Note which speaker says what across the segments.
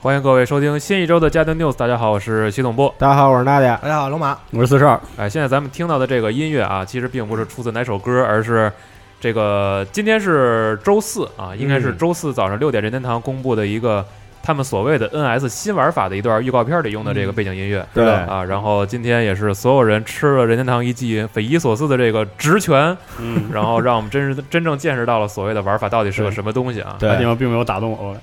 Speaker 1: 欢迎各位收听新一周的《加丢 News》，大家好，我是徐总播。
Speaker 2: 大家好，我是娜姐，
Speaker 3: 大家好，龙马。
Speaker 2: 我是四十二。
Speaker 1: 哎，现在咱们听到的这个音乐啊，其实并不是出自哪首歌，而是这个今天是周四啊，应该
Speaker 4: 嗯
Speaker 1: 是周四早上六点任天堂公布的一个他们所谓的 NS 新玩法的一段预告片里用的这个
Speaker 4: 嗯
Speaker 1: 背景音乐。
Speaker 2: 对
Speaker 1: 啊，然后今天也是所有人吃了任天堂一记匪夷所思的这个职权，
Speaker 4: 嗯，
Speaker 1: 然后让我们真是真正见识到了所谓的玩法到底是个什么东西啊！
Speaker 4: 那地
Speaker 2: 对，
Speaker 4: 方并没有打动我，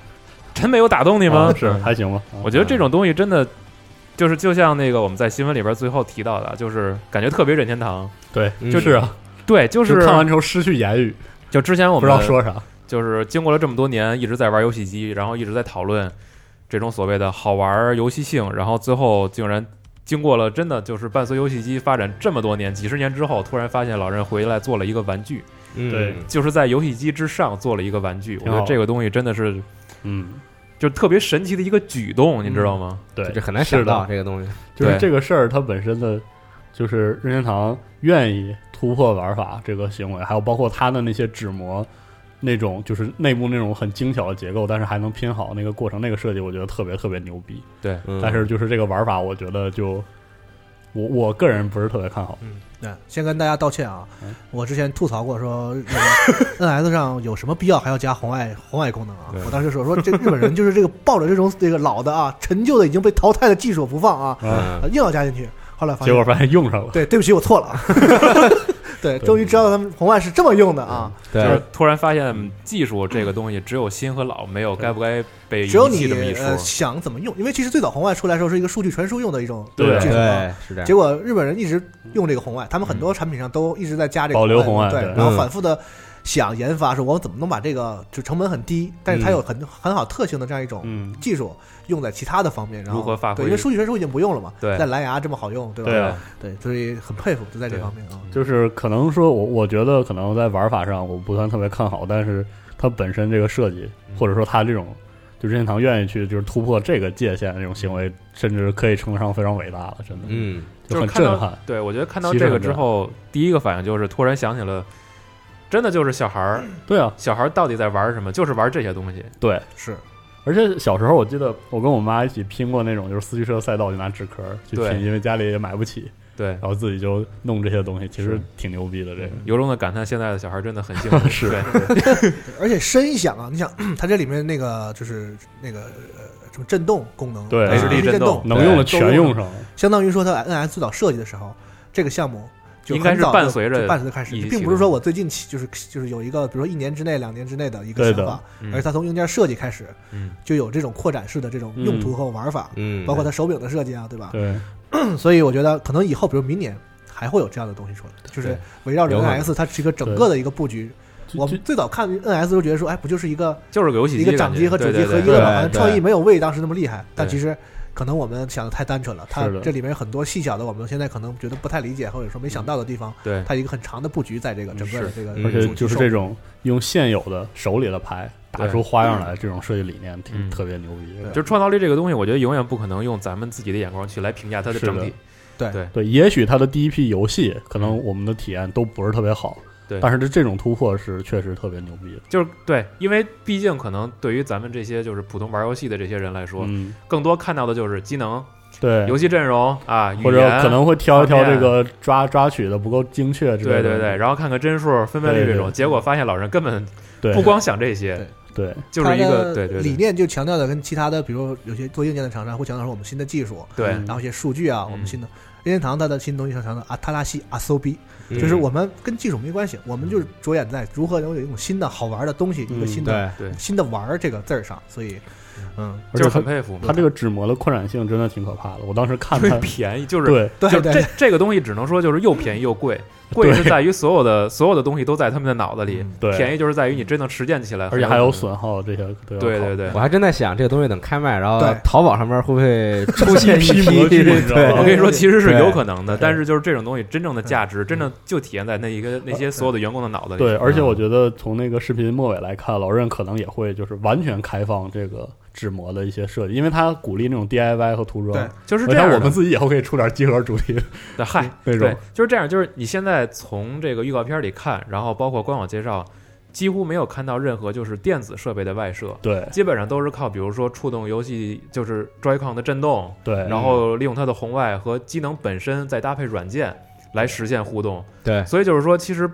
Speaker 1: 真没有打动你
Speaker 4: 地
Speaker 1: 吗？
Speaker 4: 啊是嗯还行吧？
Speaker 1: 我觉得这种东西真的就是就像那个我们在新闻里边最后提到的，啊就是感觉特别任天堂。
Speaker 4: 对，
Speaker 2: 嗯
Speaker 4: 就是啊，
Speaker 1: 对，就
Speaker 4: 就是看完之后失去言语，
Speaker 1: 就之前我
Speaker 4: 不
Speaker 1: 们
Speaker 4: 知道说啥。
Speaker 1: 就是经过了这么多年一直在玩游戏机，然后一直在讨论这种所谓的好玩游戏性，然后最后竟然经过了真的就是伴随游戏机发展这么多年，几十年之后，突然发现老人回来做了一个玩具，
Speaker 4: 对
Speaker 1: 就是在游戏机之上做了一个玩具。我觉得
Speaker 4: 好
Speaker 1: 这个东西真的是
Speaker 4: 嗯，
Speaker 1: 就特别神奇的一个举动，你知道吗？
Speaker 4: 对，
Speaker 2: 这很难想到啊
Speaker 4: 是的，
Speaker 2: 这个东西。
Speaker 4: 就是
Speaker 1: 对
Speaker 4: 这个事儿它本身的，就是任天堂愿意突破玩法这个行为，还有包括它的那些纸模。那种就是内部那种很精巧的结构，但是还能拼好那个过程，那个设计我觉得特别特别牛逼。
Speaker 1: 对，
Speaker 2: 嗯
Speaker 4: 但是就是这个玩法，我觉得就我我个人不是特别看好。
Speaker 3: 对，先跟大家道歉啊
Speaker 4: 嗯，
Speaker 3: 我之前吐槽过说那个 NS 上有什么必要还要加红外红外功能啊
Speaker 2: 对？
Speaker 3: 我当时说说这日本人就是这个抱着这种这个老的啊陈旧的已经被淘汰的技术不放啊，
Speaker 2: 嗯，
Speaker 3: 硬要加进去。后来发
Speaker 4: 结果
Speaker 3: 现，
Speaker 4: 发现用上了，
Speaker 3: 对，对不起，我错了 啊。对，终于知道他们红外是这么用的啊，
Speaker 1: 就是
Speaker 2: 对，
Speaker 1: 突然发现技术这个东西只有新和老，没有该不该被遗
Speaker 3: 只有
Speaker 1: 弃
Speaker 3: 你
Speaker 1: 这么一说。
Speaker 3: 呃想怎么用，因为其实最早红外出来的时候是一个数据传输用的一种
Speaker 4: 对
Speaker 3: 技术啊。
Speaker 2: 对，是这样
Speaker 3: 结。果日本人一直用这个红外，他们很多产品上都一直在加这个
Speaker 4: 保留红
Speaker 3: 对
Speaker 4: 外，对
Speaker 3: 然后反复的想研发说，我怎么能把这个就成本很低，但是它有很很好特性的这样一种
Speaker 4: 嗯，
Speaker 3: 技术用在其他的方面，然后
Speaker 1: 如何发挥
Speaker 3: 对，因为数据传输已经不用了嘛，
Speaker 1: 对
Speaker 3: 在蓝牙这么好用，对吧？
Speaker 4: 对啊，
Speaker 3: 对，所以很佩服，就在这方面啊，
Speaker 4: 就是可能说我我觉得可能在玩法上我不算特别看好，但是它本身这个设计，
Speaker 1: 嗯
Speaker 4: 或者说它这种就任天堂愿意去就是突破这个界限这种行为，甚至可以称得上非常伟大了，真的，
Speaker 2: 嗯，
Speaker 1: 嗯就
Speaker 4: 就
Speaker 1: 是
Speaker 4: 很
Speaker 1: 看到
Speaker 4: 震撼。。
Speaker 1: 对，我觉得看到
Speaker 4: 其实
Speaker 1: 这个
Speaker 4: 很
Speaker 1: 之
Speaker 4: 震撼
Speaker 1: 后，第一个反应就是突然想起了，真的就是小孩儿，
Speaker 4: 对啊，
Speaker 1: 小孩儿到底在玩什么？就是玩这些东西。
Speaker 4: 对，
Speaker 3: 是
Speaker 4: 而且小时候我记得我跟我妈一起拼过那种就是四驱车赛道，就拿纸壳去
Speaker 1: 对
Speaker 4: 拼，因为家里也买不起，
Speaker 1: 对
Speaker 4: 然，后自己就弄这些东西，其实
Speaker 1: 是
Speaker 4: 挺牛逼的。这个
Speaker 1: 由衷的感叹，现在的小孩真的很幸福。
Speaker 4: 是
Speaker 1: 对，
Speaker 3: 而且深一想啊，你想 它这里面那个就是那个呃什么震动功能，
Speaker 4: 对
Speaker 3: 还是
Speaker 1: HD
Speaker 3: 震
Speaker 1: 震动
Speaker 4: 能用的全用上了，
Speaker 3: 相当于说它 NS 最早设计的时候，这个项目就
Speaker 1: 应该是
Speaker 3: 很早就
Speaker 1: 伴随着
Speaker 3: 就伴随着开始
Speaker 1: 一起，
Speaker 3: 并不是说我最近起就是就是有一个，比如说一年之内、两年之内的一个
Speaker 4: 对
Speaker 3: 想
Speaker 4: 的
Speaker 3: 法，
Speaker 1: 嗯
Speaker 3: 而是它从硬件设计开始
Speaker 1: 嗯，
Speaker 3: 就有这种扩展式的这种用途和玩法，
Speaker 2: 嗯，
Speaker 3: 包括它手柄的设计啊，对吧？
Speaker 4: 对，
Speaker 3: 所以我觉得可能以后，比如明年。还会有这样的东西出来，就是
Speaker 1: 对
Speaker 3: 围绕着
Speaker 2: 有可能
Speaker 3: NS，它是一个整个的一个布局。
Speaker 4: 就
Speaker 3: 我
Speaker 4: 就
Speaker 3: 们最早看 NS 就觉得说，哎，不就是一个
Speaker 1: 就是个游戏
Speaker 3: 一
Speaker 1: 机
Speaker 3: 个
Speaker 1: 感觉，
Speaker 3: 掌机和主机合
Speaker 1: 对
Speaker 3: 一
Speaker 1: 对对
Speaker 2: 对
Speaker 3: 了吧？好像创意没有为当时那么厉害，但
Speaker 1: 对
Speaker 3: 其实可能我们想的太单纯了。它
Speaker 4: 是的
Speaker 3: 这里面有很多细小的，我们现在可能觉得不太理解，或者说没
Speaker 1: 嗯
Speaker 3: 想到的地方。
Speaker 1: 对
Speaker 3: 它有一个很长的布局在这个整个的这个
Speaker 2: 嗯
Speaker 3: 主机手，
Speaker 4: 而且就是这种用现有的手里的牌打出花样来，这种设计理念挺
Speaker 1: 嗯
Speaker 4: 特别牛逼的。
Speaker 1: 就创造力这个东西，我觉得永远不可能用咱们自己的眼光去来评价它的
Speaker 4: 是
Speaker 1: 整
Speaker 4: 的
Speaker 1: 体。
Speaker 4: 对，也许他的第一批游戏可能我们的体验都不是特别好，
Speaker 1: 对
Speaker 4: 但是这这种突破是确实特别牛逼的。
Speaker 1: 就是对，因为毕竟可能对于咱们这些就是普通玩游戏的这些人来说，
Speaker 4: 嗯，
Speaker 1: 更多看到的就是机能、
Speaker 4: 对，
Speaker 1: 游戏阵容啊，语
Speaker 4: 或者
Speaker 1: 言
Speaker 4: 可能会挑一挑
Speaker 1: 方面
Speaker 4: 这个抓抓取的不够精确之
Speaker 1: 对
Speaker 4: 类的。
Speaker 1: 对对，然后看看帧数、分辨率这
Speaker 4: 对
Speaker 1: 种，
Speaker 4: 对
Speaker 1: 结果发现老人根本
Speaker 4: 对
Speaker 1: 不光想这些
Speaker 3: 对，
Speaker 4: 对，
Speaker 1: 就是一个对对
Speaker 3: 理
Speaker 1: 对
Speaker 3: 念就强调的跟其他的，比如有些做硬件的厂商会强调说我们新的技术，
Speaker 1: 对
Speaker 4: 嗯
Speaker 3: 然后一些数据啊，我们
Speaker 1: 嗯
Speaker 3: 新的任天堂它的新东西上强调啊，塔拉西啊，so b，
Speaker 2: 嗯
Speaker 3: 就是我们跟技术没关系，我们就是着眼在如何能有一种新的好玩的东西，一个
Speaker 4: 嗯
Speaker 3: 新的
Speaker 2: 对
Speaker 1: 对
Speaker 3: 新的玩儿这个字儿上，所以嗯，
Speaker 4: 而
Speaker 1: 就是
Speaker 4: 且
Speaker 1: 很
Speaker 4: 它
Speaker 1: 佩服嘛
Speaker 4: 它这个纸模的扩展性真的挺可怕的。我当时看
Speaker 1: 因为
Speaker 4: 它，
Speaker 1: 便宜， 就是
Speaker 4: 对
Speaker 3: 对
Speaker 1: 就这
Speaker 3: 对，
Speaker 1: 这个东西只能说就是又便宜又贵， 贵是在于所有的所有的东西都在他们的脑子里，
Speaker 4: 嗯对，
Speaker 1: 便
Speaker 4: 宜，
Speaker 1: 宜就是在于你真的实践起来，
Speaker 4: 而且还有损耗这些都
Speaker 1: 对
Speaker 4: 要考
Speaker 1: 对
Speaker 4: 虑
Speaker 1: 对
Speaker 2: 我。还真在想这个东西等开卖，然后
Speaker 3: 对
Speaker 2: 淘宝上面会不会出现一
Speaker 4: 一批模具你知道吗
Speaker 1: 我
Speaker 2: 对，
Speaker 1: 跟你说，其实是
Speaker 2: 对
Speaker 1: 有可能的，
Speaker 4: 对
Speaker 1: 但是就是这种东西真正的价值，真的就体现在那一个那些所有的员工的脑子里。
Speaker 4: 对，而且
Speaker 1: 嗯
Speaker 4: 我觉得从那个视频末尾来看，老任可能也会就是完全开放这个纸模的一些设计，因为他鼓励那种 DIY 和涂装。
Speaker 3: 对
Speaker 1: 就是这
Speaker 4: 我想
Speaker 1: 样的，
Speaker 4: 我们自己以后可以出点集合主题
Speaker 1: 对嗨，
Speaker 4: 那
Speaker 1: 对
Speaker 4: 种。，
Speaker 1: 就是这样。就是你现在从这个预告片里看，然后包括官网介绍，几乎没有看到任何就是电子设备的外设，
Speaker 4: 对
Speaker 1: 基本上都是靠比如说触动游戏就是 Joy-Con 的震动，
Speaker 4: 对，
Speaker 1: 然后利用它的红外和机能本身再搭配软件来实现互动。
Speaker 2: 对
Speaker 1: 所以就是说，其实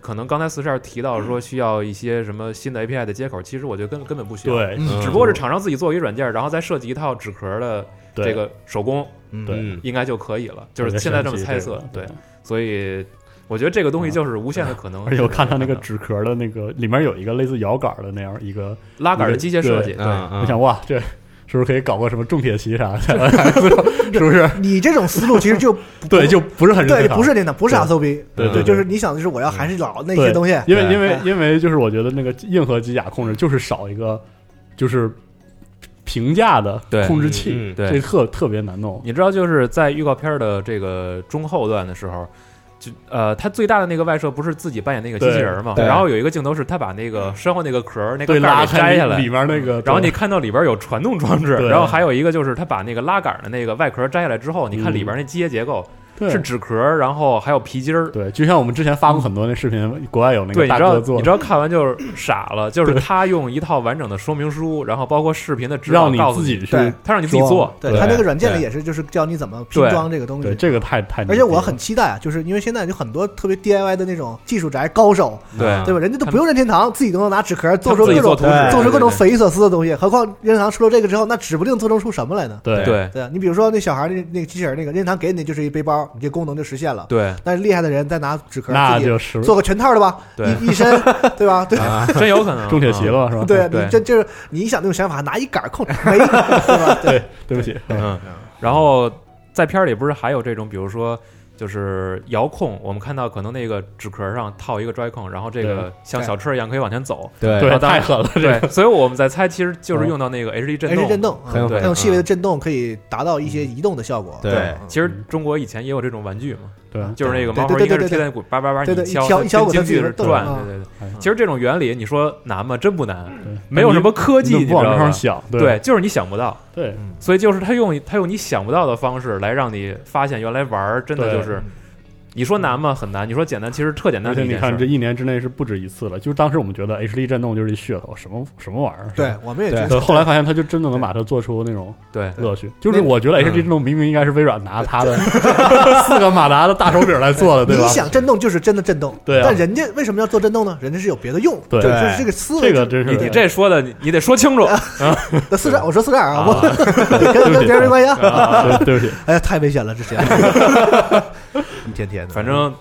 Speaker 1: 可能刚才四十二提到说需要一些什么新的 API 的接口，其实我觉得根根本不需要。
Speaker 4: 对，
Speaker 2: 嗯
Speaker 1: 只不过是厂商自己做一个软件，然后再设计一套纸壳的
Speaker 4: 对
Speaker 1: 这个手工，
Speaker 4: 对
Speaker 2: 嗯
Speaker 1: 应该就可以了。就
Speaker 4: 特
Speaker 1: 是
Speaker 4: 别
Speaker 1: 现在
Speaker 4: 神
Speaker 1: 这么
Speaker 4: 奇
Speaker 1: 猜测
Speaker 4: 个，
Speaker 1: 对。所以我觉得这个东西就是无限的可能。
Speaker 4: 而且我嗯看他那个纸壳的那个里面有一个类似摇杆的那样一个，
Speaker 1: 拉杆的机械设计，对，
Speaker 2: 嗯
Speaker 4: 我
Speaker 2: 嗯，
Speaker 4: 想哇，这是不是可以搞个什么重铁骑啥的？是 不是？
Speaker 3: 你这种思路其 实就
Speaker 4: 对，就不是很
Speaker 3: 对，
Speaker 4: 正常
Speaker 3: 不是那的，不是
Speaker 4: 对
Speaker 3: S O B，
Speaker 4: 对
Speaker 2: 对
Speaker 4: 对，
Speaker 3: 就是你想的是我要还是老那些
Speaker 4: 对
Speaker 3: 东西，
Speaker 4: 因为因为
Speaker 3: 哎
Speaker 4: 因为就是我觉得那个硬核机甲控制就是少一个就是平价的
Speaker 1: 对
Speaker 4: 控制器，
Speaker 2: 嗯
Speaker 1: 对
Speaker 4: 这特特别难弄。
Speaker 1: 你知道，就是在预告片的这个中后段的时候，就呃，他最大的那个外设不是自己扮演那个机器人嘛？
Speaker 2: 对对
Speaker 1: 然后有一个镜头是他把那个身后那个壳儿那
Speaker 4: 对，
Speaker 1: 个盖儿
Speaker 4: 拉
Speaker 1: 给摘
Speaker 4: 开
Speaker 1: 下来
Speaker 4: 里，面那个，
Speaker 1: 然后你看到里边有传动装置，
Speaker 4: 对
Speaker 1: 然后还有一个就是他把那个拉杆的那个外壳摘下来之后，你看里边那机械结构
Speaker 4: 嗯对
Speaker 1: 是纸壳，然后还有皮筋儿。
Speaker 4: 对，就像我们之前发过很多那视频，国外有那
Speaker 1: 对，
Speaker 4: 个
Speaker 1: 你
Speaker 4: 大
Speaker 1: 知道
Speaker 4: 哥做
Speaker 1: 你知，道看完就是傻了，就是他用一套完整的说明书，然后包括视频的指导
Speaker 4: 让你
Speaker 1: 告诉
Speaker 4: 自己去，
Speaker 3: 对
Speaker 1: 他让你自己做，
Speaker 3: 对
Speaker 4: 对
Speaker 3: 它那个软件
Speaker 1: 对
Speaker 3: 里也是，就是教你怎么拼
Speaker 1: 对
Speaker 3: 装这个东
Speaker 4: 对
Speaker 3: 西。
Speaker 4: 这个太太牛逼了，
Speaker 3: 而且我很期待啊，就是因为现在有很多特别 DIY 的那种技术宅高手，
Speaker 1: 对
Speaker 3: 对吧？人家都
Speaker 1: 啊他们
Speaker 3: 不用任天堂，自己都能拿纸壳做
Speaker 1: 他
Speaker 3: 出
Speaker 1: 自己
Speaker 3: 各种
Speaker 1: 做图纸，
Speaker 3: 做出各种
Speaker 1: 对
Speaker 3: 匪夷所思的东西。何况任天堂出了这个之后，那指不定做成出什么来呢？
Speaker 4: 对
Speaker 1: 对
Speaker 3: 对啊，你比如说那小孩儿那那个机器人儿那个任天堂给你的就是一背包，你这功能就实现了。
Speaker 1: 对
Speaker 3: 但是厉害的人再拿纸壳
Speaker 4: 那
Speaker 3: 自己
Speaker 4: 就是
Speaker 3: 做个全套的吧，
Speaker 1: 对
Speaker 3: 一 一身对吧？对。
Speaker 2: 啊，
Speaker 1: 真有可能嗯
Speaker 4: 重铁骑，了 是吧？
Speaker 3: 对啊
Speaker 1: 对
Speaker 3: 你这就是你一想那种想法，拿一杆儿控制，没对吧？对
Speaker 4: 对，对不起，
Speaker 1: 嗯 嗯，然后在片儿里不是还有这种，比如说。就是遥控，我们看到可能那个纸壳上套一个 Joy-Con，然后这个
Speaker 4: 对
Speaker 1: 像小车一样可以往前走，
Speaker 2: 对
Speaker 1: 然
Speaker 4: 对，嗯
Speaker 1: 后当
Speaker 4: 太狠了，这
Speaker 1: 对，所以我们在猜，其实就是用到那个 HD 震
Speaker 3: H
Speaker 1: 动。
Speaker 3: 震动，
Speaker 2: 很有
Speaker 3: 嗯
Speaker 1: 可能
Speaker 3: 它有细微的震动可以达到一些移动的效果。嗯
Speaker 2: 对
Speaker 1: 其实
Speaker 4: 嗯
Speaker 1: 中国以前也有这种玩具嘛，
Speaker 4: 对
Speaker 1: 就是那个
Speaker 3: 对
Speaker 1: 猫头
Speaker 3: 对
Speaker 1: 鹰是
Speaker 3: 对对
Speaker 1: 贴在那鼓叭叭叭，
Speaker 3: 对对
Speaker 1: 你
Speaker 3: 一敲
Speaker 1: 它
Speaker 3: 一敲鼓
Speaker 1: 跟
Speaker 3: 它自
Speaker 1: 剧
Speaker 3: 己
Speaker 1: 是
Speaker 3: 动
Speaker 1: 转，
Speaker 3: 啊嗯
Speaker 1: 对对对
Speaker 4: 哎。
Speaker 1: 其实这种原理，你说难吗？真不难，
Speaker 4: 对
Speaker 1: 没有什么科技，
Speaker 4: 你
Speaker 1: 你
Speaker 4: 不
Speaker 1: 知道
Speaker 4: 往这
Speaker 1: 吧
Speaker 4: 上？想，
Speaker 1: 对，就是你想不到，
Speaker 4: 对，
Speaker 1: 所以就是他用他用你想不到的方式来让你发现，原来玩儿真的
Speaker 4: 对
Speaker 1: 就是，你说难吗？很难，你说简单，其实特简单
Speaker 4: 而
Speaker 1: 的
Speaker 4: 且
Speaker 1: 一
Speaker 4: 你
Speaker 1: 件
Speaker 4: 看，这
Speaker 1: 事。
Speaker 4: 一年之内是不止一次了。就是当时我们觉得 H D 战动就是一噱头，什么什么玩意儿。是
Speaker 3: 对
Speaker 4: 吧，
Speaker 3: 我们也觉
Speaker 4: 对，
Speaker 3: 得
Speaker 4: 后来发现他就真的能把它做出那种
Speaker 1: 对，
Speaker 4: 乐趣。就是
Speaker 3: 那
Speaker 4: 我
Speaker 1: 嗯
Speaker 4: 觉得 H D 战动明明应该是微软拿它的 四个马达的大手柄来做的，对
Speaker 3: 你
Speaker 4: 吧？
Speaker 3: 想震动就是真的震动，
Speaker 4: 对啊
Speaker 3: 但人家为什么要做震动呢？人家是有别的用，
Speaker 4: 对
Speaker 3: 就是这个思维。
Speaker 4: 这个真是
Speaker 1: 你你这说的，你你得说清楚。
Speaker 3: 那四十二，我说四十二啊，我跟跟别人没关系啊。
Speaker 4: 啊，对对不起，
Speaker 3: 哎呀，太危险了，这些一天天的，
Speaker 1: 反正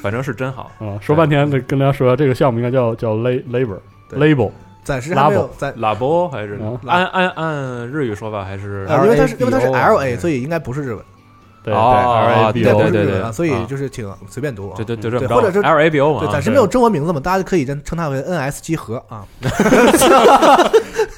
Speaker 1: 反正是真好。
Speaker 4: 啊，说半天跟大家说一下，这个项目应该叫叫 la- labor
Speaker 3: 对
Speaker 4: label
Speaker 3: 暂时还没有在，
Speaker 1: 拉波还是
Speaker 4: 嗯
Speaker 1: 按按按日语说法还是
Speaker 3: 呃因为它是
Speaker 2: LABO
Speaker 3: 因为它是 L A，
Speaker 2: 嗯
Speaker 3: 所以应该不是日文，
Speaker 4: 对对
Speaker 1: 哦
Speaker 4: L A B
Speaker 1: 对
Speaker 4: O
Speaker 1: 对
Speaker 3: 不是日
Speaker 1: 对
Speaker 3: 文啊，
Speaker 1: 对
Speaker 3: 所以
Speaker 1: 啊
Speaker 3: 就是请随便读啊
Speaker 1: 就。就就这么
Speaker 3: 对
Speaker 1: 着
Speaker 3: 或者是
Speaker 1: L A B O
Speaker 3: 对，
Speaker 1: 嘛，
Speaker 3: 暂时
Speaker 1: 对
Speaker 3: 没有中文名字嘛，大家可以称称它为 N S 集合啊。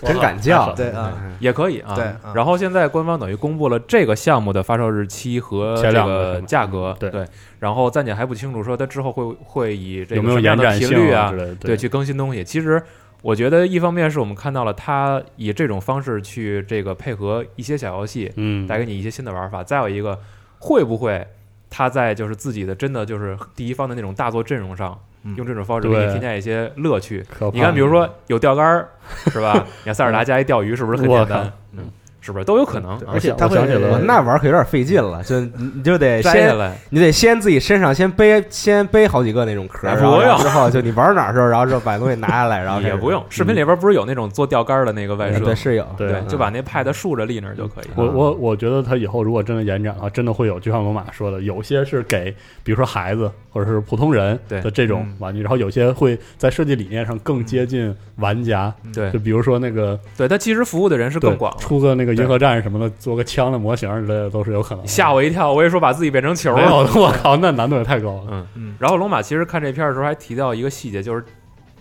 Speaker 2: 真敢叫，
Speaker 3: 对啊，
Speaker 1: 也可以啊。
Speaker 3: 对啊
Speaker 1: 然后现在官方等于公布了这个项目的发售日期和这
Speaker 4: 前两个嗯
Speaker 1: 个价格，
Speaker 4: 对
Speaker 1: 对。然后暂且还不清楚说它之后会会以这个
Speaker 4: 有没有
Speaker 1: 什么样
Speaker 4: 延
Speaker 1: 的
Speaker 4: 展
Speaker 1: 频
Speaker 4: 性
Speaker 1: 率
Speaker 4: 啊
Speaker 1: 啊
Speaker 4: 之，类的？
Speaker 1: 对，去更新东西。其实我觉得一方面是我们看到了它以这种方式去这个配合一些小游戏，
Speaker 4: 嗯，
Speaker 1: 带给你一些新的玩法。再有一个，会不会他在就是自己的真的就是第一方的那种大作阵容上，
Speaker 3: 嗯
Speaker 1: 用这种方式给
Speaker 4: 对
Speaker 1: 你添加一些乐趣？
Speaker 4: 可 怕
Speaker 1: 你看，比如说有钓竿儿，是吧？你看塞尔达加一钓鱼，是不是很
Speaker 4: 我
Speaker 1: 简
Speaker 4: 靠
Speaker 1: 单？嗯，是不是都有可能
Speaker 4: 对
Speaker 1: 啊
Speaker 4: 而且
Speaker 3: 他
Speaker 4: 我
Speaker 3: 会呃
Speaker 4: 想起
Speaker 2: 我
Speaker 4: 了
Speaker 2: 那玩儿可有点费劲了，就你你就得
Speaker 1: 摘下
Speaker 2: 先
Speaker 1: 来？
Speaker 2: 你得先自己身上先背先背好几个那种壳儿，
Speaker 1: 哎
Speaker 2: 然后
Speaker 1: 不用
Speaker 2: 之后就你玩儿哪儿的时候，然后就把东西拿下来，然后开
Speaker 1: 也
Speaker 2: 始
Speaker 1: 不用，视频里边不是有那种做钓竿的那个外设
Speaker 2: 对，，是有
Speaker 4: 嗯对
Speaker 1: 对，
Speaker 2: 嗯
Speaker 1: 就把那 pad 竖着立那儿就可以。
Speaker 4: 我我我觉得他以后如果真的延展的话，真的会有，就像罗马说的，有些是给比如说孩子或者是普通人
Speaker 1: 对
Speaker 4: 的这种
Speaker 3: 嗯
Speaker 4: 玩具，然后有些会在设计理念上更接近玩家，
Speaker 1: 嗯
Speaker 3: 嗯
Speaker 1: 对
Speaker 4: 就比如说那个
Speaker 1: 对，它其实服务的人是更
Speaker 4: 对
Speaker 1: 广了。
Speaker 4: 出个那个银河战士什么的，做个枪的模型之类的都是有可能的。
Speaker 1: 吓我一跳，我也说把自己变成球
Speaker 4: 没有
Speaker 1: 了。，
Speaker 4: 我靠，那难度也太高了。
Speaker 1: 嗯，
Speaker 3: 嗯，
Speaker 1: 然后龙马其实看这片儿的时候还提到一个细节，就是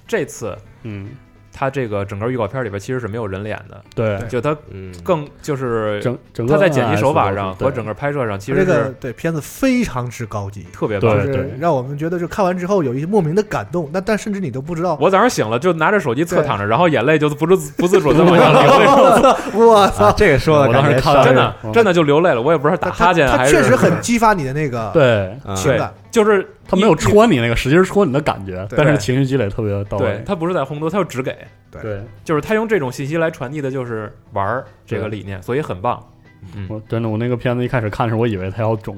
Speaker 1: 这次
Speaker 4: 嗯，
Speaker 1: 他这个整个预告片里边其实是没有人脸的，
Speaker 4: 对，
Speaker 1: 就他
Speaker 2: 嗯
Speaker 1: 更就是
Speaker 4: 整整个
Speaker 1: 他在剪辑手法
Speaker 4: NS
Speaker 1: 上
Speaker 4: 都是
Speaker 1: 和整个拍摄上其
Speaker 3: 这
Speaker 1: 实
Speaker 3: 个
Speaker 1: 是
Speaker 3: 对片子非常之高级，
Speaker 1: 特别
Speaker 4: 对
Speaker 1: 棒
Speaker 3: 就。
Speaker 4: 对
Speaker 3: 是让我们觉得就看完之后有一些莫名的感动，那但甚至你都不知道，
Speaker 1: 我早上醒了就拿着手机侧躺着，然后眼泪就不自不自主的往下 流，
Speaker 3: 我操
Speaker 2: 啊，，这个说
Speaker 4: 我
Speaker 2: 的
Speaker 4: 当
Speaker 2: 感
Speaker 4: 时
Speaker 2: 觉
Speaker 4: 看了
Speaker 2: 上
Speaker 1: 真的
Speaker 4: 嗯
Speaker 1: 真的就流泪了。我也不知道是打
Speaker 3: 他
Speaker 1: 哈欠
Speaker 3: 他
Speaker 1: 还是
Speaker 3: 确实很激发你的那个
Speaker 4: 对，
Speaker 2: 嗯
Speaker 3: 情
Speaker 1: 对
Speaker 3: 感，
Speaker 1: 就是
Speaker 4: 他没有
Speaker 1: 戳，
Speaker 4: 戳你那个，实际是戳你的感觉，
Speaker 3: 对
Speaker 4: 但是情绪积累特别到
Speaker 1: 对
Speaker 4: 位。
Speaker 1: 他不是在烘托，他就只给，
Speaker 4: 对，
Speaker 1: 就是他用这种信息来传递的就是玩儿这个理念，所以很棒。嗯
Speaker 2: 嗯
Speaker 4: 我真的，我那个片子一开始看的时候，我以为他要整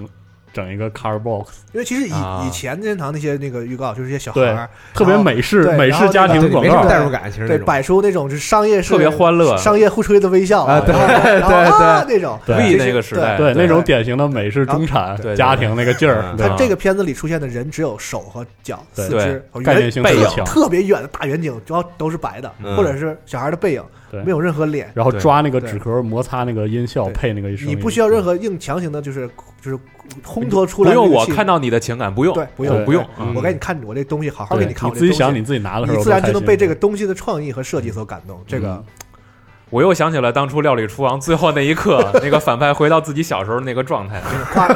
Speaker 4: 整一个 car box，
Speaker 3: 因为其实以、
Speaker 1: 啊
Speaker 3: 以前任天堂那些那个预告，就是一些小孩儿，
Speaker 4: 特别美式
Speaker 3: 对
Speaker 4: 美式家
Speaker 3: 然后那
Speaker 4: 庭
Speaker 2: 啊对
Speaker 3: 个
Speaker 2: 你
Speaker 4: 广
Speaker 2: 没什么
Speaker 4: 告，
Speaker 2: 代入感，其实
Speaker 3: 对，
Speaker 2: 那 种
Speaker 3: 摆出那种就是商业式
Speaker 1: 特别欢乐
Speaker 3: 商业互吹的微笑
Speaker 2: 啊对
Speaker 3: 然后
Speaker 2: 对
Speaker 3: 然后啊那种
Speaker 4: 对
Speaker 3: 其
Speaker 1: V
Speaker 3: 实
Speaker 1: 那个时代，
Speaker 4: 对
Speaker 1: 对
Speaker 4: 那种典型的美式中产
Speaker 1: 对对
Speaker 4: 家庭那个劲儿，
Speaker 2: 嗯
Speaker 4: 对啊
Speaker 3: 它这个片子里出现的人只有手和脚、
Speaker 4: 对
Speaker 3: 四肢，哦
Speaker 4: 概念
Speaker 3: 远
Speaker 4: 性
Speaker 1: 背
Speaker 4: 特
Speaker 1: 影
Speaker 4: 强，
Speaker 3: 特别远的大远景，主要都是白的，
Speaker 2: 嗯
Speaker 3: 或者是小孩的背影
Speaker 4: 对，
Speaker 3: 没有任何脸，
Speaker 4: 然后
Speaker 1: 对
Speaker 4: 抓那个
Speaker 3: 对
Speaker 4: 纸壳摩擦那个音效
Speaker 3: 对
Speaker 4: 配那个声音，
Speaker 3: 你不需要任何硬强行的，就是就是烘托
Speaker 1: 不
Speaker 3: 出来那个
Speaker 1: 用
Speaker 3: 气氛。
Speaker 1: 我看到你的情感，不用，
Speaker 3: 对，不
Speaker 1: 我
Speaker 3: 用
Speaker 1: 不用，
Speaker 4: 嗯
Speaker 1: 嗯
Speaker 3: 我给你看我这东西，好好
Speaker 4: 对，
Speaker 3: 给看我这
Speaker 4: 自己
Speaker 3: 东西
Speaker 4: 想你自己拿的时候，
Speaker 3: 你自然就能
Speaker 4: 多开心
Speaker 3: 被这个东西的创意和设计所感动。这个
Speaker 4: 嗯
Speaker 1: 我又想起了当初《料理厨王》最后那一刻，那个反派回到自己小时候那个状态
Speaker 3: 夸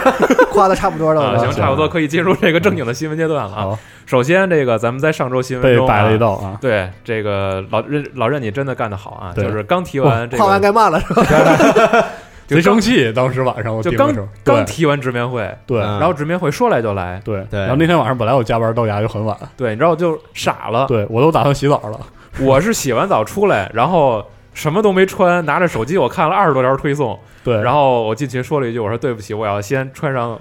Speaker 3: 夸的差不多了
Speaker 1: 啊，
Speaker 3: 吧，
Speaker 1: 行，差不多可以进入这个正经的新闻阶段了啊。
Speaker 4: 好
Speaker 1: 首先，这个咱们在上周新闻
Speaker 4: 被
Speaker 1: 中啊
Speaker 4: 摆了一道啊，
Speaker 1: 对这个老任老任，你真的干得好啊！
Speaker 4: 对
Speaker 1: 就是刚提完这
Speaker 3: 夸完
Speaker 1: 个，
Speaker 3: 该骂了是吧？
Speaker 1: 就刚
Speaker 4: 贼生气，当时晚上我
Speaker 1: 就
Speaker 4: 盯
Speaker 1: 刚
Speaker 4: 的时候，
Speaker 1: 刚
Speaker 4: 对
Speaker 1: 提完直面会，
Speaker 4: 对
Speaker 2: 嗯
Speaker 1: 然后直面会说来就来，
Speaker 4: 对
Speaker 2: 对
Speaker 4: 然后那天晚上本来我加班到家就很晚，
Speaker 1: 对，你知道就傻了。
Speaker 4: 对我都打算洗澡了，
Speaker 1: 我是洗完澡出来，然后什么都没穿，拿着手机我看了二十多条推送，
Speaker 4: 对，
Speaker 1: 然后我进群说了一句，我说对不起，我要先穿上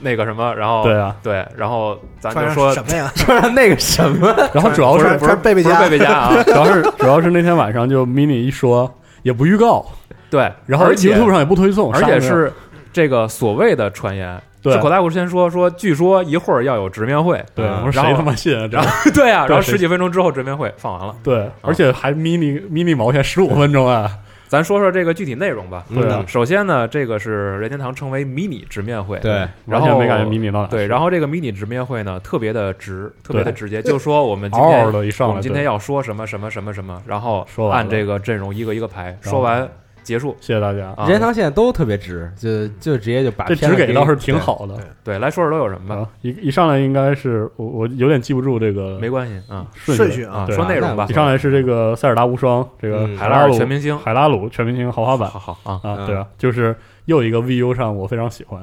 Speaker 1: 那个什么，然后
Speaker 4: 对啊，
Speaker 1: 对然后咱
Speaker 3: 穿
Speaker 1: 就
Speaker 3: 上
Speaker 1: 说
Speaker 3: 什么呀？
Speaker 2: 穿上那个什么，
Speaker 4: 然后主要
Speaker 1: 不
Speaker 4: 是
Speaker 1: 是不是
Speaker 3: 穿贝贝
Speaker 1: 不是
Speaker 3: 家
Speaker 1: 贝贝家啊，
Speaker 4: 主要是主要是那天晚上就 mini 一说也不预告，
Speaker 1: 对，
Speaker 4: 然后
Speaker 1: 而且
Speaker 4: YouTube 上也不推送，
Speaker 1: 而
Speaker 4: 啥
Speaker 1: 且
Speaker 4: 也没有
Speaker 1: 是这个所谓的传言，
Speaker 4: 对
Speaker 1: 是口大故事先说说，据说一会儿要有直面会，
Speaker 4: 对，
Speaker 2: 嗯
Speaker 4: 我说
Speaker 1: 然
Speaker 4: 谁
Speaker 1: 后
Speaker 4: 他妈信啊？这
Speaker 1: 然后 啊对啊，然后
Speaker 4: 谁
Speaker 1: 十几分钟之后直面会放完了，
Speaker 4: 对，而且还 mini mini 毛线十五分钟啊，
Speaker 1: 咱说说这个具体内容吧。
Speaker 4: 对啊
Speaker 1: 嗯，首先呢，这个是任天堂称为迷你直面会，
Speaker 2: 对，
Speaker 1: 然
Speaker 4: 完
Speaker 1: 后
Speaker 4: 全没感觉 mini 到哪。
Speaker 1: 对，然后这个迷你直面会呢，特别的直，特别的直接，
Speaker 3: 对
Speaker 1: 就说我们今
Speaker 4: 嗷嗷
Speaker 1: 天
Speaker 4: 的一
Speaker 1: 我
Speaker 4: 上来，
Speaker 1: 们今天
Speaker 4: 对
Speaker 1: 要说什么什么什么什么，然后
Speaker 4: 说完
Speaker 1: 按
Speaker 4: 了
Speaker 1: 这个阵容一个一个排，
Speaker 4: 后
Speaker 1: 说完结束
Speaker 4: 谢谢大家，
Speaker 1: 啊
Speaker 2: 任。天堂现在都特别直，就就直接就把
Speaker 4: 这
Speaker 2: 片
Speaker 4: 只
Speaker 2: 子
Speaker 4: 给
Speaker 2: 你
Speaker 4: 倒是挺。好的
Speaker 3: 对。
Speaker 1: 对，来说说都有什么吧，
Speaker 4: 啊一一上来应该是我我有点记不住这个
Speaker 1: 没关系啊
Speaker 4: 顺
Speaker 3: 序啊，
Speaker 1: 啊，
Speaker 4: 对
Speaker 1: 说内容吧
Speaker 4: 一。上来是这个塞尔达无双，这个
Speaker 2: 嗯
Speaker 1: 海拉
Speaker 4: 拉
Speaker 1: 尔
Speaker 4: 鲁
Speaker 1: 全明星，
Speaker 4: 海拉鲁全明星豪华版
Speaker 1: 好好啊，
Speaker 4: 啊，
Speaker 2: 嗯
Speaker 4: 对啊，就是又一个 VU 上我非常喜欢，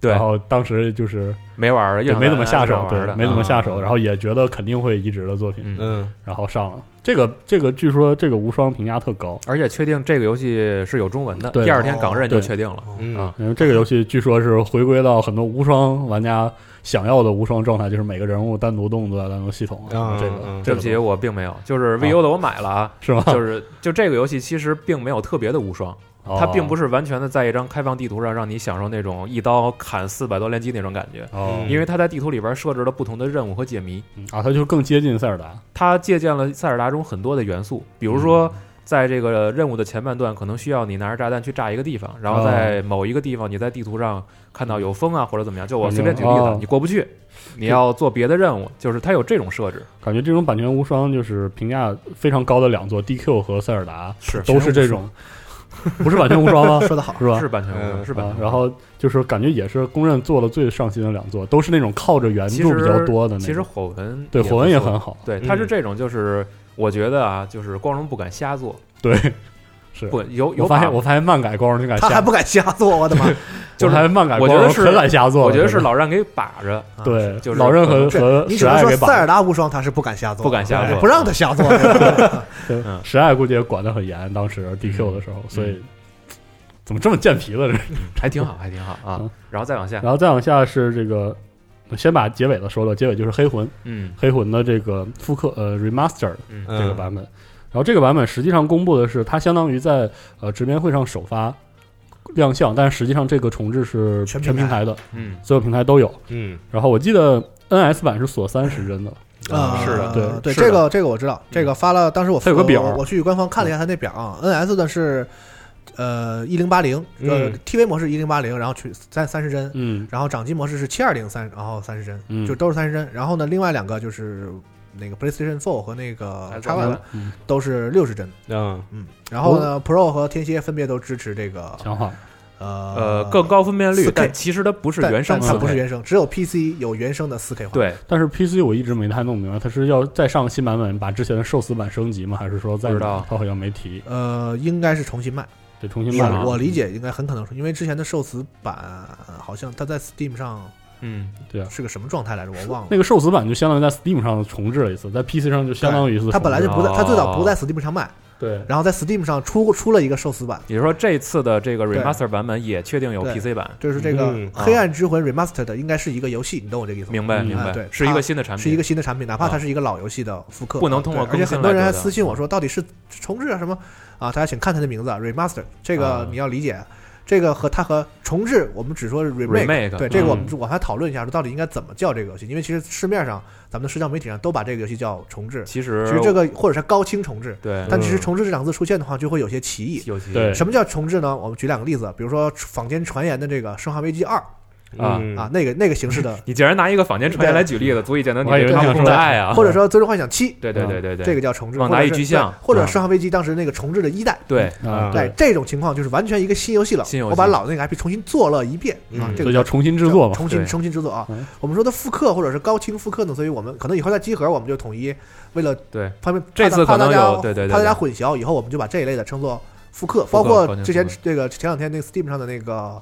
Speaker 1: 对
Speaker 4: 然，后当时就是
Speaker 1: 没玩儿，
Speaker 4: 也
Speaker 1: 也
Speaker 4: 没怎么下手，对
Speaker 1: 玩，的，
Speaker 4: 没怎么下手，
Speaker 2: 啊
Speaker 4: 然后也觉得肯定会移植的作品，
Speaker 1: 嗯。
Speaker 2: 嗯，
Speaker 4: 然后上了这个这个，据说这个无双评价特高，
Speaker 1: 而且确定这个游戏是有中文的，
Speaker 4: 对哦
Speaker 1: 第二天港任就
Speaker 4: 对
Speaker 1: 确定了。
Speaker 2: 嗯
Speaker 1: 啊
Speaker 4: 因为这个游戏据说是回归到很多无双玩家想要的无双状态，就是每个人物单独动作、单独系统
Speaker 2: 啊
Speaker 4: 这
Speaker 2: 嗯
Speaker 1: 对
Speaker 4: 个这
Speaker 1: 不
Speaker 4: 个
Speaker 1: 起，我并没有，就是 VU 的我买了啊，
Speaker 4: 是吗？
Speaker 1: 就是就这个游戏其实并没有特别的无双，
Speaker 4: 哦
Speaker 1: 它并不
Speaker 4: 是
Speaker 1: 是完全的在一张开放地图上让你享受那种一刀砍四百多连击那种感觉，
Speaker 4: 哦
Speaker 2: 嗯
Speaker 1: 因为它在地图里边设置了不同的任务和解谜，
Speaker 4: 嗯啊，它就更接近塞尔达，
Speaker 1: 它借鉴了塞尔达中很多的元素，比如说。
Speaker 4: 嗯
Speaker 1: 在这个任务的前半段，可能需要你拿着炸弹去炸一个地方，然后
Speaker 4: 哦
Speaker 1: 在某一个地方，你在地图上看到有风啊或者怎么样，就我随便举例子，
Speaker 4: 哦
Speaker 1: 你过不去，你要做别的任务，就是它有这种设置，
Speaker 4: 感觉这种版权无双就是评价非常高的两座 DQ 和塞尔达
Speaker 1: 是
Speaker 4: 都是这种，不是版权无双啊
Speaker 3: 说的好，
Speaker 4: 是吧？
Speaker 1: 是版权无双，
Speaker 2: 嗯
Speaker 1: 是版
Speaker 4: 啊
Speaker 1: 权无双。
Speaker 4: 然后就是感觉也是公认做的最上心的两座，都是那种靠着原
Speaker 1: 其
Speaker 4: 著
Speaker 1: 实
Speaker 4: 比较多呃的那种。
Speaker 1: 其实火纹
Speaker 4: 对火纹也
Speaker 1: 不错
Speaker 4: 很好，
Speaker 1: 对，
Speaker 2: 嗯
Speaker 1: 它是这种，就是我觉得啊，就是光荣不敢瞎做，
Speaker 4: 对， 是。
Speaker 1: 不有有
Speaker 4: 我发
Speaker 1: 把
Speaker 4: 现，我发现漫改光荣就敢
Speaker 3: 他
Speaker 4: 下
Speaker 3: 还不敢瞎做，我的妈！
Speaker 1: 就是
Speaker 4: 我还漫改
Speaker 1: 我
Speaker 4: 光
Speaker 1: 觉
Speaker 4: 荣，
Speaker 1: 得是
Speaker 4: 很敢瞎做，
Speaker 1: 我觉得是
Speaker 4: 真的
Speaker 1: 老让给把着，啊
Speaker 4: 对，
Speaker 1: 就是
Speaker 4: 老任
Speaker 1: 可
Speaker 4: 和
Speaker 1: 能
Speaker 4: 和
Speaker 3: 你
Speaker 4: 史
Speaker 3: 只能
Speaker 4: 爱
Speaker 3: 说
Speaker 4: 给
Speaker 3: 塞尔
Speaker 4: 绑，
Speaker 3: 达无双他是不敢瞎做，
Speaker 1: 不敢瞎做
Speaker 3: 对不让他瞎做。对吧
Speaker 4: 对
Speaker 1: 嗯
Speaker 4: 史爱估计也管得很严，当时 DQ 的时候，所以怎么这么健皮了？这是。
Speaker 1: 嗯还挺好，还挺好啊
Speaker 4: 嗯。
Speaker 1: 然后再往下，
Speaker 4: 然后再往下是这个，我先把结尾的说了，结尾就是黑魂，
Speaker 1: 嗯
Speaker 4: 黑魂的这个复刻呃 remaster
Speaker 1: 嗯
Speaker 2: 嗯
Speaker 4: 这个版本。然后这个版本实际上公布的是，它相当于在呃直面会上首发亮相，但是实际上这个重置是
Speaker 3: 全
Speaker 4: 全
Speaker 3: 平台
Speaker 4: 平台的，
Speaker 1: 嗯，
Speaker 4: 所有平台都有。
Speaker 2: 嗯
Speaker 4: 然后我记得 NS 版是锁三十帧的，
Speaker 3: 啊，
Speaker 1: 是的
Speaker 3: 对
Speaker 4: 对
Speaker 1: 是的
Speaker 3: 这个这个我知道，这个发了，当时我
Speaker 4: 它有个表
Speaker 3: 我我去官方看了一下它那表啊，NS 的是呃一零八零，呃
Speaker 2: 嗯
Speaker 3: TV 模式一零八零，然后去三三十帧，
Speaker 4: 嗯，
Speaker 3: 然后掌机模式是七二零三，然后三十帧，
Speaker 4: 嗯
Speaker 3: 就都是三十帧。然后呢，另外两个就是那个 PlayStation Four 和那个
Speaker 1: Xbox
Speaker 3: X Y
Speaker 4: 嗯
Speaker 3: 都是六十帧，
Speaker 2: 嗯
Speaker 3: 嗯。然后呢，Pro 和天蝎分别都支持这个
Speaker 4: 强化。
Speaker 3: 呃
Speaker 1: 呃，更高分辨率
Speaker 3: 4K，
Speaker 1: 但其实它不是
Speaker 3: 但
Speaker 1: 原生
Speaker 3: 但它不是
Speaker 1: 4K
Speaker 3: 原生，只有 PC 有原生的四 K 画。，
Speaker 1: 对，
Speaker 4: 但是 PC 我一直没太弄明白，它是要再上新版本把之前的寿司版升级吗？还是说再
Speaker 1: 不知道
Speaker 4: 它好像没提，
Speaker 3: 呃，应该是重新卖。
Speaker 4: 得重新
Speaker 1: 是
Speaker 4: 卖
Speaker 1: 吗
Speaker 4: 了。嗯
Speaker 3: 我理解应该很可能是因为之前的寿司版好像它在 Steam 上
Speaker 1: 嗯，
Speaker 3: 是个什么状态来着，我忘了。
Speaker 4: 那个寿司版就相当于在 Steam 上重置了一次，在 PC 上就相当于一次重置。
Speaker 3: 它本来就不在，它最早不在
Speaker 1: 哦
Speaker 3: Steam 上卖，
Speaker 4: 对
Speaker 3: 然后在 Steam 上出出了一个寿司版，
Speaker 1: 也就是说这次的这个
Speaker 3: 对
Speaker 1: remaster 版本也确定有
Speaker 3: 对
Speaker 1: PC 版，
Speaker 3: 就是这个
Speaker 2: 嗯
Speaker 3: 《黑暗之魂 Remastered》应该是一个游戏，你懂我这个意思吗？
Speaker 1: 明白
Speaker 4: 嗯
Speaker 1: 明
Speaker 3: 啊
Speaker 1: 白
Speaker 3: 对，
Speaker 1: 是一
Speaker 3: 它
Speaker 1: 个新的产品，
Speaker 3: 是一个新的产品，哪怕
Speaker 1: 啊
Speaker 3: 它是一个老游戏的复刻，
Speaker 1: 不能
Speaker 3: 啊
Speaker 1: 通过
Speaker 3: 对而且
Speaker 1: 更新
Speaker 3: 很多人
Speaker 1: 来
Speaker 3: 还
Speaker 1: 得到
Speaker 3: 私信我说，到底是重置啊什么啊？大家请看它的名字啊，remaster，这个
Speaker 1: 啊
Speaker 3: 你要理解，这个和它和重置，我们只说是 remake。
Speaker 1: remake，
Speaker 3: 对，这个我们
Speaker 4: 嗯
Speaker 3: 我们还讨论一下，说到底应该怎么叫这个游戏，因为其实市面上咱们的社交媒体上都把这个游戏叫重置，
Speaker 1: 其实
Speaker 3: 其实这个或者是高清重置，
Speaker 1: 对
Speaker 3: 但其实重置这两个字出现的话，就会有些歧义。
Speaker 1: 有些
Speaker 4: 对
Speaker 3: 什么叫重置呢？我们举两个例子，比如说坊间传言的这个《生化危机二》
Speaker 1: 啊
Speaker 2: 嗯
Speaker 3: 啊，那个那个形式的，
Speaker 1: 你竟然拿一个坊间传言
Speaker 3: 对
Speaker 1: 来举例子，足以见得你
Speaker 4: 我还以
Speaker 1: 对
Speaker 4: 为
Speaker 1: 他
Speaker 4: 你
Speaker 1: 们公
Speaker 4: 想说
Speaker 1: 的爱 啊。
Speaker 3: 或者说《最终幻想七》，
Speaker 1: 对对对对对，
Speaker 3: 这个叫重置，
Speaker 1: 往
Speaker 3: 或者
Speaker 1: 哪里
Speaker 3: 是
Speaker 1: 具象
Speaker 3: 对或者
Speaker 4: 啊
Speaker 3: 《生化危机》当时那个重置的一代，
Speaker 1: 对
Speaker 4: 啊，
Speaker 3: 对
Speaker 4: 对，
Speaker 3: 这种情况就是完全一个新游戏了，
Speaker 1: 嗯新游戏
Speaker 3: 我把老的那个 IP 重新做了一遍啊
Speaker 2: 嗯，
Speaker 3: 这
Speaker 4: 所
Speaker 3: 个
Speaker 4: 以叫重新制作嘛。
Speaker 3: 重新
Speaker 1: 对
Speaker 3: 重新制作啊
Speaker 4: 嗯。
Speaker 3: 我们说的复刻或者是高清复刻呢，所以我们可能以后在集合，我们就统一为了
Speaker 1: 对
Speaker 3: 方便
Speaker 1: 这次
Speaker 3: 怕
Speaker 1: 可能
Speaker 3: 大家
Speaker 1: 有对对对
Speaker 3: 怕大家
Speaker 1: 对
Speaker 3: 混淆，以后我们就把这一类的称作复刻，
Speaker 1: 刻
Speaker 3: 包括
Speaker 1: 高清
Speaker 3: 之前
Speaker 1: 复刻
Speaker 3: 这个前两天那个 Steam 上的那个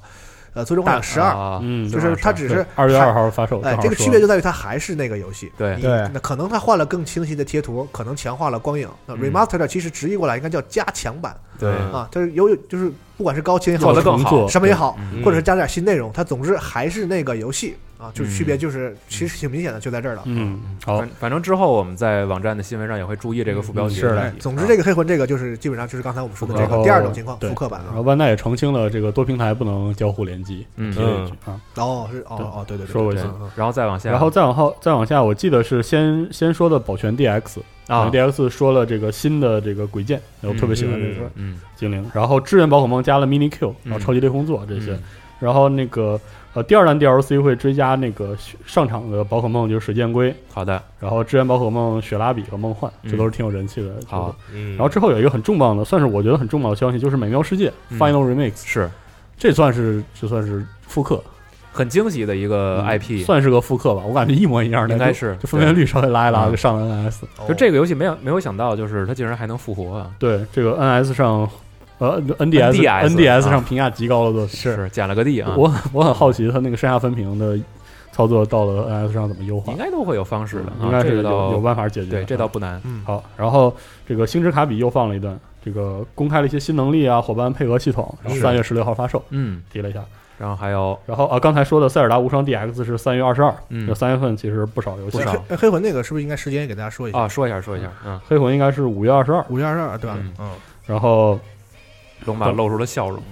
Speaker 3: 呃《最终幻想十二》，
Speaker 1: 啊
Speaker 4: 嗯，
Speaker 3: 就是它只是
Speaker 4: 二月二号发售。
Speaker 3: 哎，
Speaker 4: 正好
Speaker 3: 这个区
Speaker 4: 说
Speaker 3: 别就在于它还是那个游戏，
Speaker 1: 对
Speaker 3: 你
Speaker 2: 对
Speaker 3: 那可能它换了更清晰的贴图，可能强化了光影。那
Speaker 1: 嗯
Speaker 3: remaster 其实直译过来应该叫加强版
Speaker 1: 对，
Speaker 2: 嗯
Speaker 3: 啊，它是有就是不管是高清也
Speaker 1: 做
Speaker 3: 好
Speaker 1: 得，更
Speaker 4: 重
Speaker 1: 好
Speaker 4: 做
Speaker 3: 什么也好，
Speaker 1: 嗯
Speaker 3: 或者是加点新内容，它总之还是那个游戏啊，就是区别
Speaker 1: 嗯
Speaker 3: 就是其实挺明显的，就在这儿了。
Speaker 4: 嗯，好
Speaker 1: 反，反正之后我们在网站的新闻上也会注意这个副标题啊
Speaker 4: 嗯是
Speaker 1: 的
Speaker 4: 的
Speaker 1: 问题。
Speaker 3: 哎总之，这个黑魂这个就是基本上就是刚才我们说的这
Speaker 4: 然
Speaker 3: 个
Speaker 4: 后
Speaker 3: 第二种情况，
Speaker 4: 对哦
Speaker 3: 复刻版
Speaker 4: 然
Speaker 3: 啊。
Speaker 4: 后万代也澄清了这个多平台不能交互联机。
Speaker 1: 嗯
Speaker 4: 提了一句啊，
Speaker 3: 哦，是哦哦，对对对，
Speaker 4: 说过
Speaker 1: 对
Speaker 4: 去。
Speaker 3: 嗯，
Speaker 1: 然后再往下，
Speaker 4: 然后再往后，再往下，我记得是先先说的保全 DX，
Speaker 1: 啊，
Speaker 4: DX 说了这个新的这个鬼剑，我特别喜欢这
Speaker 2: 嗯
Speaker 4: 个
Speaker 1: 嗯，
Speaker 4: 精灵。然后支援宝可梦加了 Mini Q，然后超级猎空
Speaker 1: 嗯
Speaker 4: 座这些。然后那个呃第二弹 DLC 会追加那个上场的宝可梦就是水箭龟，
Speaker 1: 好的，
Speaker 4: 然后支援宝可梦雪拉比和梦幻，
Speaker 1: 嗯
Speaker 4: 这都是挺有人气的。
Speaker 1: 好，
Speaker 2: 嗯
Speaker 4: 然后之后有一个很重磅的，算是我觉得很重磅的消息，就是《美妙世界
Speaker 1: 嗯
Speaker 4: Final Remix》，
Speaker 1: 是
Speaker 4: 这算是这算是复刻
Speaker 1: 很惊喜的一个
Speaker 4: 嗯
Speaker 1: IP，
Speaker 4: 算是个复刻吧，我感觉一模一样
Speaker 1: 呃
Speaker 4: 的，
Speaker 1: 应该
Speaker 4: 就是就分辨率稍微拉一拉
Speaker 1: 嗯
Speaker 4: 就上了 NS。
Speaker 3: 哦
Speaker 1: 就这个游戏没有没有想到，就是它竟然还能复活啊！
Speaker 4: 对，这个 NS 上，呃 NDS
Speaker 1: NDS
Speaker 4: 上评价极高的作品。
Speaker 1: 啊是捡了个地啊，
Speaker 4: 我我很好奇他那个上下分屏的操作到了 NS 上怎么优化
Speaker 1: 应，该都会有方式的
Speaker 4: 应
Speaker 1: 啊，
Speaker 4: 该
Speaker 1: 这
Speaker 4: 是
Speaker 1: 个
Speaker 4: 有有
Speaker 1: 倒
Speaker 4: 办法解决的。啊
Speaker 1: 对，这倒不难。
Speaker 3: 嗯
Speaker 4: 好。然后这个星之卡比又放了一段，这个公开了一些新能力啊，伙伴配合系统，然后
Speaker 1: 是
Speaker 4: 三月十六号发售，
Speaker 1: 嗯，
Speaker 4: 提了一下。
Speaker 1: 然后还有
Speaker 4: 然后啊，刚才说的《塞尔达无双 DX》是三月二十二，
Speaker 1: 嗯
Speaker 4: 就三月份其实不少游戏
Speaker 1: 不。少
Speaker 3: 哎黑黑魂那个是不是应该时间也给大家说一下？
Speaker 1: 啊，说一下说一下，嗯，
Speaker 4: 黑魂应该是五月二十二，
Speaker 3: 五月二十二对吧
Speaker 1: 嗯？
Speaker 3: 嗯，
Speaker 4: 然后
Speaker 1: 龙马露出了笑容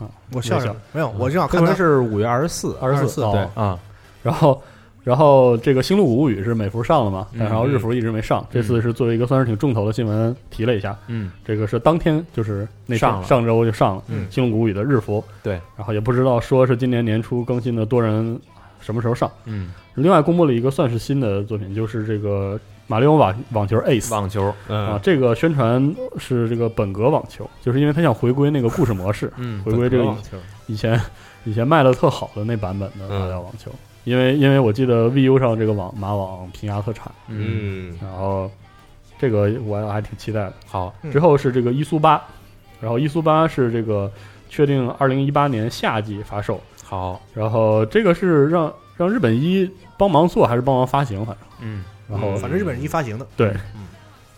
Speaker 1: 嗯
Speaker 3: 我笑
Speaker 4: 没
Speaker 3: 着
Speaker 4: 事
Speaker 3: 没有，我正好
Speaker 2: 黑
Speaker 3: 看
Speaker 2: 魂
Speaker 3: 到嗯
Speaker 2: 是五月二十四，
Speaker 4: 二十
Speaker 3: 24
Speaker 4: 四
Speaker 2: 对
Speaker 1: 啊，
Speaker 4: 然后，然后这个《星露谷物语》是美服上了嘛，
Speaker 1: 嗯
Speaker 4: 但然后日服一直没上。这次是作为一个算是挺重头的新闻提了一下，
Speaker 1: 嗯，
Speaker 4: 这个是当天就是那天
Speaker 1: 上了
Speaker 4: 上周就上了
Speaker 3: 嗯
Speaker 4: 《星露谷物语》的日服。
Speaker 1: 对，
Speaker 4: 然后也不知道说是今年年初更新的多人什么时候上。
Speaker 1: 嗯，
Speaker 4: 另外公布了一个算是新的作品，就是这个《马里奥网网球 Ace》。
Speaker 1: 网球，
Speaker 4: 啊，
Speaker 2: 嗯
Speaker 4: 这个宣传是这个本格网球，就是因为他想回归那个故事模式，
Speaker 1: 嗯
Speaker 4: 回归这个
Speaker 2: 网球
Speaker 4: 以前以前卖的特好的那版本
Speaker 1: 嗯
Speaker 4: 的马里奥网球，因为因为我记得 VU 上这个网马网评价特差，
Speaker 1: 嗯，
Speaker 4: 然后这个我还挺期待的。
Speaker 1: 好，
Speaker 3: 嗯
Speaker 4: 之后是这个伊苏八，然后伊苏八是这个确定二零一八年夏季发售，
Speaker 1: 好，
Speaker 4: 然后这个是让让日本一帮忙做还是帮忙发行，反正
Speaker 1: 嗯，
Speaker 4: 然后
Speaker 3: 反正日本人一发行的，
Speaker 4: 对
Speaker 3: 嗯，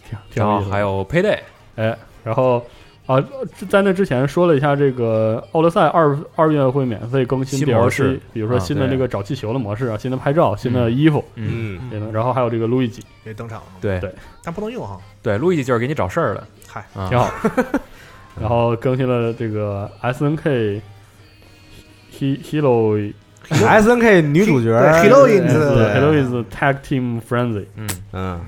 Speaker 4: 挺挺
Speaker 1: 然
Speaker 4: 有意
Speaker 1: 后
Speaker 4: 思的
Speaker 1: 还有 Payday，
Speaker 4: 哎，然后啊，这在那之前说了一下这个奥德赛二二月会免费更新
Speaker 1: 新模
Speaker 4: DLC，
Speaker 1: 式
Speaker 4: 比如说
Speaker 1: 啊
Speaker 4: 新的
Speaker 2: 对
Speaker 4: 这个找气球的模式啊， 新的拍照，新的衣服，
Speaker 1: 嗯，
Speaker 2: 嗯，
Speaker 4: 对然后还有这个路易吉，
Speaker 3: 也登场了，
Speaker 1: 对
Speaker 4: 对
Speaker 3: 但不能用哈。
Speaker 1: 对，路易吉就是给你找事儿的，
Speaker 3: 嗨，
Speaker 1: 啊
Speaker 4: 挺，好。然后更新了这个 S N K He Hero
Speaker 2: S N K 女主角
Speaker 3: 对 Heroines
Speaker 2: 对
Speaker 4: Heroes Tag Team Frenzy。
Speaker 1: 嗯，
Speaker 2: 嗯，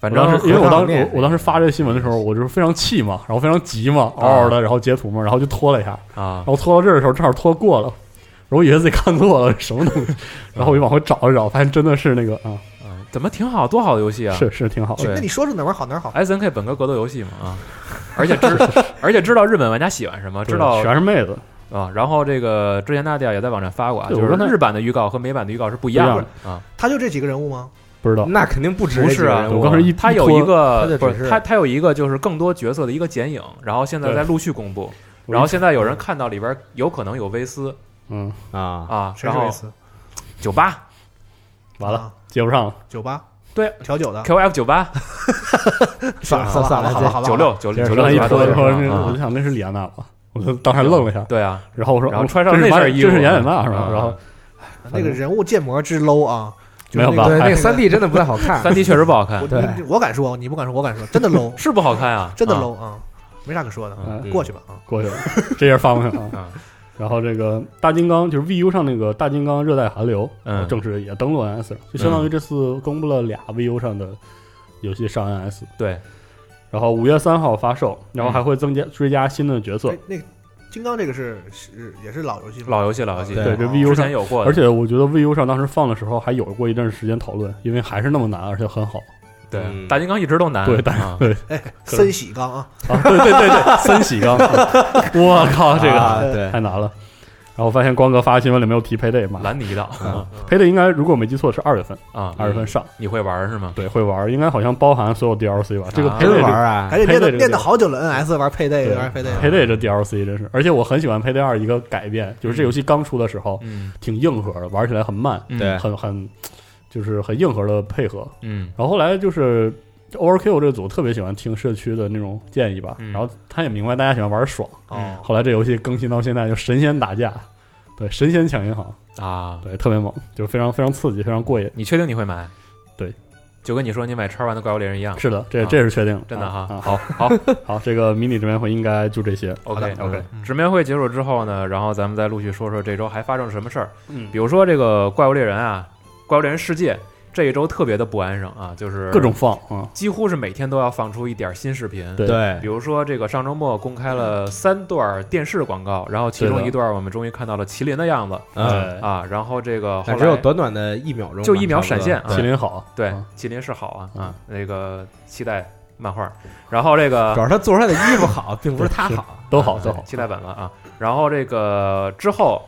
Speaker 1: 反
Speaker 4: 我
Speaker 1: 正
Speaker 4: 当时因为我当
Speaker 2: 合
Speaker 4: 时
Speaker 2: 唱
Speaker 4: 我我当时发这个新闻的时候，我就是非常气嘛，然后非常急嘛，嗷嗷的，然后截图嘛，然后就拖了一下，
Speaker 1: 啊
Speaker 4: 然，后拖到这儿的时候正好拖过了，然后我以为自己看错了什么东西，然后我就往回找一找，发现真的是那个啊，
Speaker 1: 啊怎么挺好，多好的游戏啊！
Speaker 4: 是是挺好的，
Speaker 1: 对哎
Speaker 3: 那你说说哪玩好哪儿好？
Speaker 1: S N K 本科格斗游戏嘛 啊，而且知 而且知道日本玩家喜欢什么，知道
Speaker 4: 全是妹子，
Speaker 1: 啊。然后这个之前大家也在网站发过啊，
Speaker 4: 对
Speaker 1: 就
Speaker 4: 我
Speaker 1: 是
Speaker 4: 刚才
Speaker 1: 日版的预告和美版的预告是不一样的啊，
Speaker 3: 他就这几个人物吗？
Speaker 4: 不知道
Speaker 1: 嗯
Speaker 2: 那肯定不止
Speaker 1: 哦不是啊，
Speaker 4: 我刚才一
Speaker 1: 它有一
Speaker 2: 它
Speaker 1: 个
Speaker 2: 就
Speaker 1: 不
Speaker 2: 只
Speaker 1: 是
Speaker 2: 是
Speaker 1: 它它有一个就是更多角色的一个剪影，然后现在
Speaker 4: 对
Speaker 1: 在陆续公布。
Speaker 4: 我一
Speaker 1: 然后现在有人看到里边有可能有威斯
Speaker 4: 嗯，
Speaker 2: 啊，
Speaker 1: 啊，
Speaker 3: 谁
Speaker 1: 然
Speaker 3: 是维
Speaker 1: 后
Speaker 3: 斯？
Speaker 1: 酒吧
Speaker 4: 完了
Speaker 3: 啊，
Speaker 4: 接不上了，
Speaker 3: 酒吧
Speaker 1: 对
Speaker 3: 调酒的，
Speaker 1: K O F 酒吧
Speaker 3: 算了
Speaker 2: 算了
Speaker 3: 算了，好
Speaker 2: 算
Speaker 3: 了
Speaker 2: 了
Speaker 3: 好了，
Speaker 1: 九六九
Speaker 4: 接
Speaker 1: 六
Speaker 4: 着
Speaker 1: 九
Speaker 4: 上
Speaker 1: 六
Speaker 4: 一
Speaker 1: 酒吧
Speaker 4: 拖
Speaker 1: 都有
Speaker 4: 说
Speaker 1: 是
Speaker 4: 那
Speaker 1: 吧
Speaker 4: 我就
Speaker 1: 啊
Speaker 4: 想那是李安娜吧，我就当时愣了一下，
Speaker 1: 对啊，
Speaker 4: 然后我说，
Speaker 1: 然后
Speaker 4: 哦
Speaker 1: 穿上
Speaker 4: 这是
Speaker 1: 那身
Speaker 4: 马
Speaker 1: 衣服
Speaker 4: 这是雅典娜是吧？
Speaker 1: 啊
Speaker 4: 然后
Speaker 3: 那个人物建模之 low 啊，就 是
Speaker 4: 没有吧
Speaker 2: 对，
Speaker 4: 哎
Speaker 2: 那个三 D 真的不太好看，
Speaker 1: 三 D 确实不好看
Speaker 3: 我，
Speaker 2: 对
Speaker 3: 你我敢说，你不敢说，我敢说，真 的 low，
Speaker 1: 是不好看啊，
Speaker 3: 真的
Speaker 1: 啊
Speaker 3: low 啊，没啥可说的，
Speaker 4: 嗯
Speaker 2: 嗯
Speaker 3: 过去吧啊。
Speaker 4: 过去了，这页放不下啊
Speaker 1: 啊。
Speaker 4: 然后这个大金刚就是 VU 上那个大金刚热带寒流，
Speaker 1: 嗯
Speaker 4: 正式也登陆 NS，了就相当于这次公布了俩 VU 上的游戏上 NS，
Speaker 1: 对，
Speaker 4: 然后五月三号发售，然后还会增加追加新的角色
Speaker 3: 哎，那个金刚这个是是也是老游戏吗，
Speaker 1: 老游戏老游戏，嗯
Speaker 4: 对，这
Speaker 3: 哦
Speaker 4: VU
Speaker 1: 之
Speaker 4: 上
Speaker 1: 前。有过的，
Speaker 4: 而且我觉得 VU 上当时放的时候，还有过一阵时间讨论，因为还是那么难，而且很好。
Speaker 1: 对
Speaker 2: 嗯
Speaker 1: 大金刚一直都难，
Speaker 4: 对大
Speaker 1: 啊
Speaker 3: 森喜刚啊，
Speaker 4: 啊，对对对对， 森喜刚，我靠，这
Speaker 2: 啊
Speaker 4: 个
Speaker 2: 对
Speaker 4: 太难了。然后发现光哥发新闻里没有提 Payday 嘛，
Speaker 1: 拦你一道
Speaker 2: 嗯
Speaker 4: 配的应该如果我没记错是二月份，
Speaker 1: 啊，
Speaker 4: 二月份上，
Speaker 1: 你会玩是吗？
Speaker 4: 对，会玩，应该好像包含所有 DLC 吧。这个
Speaker 1: 啊
Speaker 4: 配对
Speaker 2: 玩
Speaker 4: 这
Speaker 2: 啊
Speaker 3: 赶，紧练
Speaker 4: 配
Speaker 3: 的
Speaker 4: 对这个
Speaker 3: 练的好久了，NS 玩配对
Speaker 4: 对
Speaker 3: 玩配对，
Speaker 4: 配对这 DLC 真是，而且我很喜欢配对二一个改变，就是这游戏刚出的时候
Speaker 1: 嗯，
Speaker 4: 挺硬核的，玩起来很慢，
Speaker 1: 嗯
Speaker 2: 对
Speaker 4: 很很就是很硬核的配合。
Speaker 1: 嗯
Speaker 4: 然后后来就是。Overkill 这个组特别喜欢听社区的那种建议吧，
Speaker 1: 嗯
Speaker 4: 然后他也明白大家喜欢玩爽。
Speaker 3: 哦，
Speaker 4: 后来这游戏更新到现在就神仙打架，对，神仙抢银行，
Speaker 1: 啊，
Speaker 4: 对，特别猛，就非常非常刺激，非常过瘾。
Speaker 1: 你确定你会买？
Speaker 4: 对，
Speaker 1: 就跟你说你买叉 one 的怪物猎人一样，
Speaker 4: 是的，这
Speaker 1: 啊
Speaker 4: 这是确定的，
Speaker 1: 真的
Speaker 4: 啊
Speaker 1: 哈。
Speaker 4: 啊
Speaker 1: 好，好 嗯
Speaker 4: 好，这个迷你直面会应该就这些。
Speaker 1: ，OK
Speaker 4: 好的 OK
Speaker 1: 直面会结束之后呢，然后咱们再陆续说说这周还发生了什么事儿，
Speaker 4: 嗯
Speaker 1: 比如说这个怪物猎人啊，怪物猎人世界这一周特别的不安生啊，就是
Speaker 4: 各种放啊，
Speaker 1: 几乎是每天都要放出一点新视频，
Speaker 4: 对
Speaker 1: 比
Speaker 2: 对，
Speaker 1: 如说，这个上周末公开了三段电视广告，然后其中
Speaker 4: 对的
Speaker 1: 一段我们终于看到了麒麟的样子
Speaker 2: 嗯，
Speaker 4: 啊，
Speaker 1: 啊，然后这个后
Speaker 2: 但
Speaker 1: 来
Speaker 2: 只有短短的一秒钟吧，
Speaker 1: 就一秒闪现啊
Speaker 4: 麒麟好，
Speaker 1: 对
Speaker 4: 啊
Speaker 1: 麒麟是好啊
Speaker 4: 嗯
Speaker 1: 啊，那个期待漫画，然后这
Speaker 2: 差
Speaker 1: 个
Speaker 2: 不多，主要是他做出来的衣服好，并不是他
Speaker 4: 对
Speaker 2: 好，
Speaker 4: 都好
Speaker 1: 啊对
Speaker 4: 都好，
Speaker 1: 期待版了啊，然后这个之后，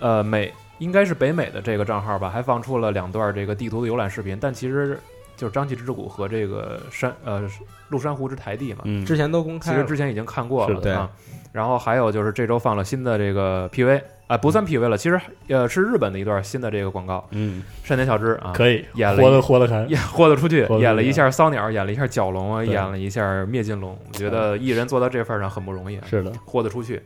Speaker 1: 呃美应该是北美的这个账号吧，还放出了两段这个地图的浏览视频，但其实就是张继之谷和这个山呃陆珊瑚之台地嘛，
Speaker 4: 嗯，
Speaker 2: 之前都公
Speaker 1: 其
Speaker 2: 开
Speaker 1: 实
Speaker 2: 了，
Speaker 1: 之前已经看过
Speaker 4: 是
Speaker 1: 了，
Speaker 4: 的
Speaker 2: 对
Speaker 1: 啊。然后还有就是这周放了新的这个 PV 啊、不算 PV 了，其实呃是日本的一段新的这个广告，
Speaker 4: 嗯，
Speaker 1: 山田小枝啊，
Speaker 4: 可以，
Speaker 1: 演了
Speaker 4: 豁
Speaker 1: 一
Speaker 4: 得豁得开，
Speaker 1: 演豁得出去
Speaker 4: 豁得出，去啊
Speaker 1: 演了一下骚鸟，演了一下角龙啊，
Speaker 4: 对
Speaker 1: 演了一下灭尽龙，我觉得艺人做到这份儿上很不容易，啊，
Speaker 4: 是的，
Speaker 1: 豁得出去。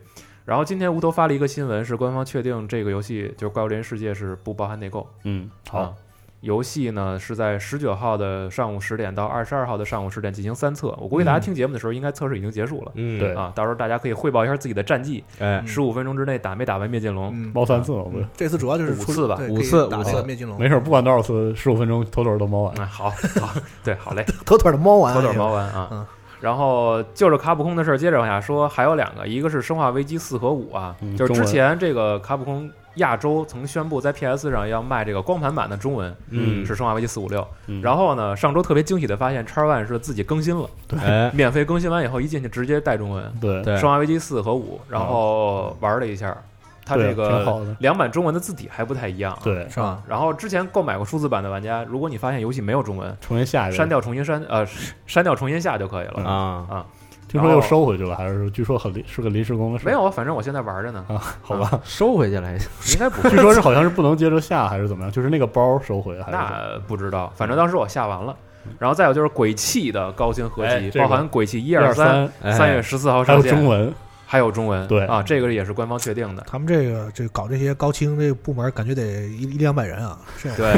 Speaker 1: 然后今天无头发了一个新闻，是官方确定这个游戏就是《怪物猎人世界》是不包含内购。
Speaker 4: 嗯，好
Speaker 1: 啊，游戏呢是在十九号的上午十点到二十二号的上午十点进行三测，我估计大家
Speaker 4: 嗯
Speaker 1: 听节目的时候应该测试已经结束了。
Speaker 2: 嗯，
Speaker 4: 对嗯
Speaker 1: 啊，到时候大家可以汇报一下自己的战绩，
Speaker 2: 哎，
Speaker 1: 十五分钟之内打没打完灭剑龙？
Speaker 3: 嗯，
Speaker 4: 猫三次我不，
Speaker 3: 这次主要就是
Speaker 1: 五
Speaker 3: 出
Speaker 1: 次吧
Speaker 3: 对
Speaker 2: 五
Speaker 3: 可以
Speaker 2: 次
Speaker 3: 打
Speaker 2: 五
Speaker 3: 这
Speaker 2: 次
Speaker 3: 个灭金龙
Speaker 4: 没，事，不管多少次，十五分钟偷偷都猫完，
Speaker 1: 哎，好，好，对，好 嘞，
Speaker 3: 妥妥的猫丸，
Speaker 1: 搓点
Speaker 3: 哎
Speaker 1: 毛
Speaker 3: 呦，
Speaker 1: 丸啊
Speaker 3: 嗯。
Speaker 1: 然后就着卡普空的事儿，接着往下说，还有两个，一个是《生化危机四》和《五》啊
Speaker 4: 嗯，
Speaker 1: 就是之
Speaker 4: 中文
Speaker 1: 前这个卡普空亚洲曾宣布在 PS 上要卖这个光盘版的中文，
Speaker 4: 嗯
Speaker 1: 是《生化危机四五六》。
Speaker 4: 嗯
Speaker 1: 然后呢，上周特别惊喜的发现，X One 是自己更新了，
Speaker 2: 哎，
Speaker 1: 免费更新完以后一进去直接带中文，
Speaker 4: 对，嗯
Speaker 1: 《
Speaker 2: 对
Speaker 1: 生，化危机四》和《五》，然后玩了一下，它这
Speaker 4: 对挺好的
Speaker 1: 个啊两版中文的字体还不太一样啊，
Speaker 4: 对，
Speaker 3: 是吧？
Speaker 1: 然后之前购买过数字版的玩家，如果你发现游戏没有中文，
Speaker 4: 重新下一个
Speaker 1: 删，掉重新删呃删掉重新下就可以了。
Speaker 2: 啊，
Speaker 4: 听说又收回去了，还是据说很临是个临时工的事，
Speaker 1: 没有，啊，反正我现在玩着呢，
Speaker 4: 啊，好吧，
Speaker 2: 收回去了，
Speaker 1: 应该不
Speaker 4: 据
Speaker 1: 会。
Speaker 4: 说是好像是不能接着下还是怎么样，就是那个包收回还是怎么样
Speaker 1: 那不知道，反正当时我下完了，然后再有就是《鬼泣》的高清合
Speaker 4: 哎
Speaker 1: 集，
Speaker 4: 这个
Speaker 1: 包含《鬼泣》一
Speaker 4: 一
Speaker 1: 二三，
Speaker 4: 三，
Speaker 2: 哎
Speaker 1: 三月十四号
Speaker 4: 还
Speaker 1: 上
Speaker 4: 有
Speaker 1: 线，
Speaker 4: 中文，
Speaker 1: 还有中文，
Speaker 4: 对
Speaker 1: 啊，这个也是官方确定的，
Speaker 3: 他们这个这搞这些高清这个部门，感觉得一一两百人啊，这
Speaker 1: 对，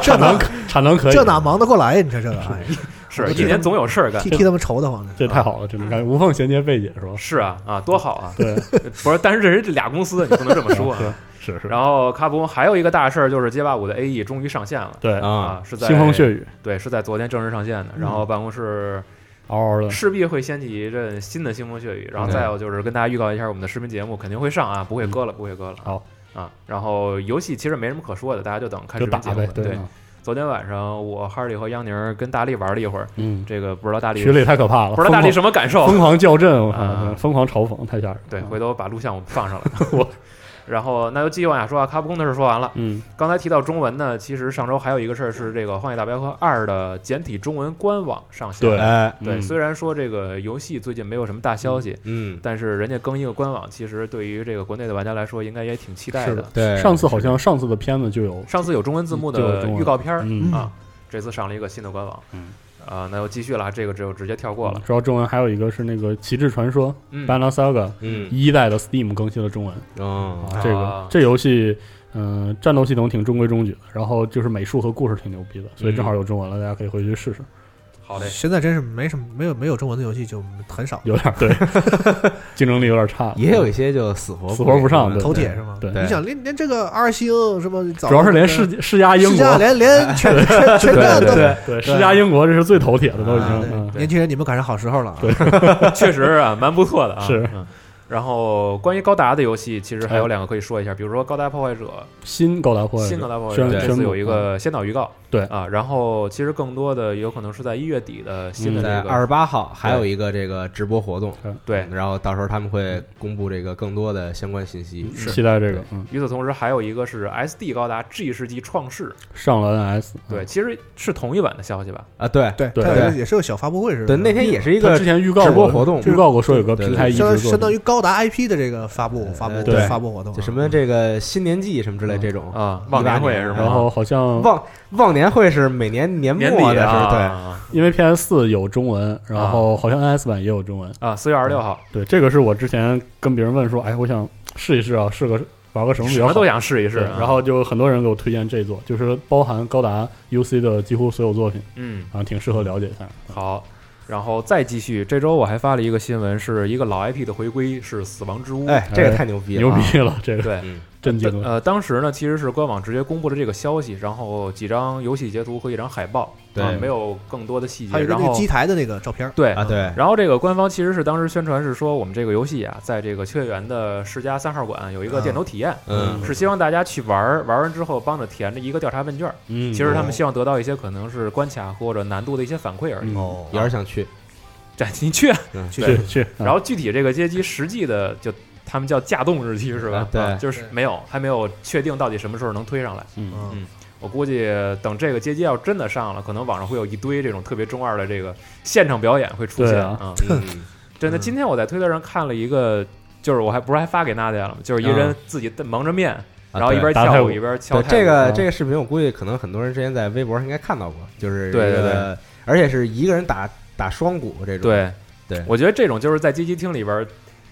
Speaker 3: 这
Speaker 4: 产能
Speaker 3: 哪
Speaker 4: 产能可以，
Speaker 3: 这哪忙得过来？你说这个，哎
Speaker 1: 是
Speaker 3: 我觉
Speaker 1: 一
Speaker 3: 得
Speaker 1: 年总有事儿干
Speaker 3: 替，替他们愁得慌。
Speaker 4: 这太好了，真的感觉无缝衔接贝姐是吧？
Speaker 1: 是啊啊，多好啊！
Speaker 4: 对，
Speaker 1: 不是，但是这是这俩公司，你不能这么说啊。
Speaker 4: 是是，
Speaker 1: 然后卡普空还有一个大事儿就是街霸五的 AE 终于上线了
Speaker 4: 对，
Speaker 2: 啊
Speaker 1: 啊，，是在
Speaker 4: 腥风血雨，
Speaker 1: 对，是在昨天正式上线的。然
Speaker 4: 嗯
Speaker 1: 后办公室
Speaker 4: 嗷嗷的，
Speaker 1: 势必会掀起一阵新的腥风血雨。然后
Speaker 2: 对
Speaker 1: 再有就是跟大家预告一下，我们的视频节目肯定会上啊，不会割了，不会割了。
Speaker 4: 嗯好
Speaker 1: 啊，然后游戏其实没什么可说的，大家就等看
Speaker 4: 就
Speaker 1: 视
Speaker 4: 打
Speaker 1: 频节目
Speaker 4: 呗，嗯啊
Speaker 1: 吧。对，昨天晚上我哈利和央宁儿跟大力玩了一会儿，
Speaker 4: 嗯，
Speaker 1: 这个不知道大力
Speaker 4: 群里太可怕
Speaker 1: 不
Speaker 4: 了，
Speaker 1: 知道大力
Speaker 4: 疯狂
Speaker 1: 什么感受，
Speaker 4: 疯狂校正，我
Speaker 1: 哦
Speaker 4: 靠，
Speaker 1: 啊
Speaker 4: 疯狂嘲讽，太吓人。
Speaker 1: 对，
Speaker 4: 嗯
Speaker 1: 回头把录像我们放 上来。我，然后那就继续往下说啊。卡普空的事说完了，
Speaker 4: 嗯，
Speaker 1: 刚才提到中文呢，其实上周还有一个事儿是这个《荒野大镖客二》的简体中文官网上线了。
Speaker 2: 哎，
Speaker 1: 对，
Speaker 4: 嗯
Speaker 1: 虽然说这个游戏最近没有什么大消息，
Speaker 2: 嗯，
Speaker 1: 但是人家更一个官网，其实对于这个国内的玩家来说，应该也挺期待
Speaker 4: 是
Speaker 1: 的。
Speaker 4: 的
Speaker 2: 对，
Speaker 4: 上次好像上次的片子就有，
Speaker 1: 上次有中文字幕
Speaker 4: 嗯就有
Speaker 1: 的
Speaker 4: 中文
Speaker 1: 预告片儿、
Speaker 4: 嗯
Speaker 1: 啊，这次上了一个新的官网。
Speaker 4: 嗯，
Speaker 1: 啊、那就继续了，这个只有直接跳过了。
Speaker 4: 主要中文还有一个是那个《旗帜传说》
Speaker 1: 嗯
Speaker 4: b a n a Saga》
Speaker 2: 嗯
Speaker 4: 一代的 Steam 更新了中文
Speaker 2: 嗯
Speaker 4: 啊，这个这游戏。嗯、战斗系统挺中规中矩的，然后就是美术和故事挺牛逼的，所
Speaker 1: 嗯
Speaker 4: 以正好有中文了，大家可以回去试 试。
Speaker 1: 好嘞，
Speaker 3: 现在真是没什么，没有没有中文的游戏就很少，
Speaker 4: 有点对， 竞争力有点差了。
Speaker 2: 也有一些就死活
Speaker 4: 啊死活不上对
Speaker 3: 头铁是吗？
Speaker 4: 对
Speaker 3: 你想连连这个 R 星什么，
Speaker 4: 主要是连
Speaker 3: 世
Speaker 4: 世
Speaker 2: 嗯
Speaker 4: 世家英
Speaker 3: 世家
Speaker 4: 国，
Speaker 3: 连连全全全战
Speaker 4: 对
Speaker 3: 都
Speaker 4: 对对，世家英国这是最头铁的，都已经
Speaker 3: 啊对
Speaker 4: 嗯
Speaker 3: 年轻人，你们赶上好时候了啊！
Speaker 4: 对
Speaker 1: 确实啊，蛮不错的啊。
Speaker 4: 是
Speaker 1: 嗯然后关于高达的游戏，其实还有两个可以说一下，比如说《高达破坏者
Speaker 4: 新高达破》、坏
Speaker 1: 新《
Speaker 4: 者
Speaker 1: 高达破坏者》
Speaker 4: 宣
Speaker 1: 这次
Speaker 4: 宣布嗯
Speaker 1: 有一个先导预告，
Speaker 4: 对
Speaker 1: 啊，然后其实更多的有可能是在一月底的新的
Speaker 4: 嗯
Speaker 1: 这
Speaker 2: 在
Speaker 1: 个
Speaker 2: 二十八号还有一个这个直播活动，
Speaker 1: 对。
Speaker 2: 然后到时候他们会公布这个更多的相关信息。
Speaker 4: 期待这个，嗯，
Speaker 1: 与此同时，还有一个是 SD 高达 G 世纪创世，
Speaker 4: 上了 NS，嗯
Speaker 1: 对，其实是同一版的消息吧？
Speaker 2: 啊，对
Speaker 3: 对，
Speaker 4: 对
Speaker 3: 它有一个
Speaker 2: 对
Speaker 3: 也是个小发布会是吧？嗯
Speaker 2: 对，那天也是一
Speaker 4: 他
Speaker 2: 个
Speaker 4: 之前预告过
Speaker 2: 直播活动
Speaker 4: 预告过说有个
Speaker 2: 对
Speaker 4: 平台移植
Speaker 3: 相
Speaker 4: 做
Speaker 3: 当于
Speaker 4: 的，
Speaker 3: 相当于高达 IP 的这个发布
Speaker 2: 呃
Speaker 3: 发布
Speaker 4: 对
Speaker 3: 发布活动啊，
Speaker 2: 就什么这个新年季什么之类
Speaker 4: 嗯
Speaker 2: 这种，
Speaker 1: 啊，忘年会
Speaker 2: 18
Speaker 1: 是
Speaker 4: 然
Speaker 1: 吗？
Speaker 4: 后好像
Speaker 2: 忘忘年会是每年年
Speaker 1: 年
Speaker 2: 末
Speaker 1: 底
Speaker 2: 的时候，对，
Speaker 1: 啊
Speaker 4: 因为 PS 四有中文，然后好像 NS 版也有中文，
Speaker 1: 啊，四月二十六号，
Speaker 4: 对，这个是我之前跟别人问说，哎，我想试一试啊，试个玩个什么比
Speaker 1: 什
Speaker 4: 较
Speaker 1: 么
Speaker 4: 好
Speaker 1: 都。想试一试
Speaker 4: 对
Speaker 1: 啊。
Speaker 4: 然后就很多人给我推荐这座，就是包含高达 UC 的几乎所有作品，
Speaker 1: 嗯，
Speaker 4: 啊，挺适合了解一下。
Speaker 1: 好，然后再继续。这周我还发了一个新闻，是一个老 IP 的回归，是《死亡之屋》。
Speaker 2: 哎，这个太牛
Speaker 1: 啊
Speaker 2: 逼了，
Speaker 4: 牛逼了，这个
Speaker 1: 对，
Speaker 2: 嗯
Speaker 4: 震 惊了。
Speaker 1: 呃，当时呢其实是官网直接公布了这个消息，然后几张游戏截图和一张海报，
Speaker 2: 对
Speaker 1: 啊没有更多的细节。
Speaker 3: 还有一个
Speaker 1: 然
Speaker 3: 那个
Speaker 1: 后
Speaker 3: 机台的那个照片儿
Speaker 1: 对
Speaker 2: 啊，对，
Speaker 1: 然后这个官方其实是当时宣传是说，我们这个游戏啊，在这个秋叶原的世家三号馆有一个
Speaker 3: 嗯
Speaker 1: 电头体验，
Speaker 4: 啊
Speaker 2: 嗯
Speaker 1: 是希望大家去玩儿，玩完之后帮着填着一个调查问卷儿。
Speaker 4: 嗯，
Speaker 1: 其实他们希望得到一些可能是关卡或者难度的一些反馈而已。
Speaker 4: 哦，
Speaker 3: 啊
Speaker 2: 有点想去，
Speaker 1: 展进去，
Speaker 4: 去去，
Speaker 1: 然后具体这个街机实际的就他们叫架动日期是吧
Speaker 2: 啊？对
Speaker 1: 啊就是没有，还没有确定到底什么时候能推上来。
Speaker 4: 嗯，
Speaker 3: 嗯
Speaker 1: 我估计等这个街机要真的上了，可能网上会有一堆这种特别中二的这个现场表演会出
Speaker 4: 对
Speaker 1: 现
Speaker 4: 啊
Speaker 1: 啊。
Speaker 2: 嗯
Speaker 1: 真的，
Speaker 3: 嗯
Speaker 1: 今天我在推特上看了一个，就是我还不是还发给娜姐了吗？就是一人
Speaker 2: 啊
Speaker 1: 自己蒙着面，
Speaker 2: 啊
Speaker 1: 然后一边
Speaker 4: 对打太
Speaker 1: 跳舞
Speaker 4: 鼓
Speaker 1: 一边敲
Speaker 2: 对
Speaker 1: 太
Speaker 2: 这
Speaker 1: 鼓
Speaker 2: 个
Speaker 4: 嗯
Speaker 2: 这个视频，我估计可能很多人之前在微博上应该看到过，就是
Speaker 1: 对对
Speaker 2: 一个，而且是一个人打打双鼓这种，
Speaker 1: 对
Speaker 2: 对
Speaker 1: 我觉得这种就是在街机厅里边，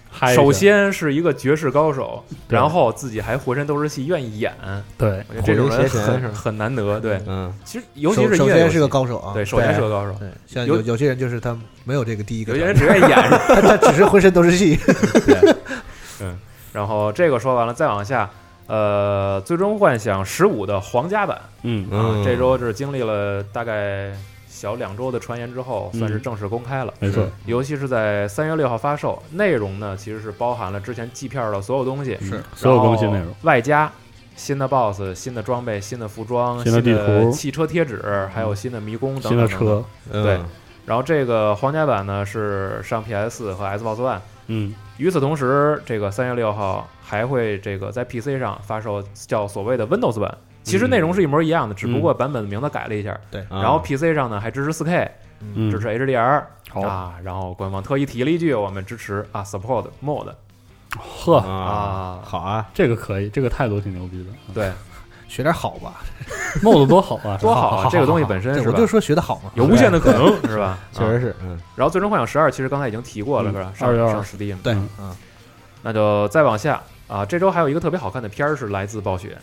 Speaker 4: 嗨一下
Speaker 1: 首先是一个绝世高手，
Speaker 4: 对
Speaker 1: 然后自己还浑身都是戏，愿意演，
Speaker 4: 对
Speaker 1: 我觉得这种
Speaker 2: 火云
Speaker 1: 人
Speaker 2: 邪神是
Speaker 1: 很
Speaker 2: 吧
Speaker 1: 很难得。对，
Speaker 2: 嗯，
Speaker 1: 其实尤其
Speaker 3: 首
Speaker 1: 是
Speaker 3: 首
Speaker 1: 音乐游
Speaker 3: 先
Speaker 1: 戏
Speaker 3: 是个高手啊，
Speaker 1: 对，首先是个高手。
Speaker 3: 对，像
Speaker 1: 有
Speaker 3: 有有些人就是他没有这个第一个
Speaker 1: 有
Speaker 3: 条
Speaker 1: 些
Speaker 3: 件，
Speaker 1: 人只愿意演，
Speaker 3: 他他只是浑身都是 戏，
Speaker 1: 然后这个说完了，再往下，呃，《最终幻想十五》的皇家版
Speaker 4: 嗯
Speaker 1: 啊
Speaker 2: 嗯，
Speaker 1: 这周是经历了大概小两周的传言之后，算是
Speaker 4: 嗯
Speaker 1: 正式公开了。
Speaker 4: 没错，
Speaker 1: 游戏是在三月六号发售，内容呢其实是包含了之前季票的所有东西，
Speaker 4: 是嗯所有更新内
Speaker 1: 然
Speaker 4: 容
Speaker 1: 后，外加新的 BOSS、新的装备、新的服装、
Speaker 4: 新
Speaker 1: 新
Speaker 4: 的地图嗯
Speaker 1: 汽车贴纸，还有新的迷宫等等
Speaker 4: 新的
Speaker 1: 等等
Speaker 4: 车，
Speaker 2: 嗯
Speaker 1: 对然后这个皇家版呢是上 PS 和 Xbox One。
Speaker 4: 嗯，
Speaker 1: 与此同时，这个三月六号还会这个在 PC 上发售叫所谓的 Windows 版，其实内容是一模一样的，只不过版本的名字改了一下。
Speaker 2: 啊
Speaker 1: 然后 PC 上呢还支持 4K，
Speaker 4: 嗯
Speaker 1: 支持 HDR、
Speaker 4: 好
Speaker 1: 啊。然后官方特意提了一句，我们支持啊 support mod
Speaker 4: 呵，
Speaker 2: 啊，
Speaker 1: 啊。
Speaker 2: 好啊，
Speaker 4: 这个可以，这个态度挺牛逼的，
Speaker 1: 对，
Speaker 3: 学点好吧，
Speaker 4: 帽子多好 啊，
Speaker 1: 多好 啊！这个东西本身
Speaker 3: 对
Speaker 1: 是
Speaker 3: 我
Speaker 1: 吧
Speaker 3: 就？说学的好嘛，
Speaker 1: 有无限的可能是吧？
Speaker 2: 确
Speaker 1: 啊。
Speaker 2: 实是，嗯，
Speaker 1: 然后《最终幻想十二》其实刚才已经提过了，
Speaker 4: 嗯
Speaker 1: 是吧？上
Speaker 4: 22
Speaker 1: 上 Steam，
Speaker 3: 对，
Speaker 4: 嗯
Speaker 3: 嗯，
Speaker 1: 那就再往下啊。这周还有一个特别好看的片儿是来自暴雪，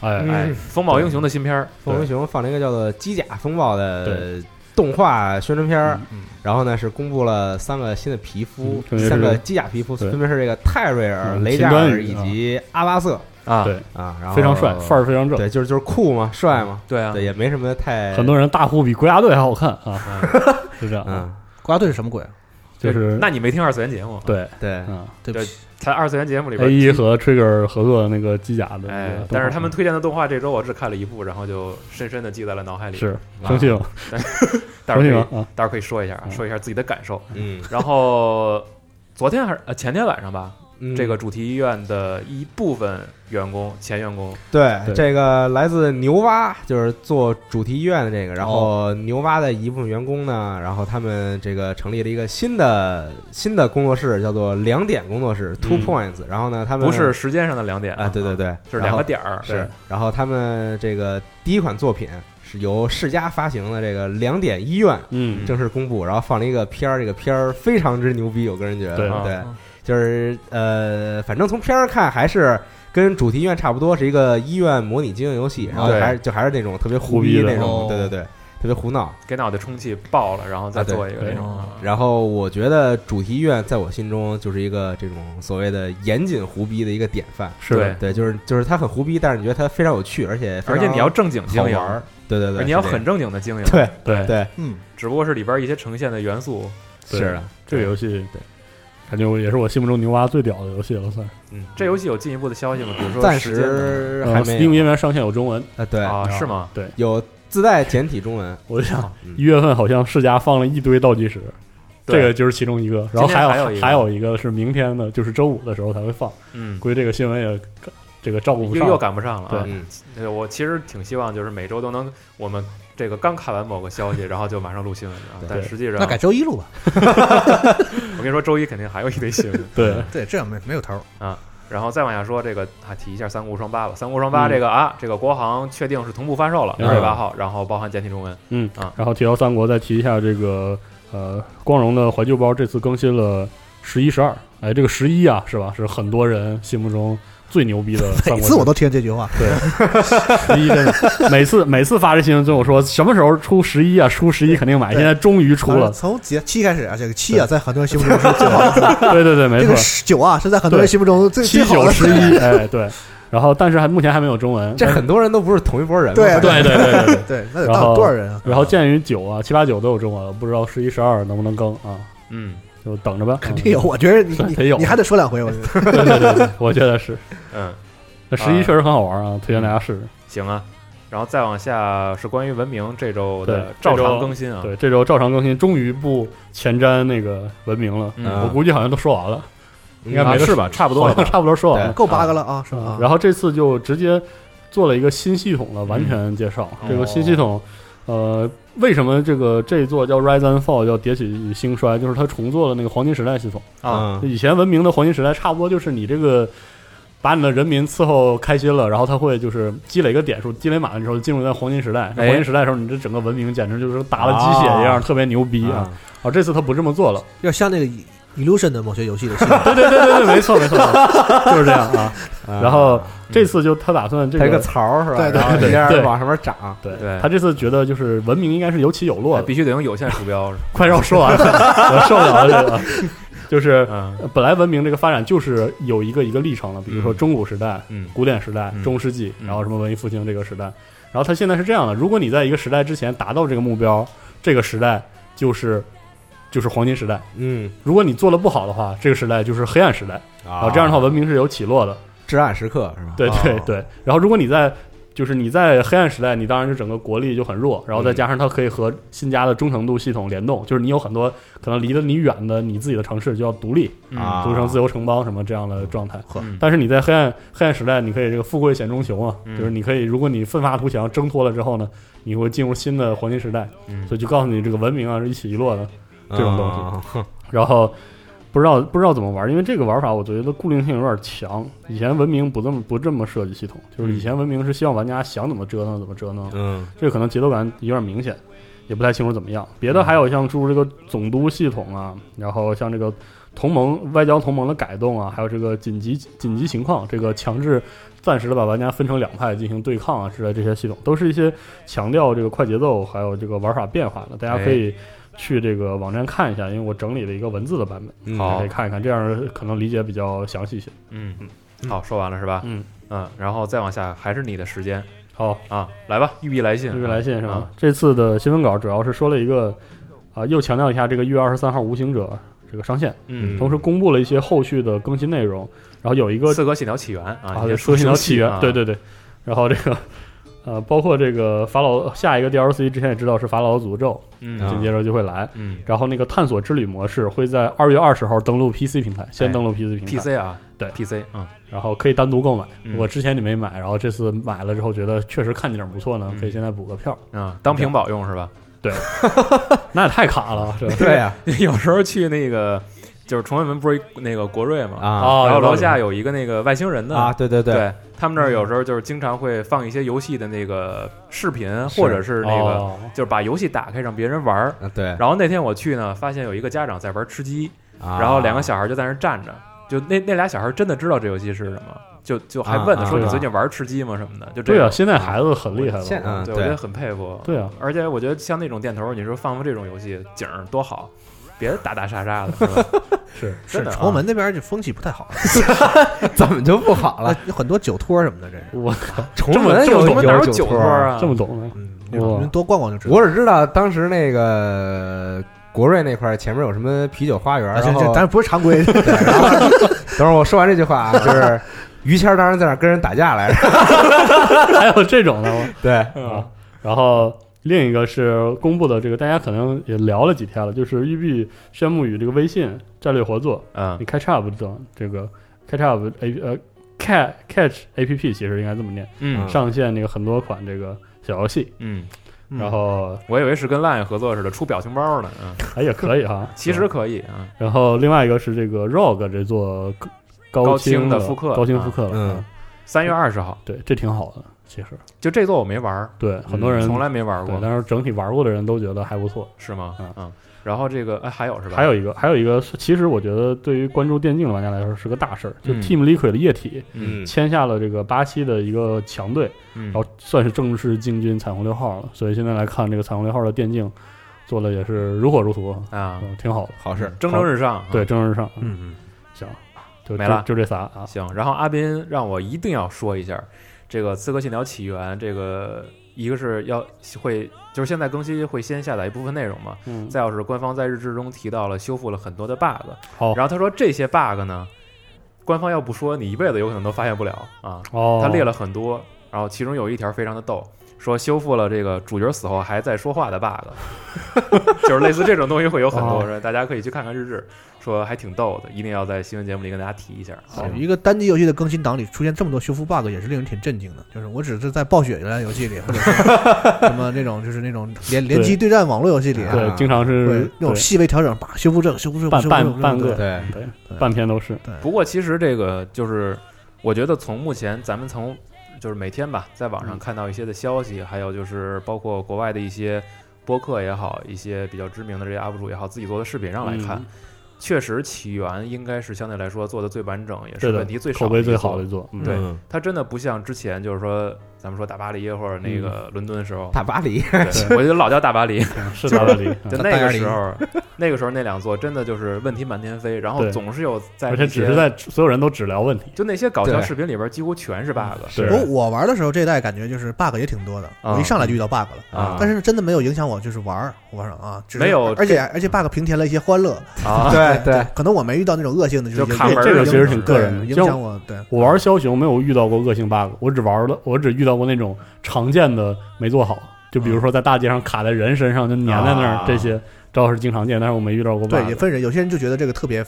Speaker 4: 哎
Speaker 3: 嗯，
Speaker 1: 哎，风暴英雄的新片儿，
Speaker 2: 风英雄放了一个叫做《机甲风暴》的动画宣传片儿
Speaker 1: 嗯嗯，
Speaker 2: 然后呢是公布了三个新的皮肤
Speaker 4: 嗯，分别是
Speaker 2: 三个机甲皮肤，
Speaker 4: 对
Speaker 2: 分别是这个泰瑞尔、
Speaker 4: 嗯
Speaker 2: 雷加
Speaker 4: 秦
Speaker 2: 尔
Speaker 4: 端宇
Speaker 2: 以
Speaker 4: 啊
Speaker 2: 及阿拉瑟
Speaker 1: 啊，
Speaker 4: 对
Speaker 2: 啊，然后
Speaker 4: 哎非常
Speaker 1: 哦
Speaker 4: 帅，范儿非常正。
Speaker 2: 对，就是就是酷嘛，帅嘛，
Speaker 1: 对啊
Speaker 2: 对，，也没什么太
Speaker 4: 很多人大呼比国家队还好看啊， 是这样，啊
Speaker 2: 嗯，
Speaker 3: 国家队是什么鬼？啊
Speaker 4: 就是
Speaker 1: 那你没听二次元节目？
Speaker 4: 对，
Speaker 2: 对，
Speaker 4: 嗯
Speaker 3: 对不起，
Speaker 1: 才二次元节目里边
Speaker 4: ，A 一和 Trigger 合作的那个机甲的那个
Speaker 1: 哎
Speaker 4: 动画，，
Speaker 1: 但是他们推荐的动画这周我只看了一部，然后就深深的记在了脑海里。
Speaker 4: 是生气吗？
Speaker 1: 啊待会
Speaker 4: 生
Speaker 1: 儿可
Speaker 4: 气
Speaker 1: 以
Speaker 4: 吗？，啊，
Speaker 1: 待会儿可以说一下啊，
Speaker 4: 嗯
Speaker 1: 说一下自己的感受。
Speaker 2: 嗯，
Speaker 1: 然后昨天还是呃前天晚上吧，
Speaker 2: 嗯
Speaker 1: 这个主题医院的一部分员工前员工
Speaker 2: 对
Speaker 4: 对
Speaker 2: 这个来自牛蛙，就是做主题医院的这个，然
Speaker 1: 哦
Speaker 2: 后牛蛙的一部分员工呢，然后他们这个成立了一个新的新的工作室，叫做两点工作室 （Two
Speaker 4: 嗯
Speaker 2: Points）。然后呢，他们
Speaker 1: 不是时间上的两点
Speaker 2: 啊，对对，对，
Speaker 1: 就是两个
Speaker 2: 然
Speaker 1: 点儿
Speaker 2: 后。是，然后他们这个第一款作品是由世嘉发行的这个两点医院。
Speaker 4: 嗯，
Speaker 2: 正式公布，然后放了一个片儿，这个片儿非常之牛逼，我个人觉得，
Speaker 4: 对
Speaker 2: 对，
Speaker 1: 啊
Speaker 2: 就是呃，反正从片儿看还是跟主题医院差不多，是一个医院模拟经营游戏，然后
Speaker 1: 对
Speaker 2: 还是就还是那种特别
Speaker 4: 胡
Speaker 2: 胡
Speaker 4: 逼
Speaker 2: 逼
Speaker 4: 的
Speaker 2: 那种，
Speaker 3: 哦
Speaker 2: 对对对，特别胡闹。
Speaker 1: 给脑袋充气爆了，然后再
Speaker 2: 啊对
Speaker 1: 做一个
Speaker 4: 对
Speaker 1: 那种。
Speaker 3: 哦
Speaker 2: 然后我觉得主题医院在我心中就是一个这种所谓的严谨胡逼的一个典范，
Speaker 4: 是
Speaker 1: 对
Speaker 4: 的，
Speaker 2: 对，就是就是它很胡逼，但是你觉得它非常有趣，而且非
Speaker 1: 而且
Speaker 2: 常
Speaker 1: 你要正经经
Speaker 2: 好玩
Speaker 1: 营，
Speaker 2: 儿，对对对，
Speaker 1: 你要
Speaker 2: 是这
Speaker 1: 很正经的经营，
Speaker 2: 样对
Speaker 4: 对，
Speaker 2: 对
Speaker 3: 嗯，
Speaker 1: 只不过是里边一些呈现的元素，
Speaker 4: 对
Speaker 2: 是
Speaker 1: 啊
Speaker 2: 的，
Speaker 4: 这个游戏
Speaker 2: 对。
Speaker 4: 感觉我也是我心目中牛蛙最屌的游戏了，算是。
Speaker 1: 嗯，这游戏有进一步的消息吗？比如说
Speaker 2: 暂
Speaker 1: 时间呢
Speaker 2: 时还
Speaker 4: 呃
Speaker 2: 没
Speaker 4: ，Steam
Speaker 2: 有
Speaker 4: 音源上线有中文，
Speaker 2: 啊，对，
Speaker 1: 啊，是吗？
Speaker 2: 有自带简体中文，
Speaker 4: 我就想
Speaker 2: 嗯
Speaker 4: 一月份好像世嘉放了一堆倒计时，
Speaker 1: 对
Speaker 4: 这个就是其中一个。然
Speaker 1: 今
Speaker 4: 后
Speaker 1: 天
Speaker 4: 有
Speaker 1: 还
Speaker 4: 还
Speaker 1: 有一个
Speaker 4: 一个是明天的，就是周五的时候才会放。
Speaker 1: 嗯，
Speaker 4: 估计这个新闻也这个照顾不
Speaker 1: 又又
Speaker 4: 上。
Speaker 1: 赶不上了啊
Speaker 4: 对。
Speaker 2: 嗯，
Speaker 1: 对，我其实挺希望就是每周都能我们这个刚看完某个消息，然后就马上录新闻啊。
Speaker 2: 对
Speaker 1: 但实际上，
Speaker 3: 那改周一录吧。
Speaker 1: 我跟你说，周一肯定还有一堆新闻。
Speaker 4: 对，
Speaker 3: 对，这样没没有头儿。
Speaker 1: 然后再往下说，这个还提一下《三国无双八》吧，《三国无双八》
Speaker 4: 嗯
Speaker 1: 这个啊，这个国行确定是同步发售了，
Speaker 4: 嗯
Speaker 1: 二月八号，然后包含简体中文。
Speaker 4: 嗯
Speaker 1: 啊。
Speaker 4: 然后提到三国，再提一下这个呃，光荣的怀旧包这次更新了十一、十二。哎，这个十一啊，是吧？是很多人心目中最牛逼的三国
Speaker 3: 每
Speaker 4: 志。
Speaker 3: 次我都听见这句话，
Speaker 4: 十一真的， 每次每次发这新闻跟我说什么时候出十一啊，出十一肯定买。
Speaker 3: 对
Speaker 4: 现在终于出
Speaker 3: 反正
Speaker 4: 了，
Speaker 3: 从节七开始啊，这个七啊，在很多人心目中是最好的。
Speaker 4: 对对对，没
Speaker 3: 这
Speaker 4: 错
Speaker 3: 个。九啊，是在很多人心目中最
Speaker 4: 七
Speaker 3: 最好
Speaker 4: 九
Speaker 3: 的。
Speaker 4: 十一，哎，对。然后，但是还目前还没有中文。
Speaker 2: 这很多人都不是同一波人嘛，
Speaker 3: 对
Speaker 4: 对对对对对。
Speaker 3: 对，那得
Speaker 4: 然
Speaker 3: 到
Speaker 4: 后
Speaker 3: 多少人啊？
Speaker 4: 然后鉴于九啊，七八九都有中文，不知道十一十二能不能更啊，
Speaker 1: 嗯
Speaker 4: 就等着吧。啊
Speaker 3: 肯定有，我觉得你
Speaker 4: 对得
Speaker 3: 你
Speaker 4: 有
Speaker 3: 你还得说两回，我觉得。
Speaker 4: 嗯。对对对对，我觉得是。
Speaker 1: 嗯，
Speaker 4: 那十一确实很好玩啊，推荐大家试试。
Speaker 1: 行啊。然后再往下是关于文明这周的
Speaker 4: 对
Speaker 1: 照
Speaker 4: 这
Speaker 1: 常
Speaker 4: 周
Speaker 1: 更新啊。
Speaker 4: 对，这周照常更新，终于不前瞻那个文明了。
Speaker 1: 嗯
Speaker 2: 啊
Speaker 4: 我估计好像都说完了，
Speaker 2: 嗯，
Speaker 4: 应该没
Speaker 1: 啊
Speaker 4: 得
Speaker 1: 是吧差不多
Speaker 4: 好
Speaker 1: 了吧
Speaker 4: 像差不多说完了。
Speaker 3: 够八个了啊，是吧？
Speaker 4: 啊
Speaker 3: 啊，
Speaker 4: 然后这次就直接做了一个新系统的完全介绍。
Speaker 1: 嗯
Speaker 4: 这个新系统，呃，为什么这个这一座叫 Rise and Fall 叫迭起与兴衰？就是它重做了那个黄金时代系统。
Speaker 1: 啊，
Speaker 2: 嗯
Speaker 4: 就以前文明的黄金时代，差不多就是你这个把你的人民伺候开心了，然后他会就是积累一个点数，积累满了之后进入到黄金时代。那
Speaker 1: 哎
Speaker 4: 黄金时代的时候，你这整个文明简直就是打了鸡血一样，
Speaker 2: 啊
Speaker 4: 特别牛逼啊！
Speaker 2: 啊，
Speaker 4: 啊，这次他不这么做了。
Speaker 3: 有点像那个 Illusion 的某些游戏的系统。
Speaker 4: 对对对对对，没错没错，没错就是这样啊。然
Speaker 2: 嗯然
Speaker 4: 后这次就他打算这
Speaker 2: 它有个
Speaker 4: 个。
Speaker 2: 槽儿是吧？
Speaker 3: 对对
Speaker 2: 然后
Speaker 4: 对
Speaker 2: 一下
Speaker 4: 对
Speaker 2: 往上面长，
Speaker 4: 对
Speaker 1: 对哎
Speaker 4: 他这次觉得就是文明应该是有起有落的，
Speaker 1: 必须得用有线鼠标。
Speaker 4: 快让我说完了， 我受不了了这个。 就是
Speaker 1: 嗯
Speaker 4: 呃本来文明这个发展就是有一个一个历程的，比如说
Speaker 1: 嗯
Speaker 4: 中古时代、
Speaker 1: 嗯
Speaker 4: 古典时代
Speaker 1: 嗯、
Speaker 4: 中世纪，
Speaker 1: 嗯
Speaker 4: 然后什么文艺复兴这个时代。然后它现在是这样的：如果你在一个时代之前达到这个目标，这个时代就是就是黄金时代；
Speaker 2: 嗯，
Speaker 4: 如果你做的不好的话，这个时代就是黑暗时代。然
Speaker 2: 啊
Speaker 4: 后这样的话，文明是有起落的。
Speaker 2: 至暗时刻是吧？
Speaker 4: 对
Speaker 1: 哦
Speaker 4: 对对。然后如果你在就是你在黑暗时代，你当然就整个国力就很
Speaker 1: 嗯
Speaker 4: 弱，然后再加上它可以和新加的忠诚度系统联动，就是你有很多可能离得你远的你自己的城市就要独立，
Speaker 1: 嗯
Speaker 2: 啊
Speaker 4: 组成自由城邦什么这样的状态。
Speaker 1: 嗯
Speaker 4: 但是你在黑暗黑暗时代，你可以这个富贵险中求啊，
Speaker 1: 嗯
Speaker 4: 就是你可以，如果你奋发图强挣脱了之后呢，你会进入新的黄金时代。
Speaker 1: 嗯
Speaker 4: 所以就告诉你，这个文明啊是一起一落的。
Speaker 2: 嗯
Speaker 4: 这种东西
Speaker 2: 啊
Speaker 4: 然后不知道不知道怎么玩，因为这个玩法我觉得固定性有点强。以前文明不这么不这么设计系统，就是
Speaker 1: 嗯
Speaker 4: 以前文明是希望玩家想怎么折腾怎么折腾，
Speaker 2: 嗯
Speaker 4: 这个可能节奏感有点明显，也不太清楚怎么样。别的还有像诸如这个总督系统啊，然后像这个同盟外交同盟的改动啊，还有这个紧急紧急情况，这个强制暂时的把玩家分成两派进行对抗啊之类这些系统，都是一些强调这个快节奏还有这个玩法变化的。大家可以去这个网站看一下，因为我整理了一个文字的版本，
Speaker 2: 嗯
Speaker 1: 好
Speaker 4: 大家可以看一看，这样可能理解比较详细一些。
Speaker 1: 嗯，好，说完了是吧？
Speaker 4: 嗯，
Speaker 1: 嗯，然后再往下还是你的时间
Speaker 4: 好。
Speaker 1: 啊，来吧，玉璧来信，
Speaker 4: 这个来信是吧？
Speaker 1: 啊
Speaker 4: 这次的新闻稿主要是说了一个，啊、又强调一下这个一月二十三号无形者这个上线，
Speaker 1: 嗯，
Speaker 4: 同时公布了一些后续的更新内容，然后有一个
Speaker 1: 刺客信条起源啊，
Speaker 4: 啊，
Speaker 1: 也
Speaker 4: 说信条起源，对
Speaker 1: 对，
Speaker 4: 对对，然后这个呃，包括这个法老下一个 DLC 之前也知道是法老的诅咒，
Speaker 2: 啊
Speaker 1: 嗯
Speaker 4: 紧接着就会来。
Speaker 1: 嗯
Speaker 4: 然后那个探索之旅模式会在二月二十号登陆 PC 平台，先
Speaker 1: 哎
Speaker 4: 登陆 PC 平台、
Speaker 1: ，PC 啊，
Speaker 4: 对
Speaker 1: ，PC 嗯，
Speaker 4: 然后可以单独购买。
Speaker 1: 嗯
Speaker 4: 我之前你没买，然后这次买了之后觉得确实看景儿不错呢，
Speaker 1: 嗯
Speaker 4: 可以现在补个票。
Speaker 1: 啊，当屏保用是吧？
Speaker 4: 那也太卡了，
Speaker 1: 嗯
Speaker 4: 这
Speaker 2: 对呀
Speaker 1: 有时候去那个就是崇文门不是一那个国瑞嘛，
Speaker 2: 啊
Speaker 4: 哦
Speaker 1: 然后
Speaker 4: 有道理
Speaker 1: 楼下有一 个那个外星人的
Speaker 2: 啊，对对
Speaker 1: 对，他们那儿有时候就是经常会放一些游戏的那个视频，
Speaker 2: 是
Speaker 1: 或者是那个、
Speaker 4: 哦
Speaker 1: 就是把游戏打开让别人玩儿。
Speaker 2: 啊对，
Speaker 1: 然后那天我去呢，发现有一个家长在玩吃鸡，
Speaker 2: 啊
Speaker 1: 然后两个小孩就在那儿站着，就那那俩小孩真的知道这游戏是什么，就就还问他
Speaker 2: 啊
Speaker 1: 说
Speaker 4: 啊
Speaker 1: 你最近玩吃鸡吗什么的，就这
Speaker 4: 对啊，
Speaker 1: 个，
Speaker 4: 现在孩子很厉害
Speaker 2: 现嗯
Speaker 4: 了。
Speaker 1: 对
Speaker 2: 对
Speaker 1: 我 觉得很佩服。
Speaker 4: 对啊，
Speaker 1: 而且我觉得像那种电头，你说放放这种游戏景儿多好，别打打杀杀的，是吧？
Speaker 4: 是
Speaker 1: 真的啊
Speaker 3: 崇文门那边就风气不太好，
Speaker 2: 怎么就不好了？
Speaker 3: 有啊很多酒托什么的，这是。
Speaker 4: 我
Speaker 2: 崇
Speaker 1: 啊这么
Speaker 2: 文
Speaker 1: 这么
Speaker 2: 哎有
Speaker 1: 他妈哪有酒
Speaker 2: 托
Speaker 1: 托？啊？
Speaker 4: 这么懂呢？
Speaker 3: 嗯，你
Speaker 4: 哇
Speaker 3: 们多逛逛就知道。
Speaker 2: 我只知道当时那个国瑞那块儿前面有什么啤酒花园，
Speaker 3: 啊
Speaker 2: 然
Speaker 3: 这这
Speaker 2: 后嗯
Speaker 3: 咱不是常规的，
Speaker 2: 对然后 等会儿我说完这句话啊，就是于谦儿当时在那儿跟人打架来着，
Speaker 4: 还有这种的吗？
Speaker 2: 对，
Speaker 1: 嗯
Speaker 4: 啊，然后另一个是公布的这个，大家可能也聊了几天了，就是育碧宣布与这个微信战略合作，
Speaker 1: 嗯
Speaker 4: 你 Catch Up 等这个 Catch Up A 呃 Catch Catch A P P 其实应该这么念，
Speaker 1: 嗯
Speaker 4: 上线那个很多款这个小游戏，
Speaker 1: 嗯，
Speaker 3: 嗯
Speaker 4: 然后
Speaker 1: 我以为是跟 LINE 合作似的出表情包呢，嗯，，
Speaker 4: 哎也可以哈
Speaker 1: 其实可以啊，
Speaker 4: 然后另外一个是这个 ROG 这座
Speaker 1: 高
Speaker 4: 清
Speaker 1: 清的
Speaker 4: 复
Speaker 1: 复刻
Speaker 4: 高清
Speaker 1: 啊
Speaker 4: 复刻了，
Speaker 2: 嗯，
Speaker 1: 三月二十号，
Speaker 4: 对，这挺好的，其实
Speaker 1: 就这座我没玩儿，
Speaker 4: 对很多人
Speaker 1: 从来没玩
Speaker 4: 对，
Speaker 1: 过，
Speaker 4: 但是整体玩过的人都觉得还不错。
Speaker 1: 是吗
Speaker 4: 嗯？
Speaker 1: 嗯，然后这个哎还有是吧？
Speaker 4: 还有一个，还有一个是，其实我觉得对于关注电竞的玩家来说是个大事儿，就
Speaker 1: 嗯
Speaker 4: Team Liquid 的液体
Speaker 1: 嗯
Speaker 4: 签下了这个巴西的一个强队，
Speaker 1: 嗯
Speaker 4: 然后算是正式进军彩虹六号了。所以现在来看，这个彩虹六号的电竞做的也是如火如荼，
Speaker 1: 啊，
Speaker 4: 嗯，挺好的。
Speaker 2: 好事，
Speaker 1: 蒸蒸日上，
Speaker 4: 对，蒸蒸日上，
Speaker 1: 嗯，嗯
Speaker 4: 行，就
Speaker 1: 没
Speaker 4: 就
Speaker 1: 了
Speaker 4: 就这仨啊。
Speaker 1: 行。然后阿斌让我一定要说一下这个《刺客信条：起源》，这个一个是要会，就是现在更新会先下载一部分内容嘛，
Speaker 4: 嗯，
Speaker 1: 再有是官方在日志中提到了修复了很多的 bug，
Speaker 4: 好
Speaker 1: 然后他说这些 bug 呢，官方要不说，你一辈子有可能都发现不了啊。
Speaker 4: 哦，
Speaker 1: 他列了很多，然后其中有一条非常的逗，说修复了这个主角死后还在说话的 bug，就是 类似这种东西会有很多，
Speaker 4: 哦
Speaker 1: 人，大家可以去看看日志，说还挺逗的，一定要在新闻节目里跟大家提一下。啊
Speaker 3: 好一个单机游戏的更新档里出现这么多修复 bug，也是令人挺震惊的。就是我只是在暴雪这类游戏里，或者是什么那种就是那种联联机对战网络游戏里啊，
Speaker 4: 对，经常是
Speaker 3: 对那种
Speaker 4: 对
Speaker 3: 细微调整，把修复这个修复这个
Speaker 4: 半
Speaker 3: 修复
Speaker 4: 半
Speaker 3: 这个
Speaker 4: 半个
Speaker 3: 对
Speaker 2: 对，
Speaker 4: 对半篇都是
Speaker 1: 不过其实这个就是，我觉得从目前咱们从就是每天吧，在网上看到一些的消息，还有就是包括国外的一些播客也好，一些比较知名的这些 UP 主也好，自己做的视频上来看，
Speaker 4: 嗯
Speaker 1: 确实起源应该是相对来说做的最完整，也
Speaker 4: 对
Speaker 1: 是
Speaker 4: 的
Speaker 1: 问题最少、
Speaker 4: 口碑最好的一。座，嗯
Speaker 1: 对
Speaker 2: 嗯
Speaker 1: 它真的不像之前，就是说咱们说大巴黎或者那
Speaker 4: 嗯
Speaker 1: 个伦敦的时候，
Speaker 2: 大巴黎，
Speaker 1: 对我就老叫大巴 黎，
Speaker 4: 是大巴黎，嗯
Speaker 1: 就那个时候，那个时候那两座真的就是问题满天飞，然后
Speaker 4: 对
Speaker 1: 总是有在
Speaker 4: 而且
Speaker 1: 一
Speaker 4: 只是
Speaker 1: 些
Speaker 4: 在所有人都只聊问题，
Speaker 1: 就那些搞笑
Speaker 2: 对
Speaker 1: 视频里边几乎全是 bug，
Speaker 4: 是
Speaker 3: 不过我玩的时候，这一代感觉就是 bug 也挺多的，
Speaker 1: 啊
Speaker 3: 我一上来就遇到 bug 了。
Speaker 1: 啊
Speaker 3: 但是真的没有影响我，就是玩儿，我玩上啊，只是
Speaker 1: 没有
Speaker 3: 而且而且 bug 平添了一些欢乐，
Speaker 1: 啊，
Speaker 2: 对
Speaker 4: 哎
Speaker 2: 对，
Speaker 3: 可能我没遇到那种恶性的，
Speaker 1: 就是看门儿
Speaker 4: 这个
Speaker 1: 的
Speaker 4: 其实
Speaker 1: 影
Speaker 4: 挺
Speaker 1: 响
Speaker 4: 个人的
Speaker 3: 对影
Speaker 4: 像
Speaker 3: 响我，对，
Speaker 4: 我玩枭雄没有遇到过恶性 bug，我只玩了，我只遇到过那种常见的没做好，就比如说在大街上卡在人身上就粘在那儿，
Speaker 1: 啊
Speaker 4: 这些招是经常见，但是我没遇到过
Speaker 3: 对，也
Speaker 4: bug。
Speaker 3: 分人，有些人就觉得这个特别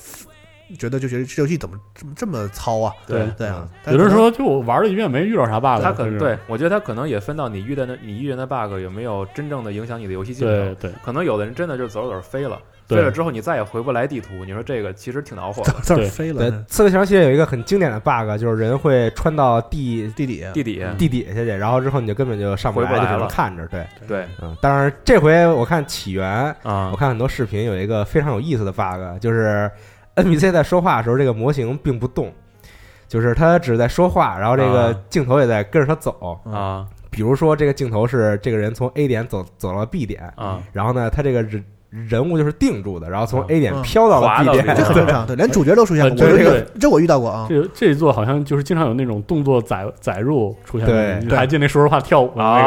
Speaker 3: 觉得就觉得这游戏怎么这么这么糙啊？
Speaker 4: 对
Speaker 3: 对啊，但
Speaker 4: 嗯有人
Speaker 3: 可能
Speaker 4: 说就我玩了一遍没遇到啥 bug，
Speaker 1: 他可
Speaker 4: 就
Speaker 1: 能
Speaker 4: 是
Speaker 1: 对我觉得他可能也分到你遇的那你遇见的 bug 有没有真正的影响你的游戏进程。
Speaker 4: 对对
Speaker 1: 可能有的人真的就走着走着飞了，飞
Speaker 4: 对
Speaker 1: 了之后你再也回不来地图，你说这个其实挺恼火
Speaker 3: 字
Speaker 1: 的。
Speaker 3: 字儿
Speaker 4: 对
Speaker 3: 飞
Speaker 2: 对，
Speaker 3: 了
Speaker 2: 《刺客信条》系列有一个很经典的 bug，就是人会穿到地
Speaker 3: 地底下
Speaker 1: 地底下
Speaker 2: 地底下去，然后之后你就根本就上不
Speaker 1: 回不
Speaker 2: 来，就
Speaker 1: 来
Speaker 2: 只能
Speaker 1: 了
Speaker 2: 看着。对，
Speaker 1: 对
Speaker 2: 嗯，当然这回我看起源，
Speaker 1: 啊
Speaker 2: 我，看很多视频有一个非常有意思的 bug，就是 NPC 在说话的时候，这个模型并不动，就是它只是在说话，然后这个
Speaker 1: 啊
Speaker 2: 镜头也在跟着它走。
Speaker 4: 嗯
Speaker 1: 啊
Speaker 2: 比如说，这个镜头是这个人从 A 点走走到 B 点，
Speaker 1: 啊
Speaker 2: 然后呢，他这个人人物就是定住的，然后从
Speaker 1: 啊
Speaker 2: A 点
Speaker 3: 嗯
Speaker 2: 飘到了
Speaker 1: 滑
Speaker 2: B
Speaker 1: 到
Speaker 2: 点，
Speaker 1: B
Speaker 3: 这
Speaker 1: 点
Speaker 3: 很正常，对，连主角都出现
Speaker 4: 呃
Speaker 3: 过，
Speaker 4: 对
Speaker 3: 我这
Speaker 4: 对
Speaker 3: 个这我遇到过啊，
Speaker 4: 这这一座好像就是经常有那种动作载载入出现的，
Speaker 2: 对
Speaker 4: 你还记得那说实话跳舞的那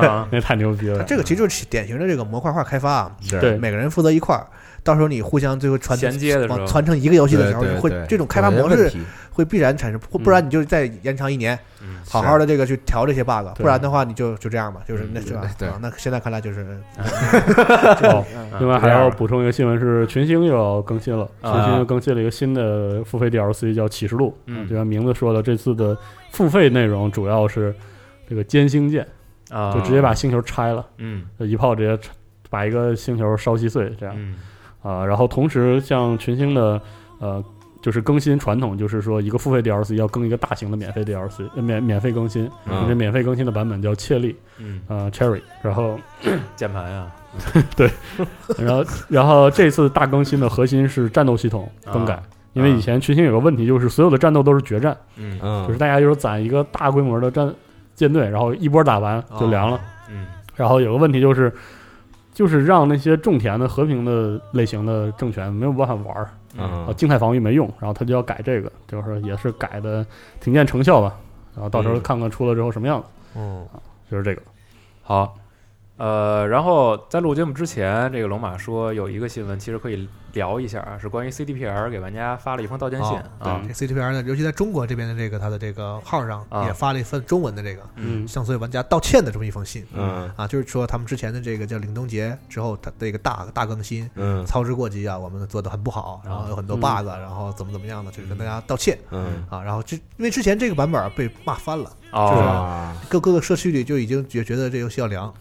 Speaker 4: 个，
Speaker 1: 啊！
Speaker 4: 那太牛逼了。
Speaker 3: 这个其实就是典型的这个模块化开发啊，
Speaker 2: 是
Speaker 4: 对
Speaker 3: 每个人负责一块儿，到时候你互相最后传
Speaker 1: 衔接的时候
Speaker 3: 往传承一个游戏的时候
Speaker 2: 对，对
Speaker 3: 会
Speaker 2: 对
Speaker 3: 这种开发
Speaker 2: 有些
Speaker 3: 模
Speaker 2: 问
Speaker 3: 式
Speaker 2: 题
Speaker 3: 会必然产生，不
Speaker 1: 嗯
Speaker 3: 不然你就再延长一年，
Speaker 1: 嗯
Speaker 3: 好好的这个去调这些 bug，
Speaker 4: 对
Speaker 3: 不然的话你就就这样吧，就是那
Speaker 1: 嗯
Speaker 3: 是吧？
Speaker 2: 对
Speaker 3: 啊那现在看来就是
Speaker 4: 哦
Speaker 1: 嗯
Speaker 4: 另外
Speaker 2: 这
Speaker 4: 还
Speaker 2: 样
Speaker 4: 要
Speaker 2: 吧
Speaker 4: 补充一个新闻是，群星又要更新了，群
Speaker 1: 啊
Speaker 4: 星又更新了一个新的付费 DLC 叫《启示录》，
Speaker 1: 嗯
Speaker 4: 就像名字说的，这次的付费内容主要是这个歼星舰，
Speaker 1: 啊，
Speaker 4: 就直接把星球拆了，
Speaker 1: 嗯
Speaker 4: 就一炮直接把一个星球烧稀碎，这样
Speaker 1: 嗯
Speaker 4: 啊、然后同时像群星的呃，就是更新传统，就是说一个付费 DLC 要更一个大型的免费 DLC，呃免免费更新，
Speaker 1: 嗯
Speaker 4: 这免费更新的版本叫切利
Speaker 1: 嗯，
Speaker 4: 啊、呃 Cherry，然后
Speaker 1: 键盘啊呀，
Speaker 4: 然后然后这次大更新的核心是战斗系统更改。
Speaker 1: 啊
Speaker 4: 因为以前群星有个问题，就是所有的战斗都是决战，
Speaker 1: 嗯
Speaker 2: 嗯，
Speaker 4: 就是大家就是攒一个大规模的战舰队，然后一波打完就凉了。
Speaker 1: 嗯
Speaker 4: 然后有个问题就是，就是让那些种田的和平的类型的政权没有办法玩儿，
Speaker 2: 嗯
Speaker 4: 啊，静态防御没用，然后他就要改这个，就是也是改的挺见成效吧。然后到时候
Speaker 1: 嗯
Speaker 4: 看看出了之后什么样子，
Speaker 3: 嗯，
Speaker 4: 就是这个。
Speaker 1: 好，呃，然后在录节目之前，这个龙马说有一个新闻，其实可以聊一下啊，是关于 CDPR 给玩家发了一封道歉信啊
Speaker 3: 这，CTPR 呢，尤其在中国这边的这个它的这个号上
Speaker 1: 啊
Speaker 3: 也发了一份中文的这个
Speaker 1: 嗯
Speaker 3: 向所有玩家道歉的这么一封信
Speaker 2: 嗯
Speaker 3: 啊，就是说他们之前的这个叫凛冬节之后，它的一个大大更新。
Speaker 2: 嗯
Speaker 3: 操之过急啊，我们做的很不好，然后有很多
Speaker 4: 嗯
Speaker 3: bug，、然后怎么怎么样的，就是跟大家道歉
Speaker 2: 嗯
Speaker 3: 啊。然后这因为之前这个版本被骂翻了，
Speaker 1: 哦
Speaker 2: 啊
Speaker 3: 各各个社区里就已经觉觉得这游戏要凉，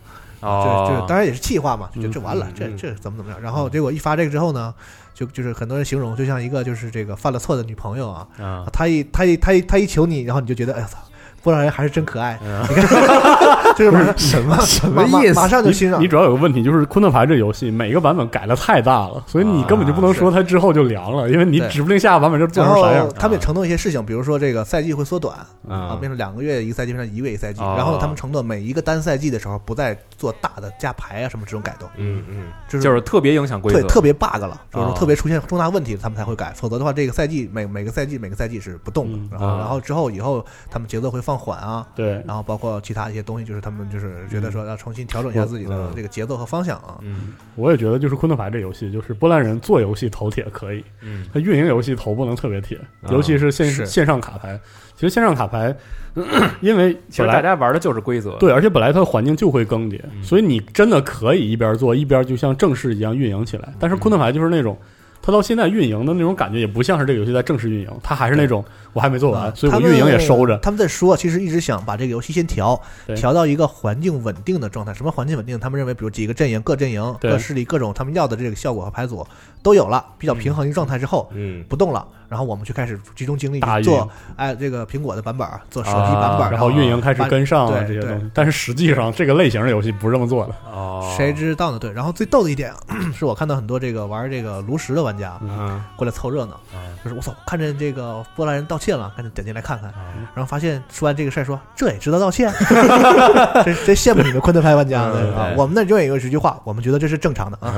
Speaker 1: 哦，
Speaker 3: 就是就是当然也是气话嘛，就觉
Speaker 4: 嗯
Speaker 3: 得这完了，这
Speaker 2: 嗯
Speaker 3: 这怎么怎么样？然后结果一发这个之后呢，就就是很多人形容就像一个就是这个犯了错的女朋友啊，
Speaker 1: 啊
Speaker 3: 啊她一她一她一她一求你，然后你就觉得哎呀操，波兰人还是真可爱，
Speaker 1: 嗯
Speaker 3: 你看 这是不是什么什
Speaker 2: 么意思
Speaker 3: 马上就欣赏
Speaker 4: 你你主要有个问题就是昆特牌这游戏每个版本改的太大了，所以你根本就不能说它之后就凉了，因为你
Speaker 3: 啊对
Speaker 4: 指不定下个版本就做
Speaker 3: 然
Speaker 4: 成啥样
Speaker 3: 后。他们也承诺一些事情，比如说这个赛季会缩短啊，
Speaker 2: 啊
Speaker 3: 变成两个月一个赛季，变成一个月一个赛季。
Speaker 1: 哦
Speaker 3: 然后他们承诺每一个单赛季的时候不再做大的加牌啊什么这种改动，
Speaker 2: 嗯嗯
Speaker 3: 就是
Speaker 1: 就是特别影响规
Speaker 3: 对，
Speaker 1: 则，
Speaker 3: 特别 bug 了，就是说
Speaker 4: 啊
Speaker 1: 哦
Speaker 3: 特别出现重大问题，他们才会改，否则的话，这个赛季每每个赛季每个赛季是不动的然
Speaker 4: 嗯。
Speaker 3: 后，
Speaker 1: 啊
Speaker 3: 然后之后以后他们节奏会放缓啊，
Speaker 4: 对，
Speaker 3: 然后包括其他一些东西，就是他们就是
Speaker 4: 嗯
Speaker 3: 觉得说要重新调整一下自己的
Speaker 2: 嗯
Speaker 3: 这个节奏和方向啊。
Speaker 1: 嗯
Speaker 4: 我也觉得就是昆特牌这游戏，就是波兰人做游戏头铁可以，
Speaker 1: 嗯
Speaker 4: 它运营游戏头不能特别铁，尤其是线
Speaker 3: 啊是
Speaker 4: 线上卡牌。其实线上卡牌， 因为
Speaker 1: 其实
Speaker 4: 本来
Speaker 1: 大家玩的就是规则，
Speaker 4: 对，而且本来它的环境就会更迭，
Speaker 1: 嗯
Speaker 4: 所以你真的可以一边做一边就像正式一样运营起来。但是昆特牌就是那种，它到现在运营的那种感觉也不像是这个游戏在正式运营，它还是那种我还没做
Speaker 3: 啊
Speaker 4: 完，所以
Speaker 3: 他
Speaker 4: 我
Speaker 3: 们
Speaker 4: 运营也收着。
Speaker 3: 他们在说，其实一直想把这个游戏先调，
Speaker 4: 对
Speaker 3: 调到一个环境稳定的状态。什么环境稳定？他们认为，比如几个阵营、各阵营、
Speaker 4: 对
Speaker 3: 各势力、各种他们要的这个效果和牌组都有了，比较平衡一个状态之后，
Speaker 2: 嗯
Speaker 3: 不动了，然后我们就开始集中精力
Speaker 4: 大
Speaker 3: 去
Speaker 4: 运
Speaker 3: 做，哎，这个苹果的版本儿，做手机版本
Speaker 1: 啊
Speaker 3: 儿，
Speaker 4: 然后运营开始
Speaker 3: 把
Speaker 4: 跟上啊了这
Speaker 3: 对
Speaker 4: 些
Speaker 3: 对
Speaker 4: 东西，但是实际上这个类型的游戏不是这么做的。
Speaker 1: 哦，
Speaker 3: 谁知道呢？对，然后最逗的一点 是我看到很多这个玩这个炉石的玩家
Speaker 2: 啊
Speaker 3: 过来凑热闹，
Speaker 1: 啊
Speaker 3: 就是我操，看见这个波兰人道歉了，赶紧点进来看看，
Speaker 1: 啊
Speaker 3: 然后发现说完这个事儿，说这也值得道歉， 真真羡慕你们昆特牌玩家
Speaker 2: 嗯
Speaker 3: 对啊！
Speaker 2: 对
Speaker 3: 我们那儿永远有一句话，我们觉得这是正常的啊，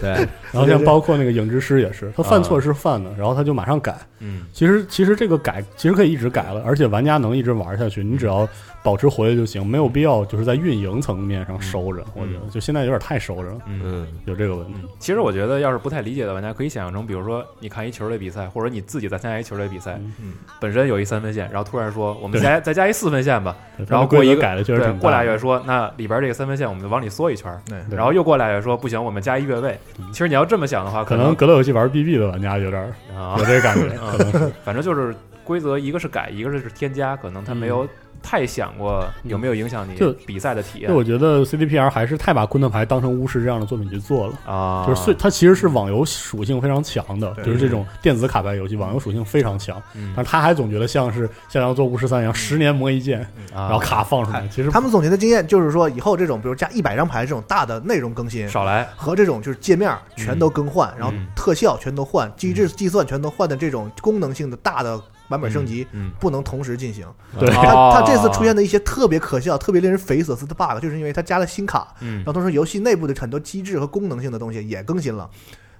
Speaker 2: 对
Speaker 4: 然后像包括那个影之师也是，他犯错是犯的，然后他就马上改。
Speaker 1: 嗯
Speaker 4: 其实其实这个改其实可以一直改了，而且玩家能一直玩下去，你只要保持活跃就行，没有必要就是在运营层面上收着。我觉得就现在有点太收着了，
Speaker 1: 嗯。
Speaker 2: 嗯
Speaker 4: 有这个问题。
Speaker 1: 嗯其实我觉得，要是不太理解的玩家，可以想象成，比如说你看一球类比赛，或者你自己再参加一球类比赛，
Speaker 3: 嗯
Speaker 1: 本身有一三分线，然后突然说我们再再加一四分线吧，
Speaker 4: 对
Speaker 1: 然后
Speaker 4: 规
Speaker 1: 过一
Speaker 4: 则
Speaker 1: 个
Speaker 4: 改的确实
Speaker 1: 对
Speaker 4: 挺，
Speaker 1: 过俩
Speaker 4: 月，
Speaker 1: 月说那里边这个三分线我们就往里缩一圈儿，
Speaker 3: 对
Speaker 4: 对嗯
Speaker 1: 然后又过俩月说不行，我们加一越位，其实你要这么想的话，
Speaker 4: 可
Speaker 1: 可
Speaker 4: 能
Speaker 1: 能
Speaker 4: 格斗游戏玩 BB 的玩家有点儿
Speaker 1: 啊
Speaker 4: 有，这个感 觉，
Speaker 1: 啊
Speaker 4: 可能是
Speaker 1: 反正就是规则，一个是改，一个是添加，可能他没有太想过有没有影响你
Speaker 4: 嗯就
Speaker 1: 比赛的体
Speaker 4: 就
Speaker 1: 验
Speaker 4: 我觉得 CDPR 还是太把昆特牌当成巫师这样的作品去做了。
Speaker 1: 啊。
Speaker 4: 就是虽它其实是网游属性非常强的，
Speaker 3: 对
Speaker 4: 就是这种电子卡牌游戏，网游属性非常强，
Speaker 1: 嗯，
Speaker 4: 但是他还总觉得像是像要做巫师三一样，十年磨一剑，
Speaker 1: 然
Speaker 4: 然后咔放出来，
Speaker 3: 哎
Speaker 4: 其实
Speaker 3: 他们总结的经验就是说，以后这种比如加一百张牌这种大的内容更新，
Speaker 1: 少来，
Speaker 3: 和这种就是界面全都更换，然后
Speaker 1: 嗯
Speaker 3: 特效全都换，机制计算全都换的这种功能性的大的版本升级，
Speaker 1: 嗯，
Speaker 3: 不能同时进行。
Speaker 4: 对
Speaker 1: 啊
Speaker 3: 它它这次出现的一些特别可笑、特别令人匪夷所思的 bug，就是因为它加了新卡，
Speaker 1: 嗯
Speaker 3: 然后同时游戏内部的很多机制和功能性的东西也更新了，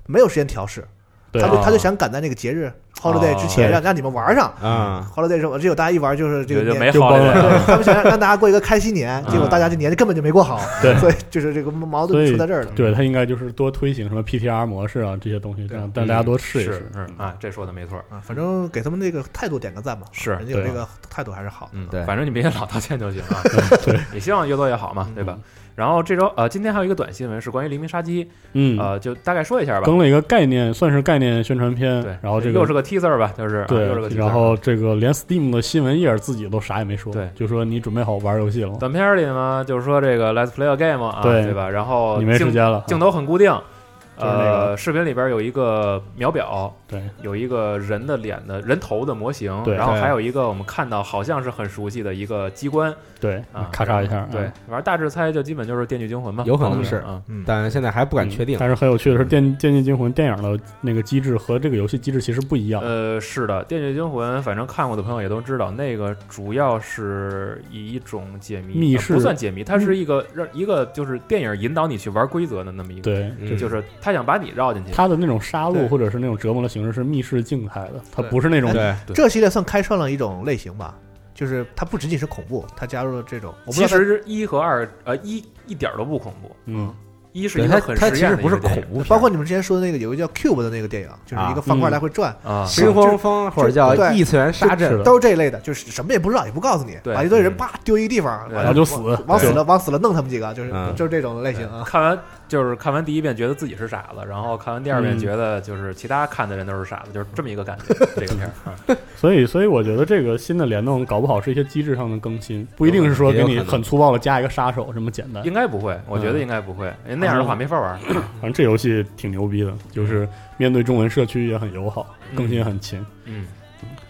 Speaker 3: 没有时间调试，
Speaker 4: 对
Speaker 3: 他就
Speaker 1: 啊哦
Speaker 3: 他就想赶在那个节日 holiday 之前
Speaker 4: 对
Speaker 3: 让让你们玩上。
Speaker 2: 啊，
Speaker 3: holiday 什么，只有大家一玩就是这个
Speaker 1: 也就
Speaker 3: 年
Speaker 1: 没
Speaker 4: 就
Speaker 1: 好
Speaker 4: 光
Speaker 1: 了
Speaker 4: 了
Speaker 3: 对，他们想让让大家过一个开心年，结果
Speaker 1: 嗯
Speaker 3: 大家这年根本就没过好，
Speaker 4: 对
Speaker 3: 所以就是这个矛
Speaker 4: 所
Speaker 3: 盾
Speaker 4: 以
Speaker 3: 出在这儿了。
Speaker 4: 对他应该就是多推行什么 PTR 模式啊这些东西，这样
Speaker 1: 对
Speaker 4: 让大家多 试一
Speaker 1: 是
Speaker 4: 试。嗯
Speaker 1: 是啊，这说的没错。
Speaker 3: 啊，反正给他们这个态度点个赞吧，啊
Speaker 1: 是
Speaker 3: 人家有
Speaker 4: 对
Speaker 3: 这个态度还是好的。
Speaker 1: 嗯，
Speaker 2: 对
Speaker 1: 反正你别老道歉就行啊。
Speaker 4: 对，
Speaker 1: 也希望越做越好嘛，对吧？然后这周呃，今天还有一个短新闻是关于《黎明杀机》，
Speaker 4: 嗯，
Speaker 1: 呃，就大概说一下吧。
Speaker 4: 更了一个概念，算是概念宣传片
Speaker 1: 对，，
Speaker 4: 然后这个
Speaker 1: 又是个 teaser 吧，就是啊又是个
Speaker 4: 对，
Speaker 1: teaser。
Speaker 4: 然后这个连 Steam 的新闻页自己都啥也没说，
Speaker 1: 对
Speaker 4: 就说你准备好玩游戏了吗？
Speaker 1: 短片里呢，就是说这个 Let's Play a Game 啊，
Speaker 4: 对
Speaker 1: 对吧？然后
Speaker 4: 你没时
Speaker 1: 镜
Speaker 4: 间了，啊
Speaker 1: 镜头很固定，
Speaker 4: 就是那个
Speaker 1: 呃，视频里边有一个秒表，
Speaker 4: 对，
Speaker 1: 有一个人的脸的人头的模型，
Speaker 4: 对
Speaker 1: 然后
Speaker 2: 对
Speaker 1: 还有一个我们看到好像是很熟悉的一个机关，
Speaker 4: 对
Speaker 1: 啊，
Speaker 4: 咔嚓一下，
Speaker 1: 对
Speaker 4: 嗯，，
Speaker 1: 反正大致猜就基本就是《电锯惊魂》嘛，
Speaker 2: 有可能
Speaker 1: 好像
Speaker 2: 是
Speaker 1: 嗯
Speaker 3: 嗯，
Speaker 2: 但现在还不敢确定
Speaker 4: 但是很有趣的是，《电电锯惊魂》电影的那个机制和这个游戏机制其实不一样，
Speaker 1: 呃，是的，《电锯惊魂》，反正看过的朋友也都知道，那个主要是以一种解谜，
Speaker 4: 密
Speaker 1: 呃
Speaker 4: 室
Speaker 1: 不算解谜，它是一个让一个就是电影引导你去玩规则的那么一个，
Speaker 4: 对，
Speaker 2: 嗯
Speaker 1: 就就是他想把你绕进去。
Speaker 4: 它的那种杀
Speaker 1: 对
Speaker 4: 戮或者是那种折磨的形式是密室静态的，它
Speaker 3: 对
Speaker 4: 不是那种
Speaker 2: 对，
Speaker 1: 对
Speaker 3: 这个系列算开创了一种类型吧，就是它不仅仅是恐怖，它加入了这种。我不知
Speaker 1: 其
Speaker 3: 道它
Speaker 1: 实一和二，呃，一一点儿都不恐怖，
Speaker 4: 嗯，
Speaker 1: 一是
Speaker 2: 对
Speaker 1: 一
Speaker 2: 它
Speaker 1: 个很
Speaker 2: 它
Speaker 1: 实
Speaker 2: 其
Speaker 1: 验
Speaker 2: 实
Speaker 1: 的
Speaker 2: 不是
Speaker 1: 一个电
Speaker 2: 恐
Speaker 1: 影
Speaker 2: 怖片，
Speaker 3: 包括你们之前说的那个有一个叫 Cube 的那个电影，就是一个方块
Speaker 4: 啊嗯
Speaker 3: 来回转，
Speaker 1: 啊，
Speaker 2: 星
Speaker 3: 就
Speaker 2: 光
Speaker 3: 是
Speaker 2: 方或者叫
Speaker 3: 对
Speaker 2: 异次元杀
Speaker 4: 是
Speaker 2: 阵
Speaker 4: 的，
Speaker 3: 都是这一类的，就是什么也不知道，也不告诉你，
Speaker 1: 对
Speaker 3: 把一堆人
Speaker 1: 嗯
Speaker 3: 叭丢一个地方，
Speaker 1: 对
Speaker 3: 完
Speaker 4: 然后
Speaker 3: 了
Speaker 4: 就死，
Speaker 3: 往死
Speaker 4: 对
Speaker 3: 了往死了弄他们几个，就是
Speaker 2: 嗯
Speaker 3: 就是这种类
Speaker 1: 对
Speaker 3: 型啊。
Speaker 1: 看完就是看完第一遍觉得自己是傻子，然后看完第二遍
Speaker 4: 嗯
Speaker 1: 觉得就是其他看的人都是傻子，就是这么一个感觉。这个片儿啊，
Speaker 4: 所以，所以我觉得这个新的联动搞不好是一些机制上的更新，不一定是说
Speaker 2: 也
Speaker 4: 给
Speaker 2: 有
Speaker 4: 你
Speaker 2: 可能
Speaker 4: 很粗暴的加一个杀手这么简单。
Speaker 1: 应该不会，我觉得应该不会，那样的话没法玩。
Speaker 4: 反正这游戏挺牛逼的，就是面对中文社区也很友好，
Speaker 1: 嗯
Speaker 4: 更新很勤。
Speaker 1: 嗯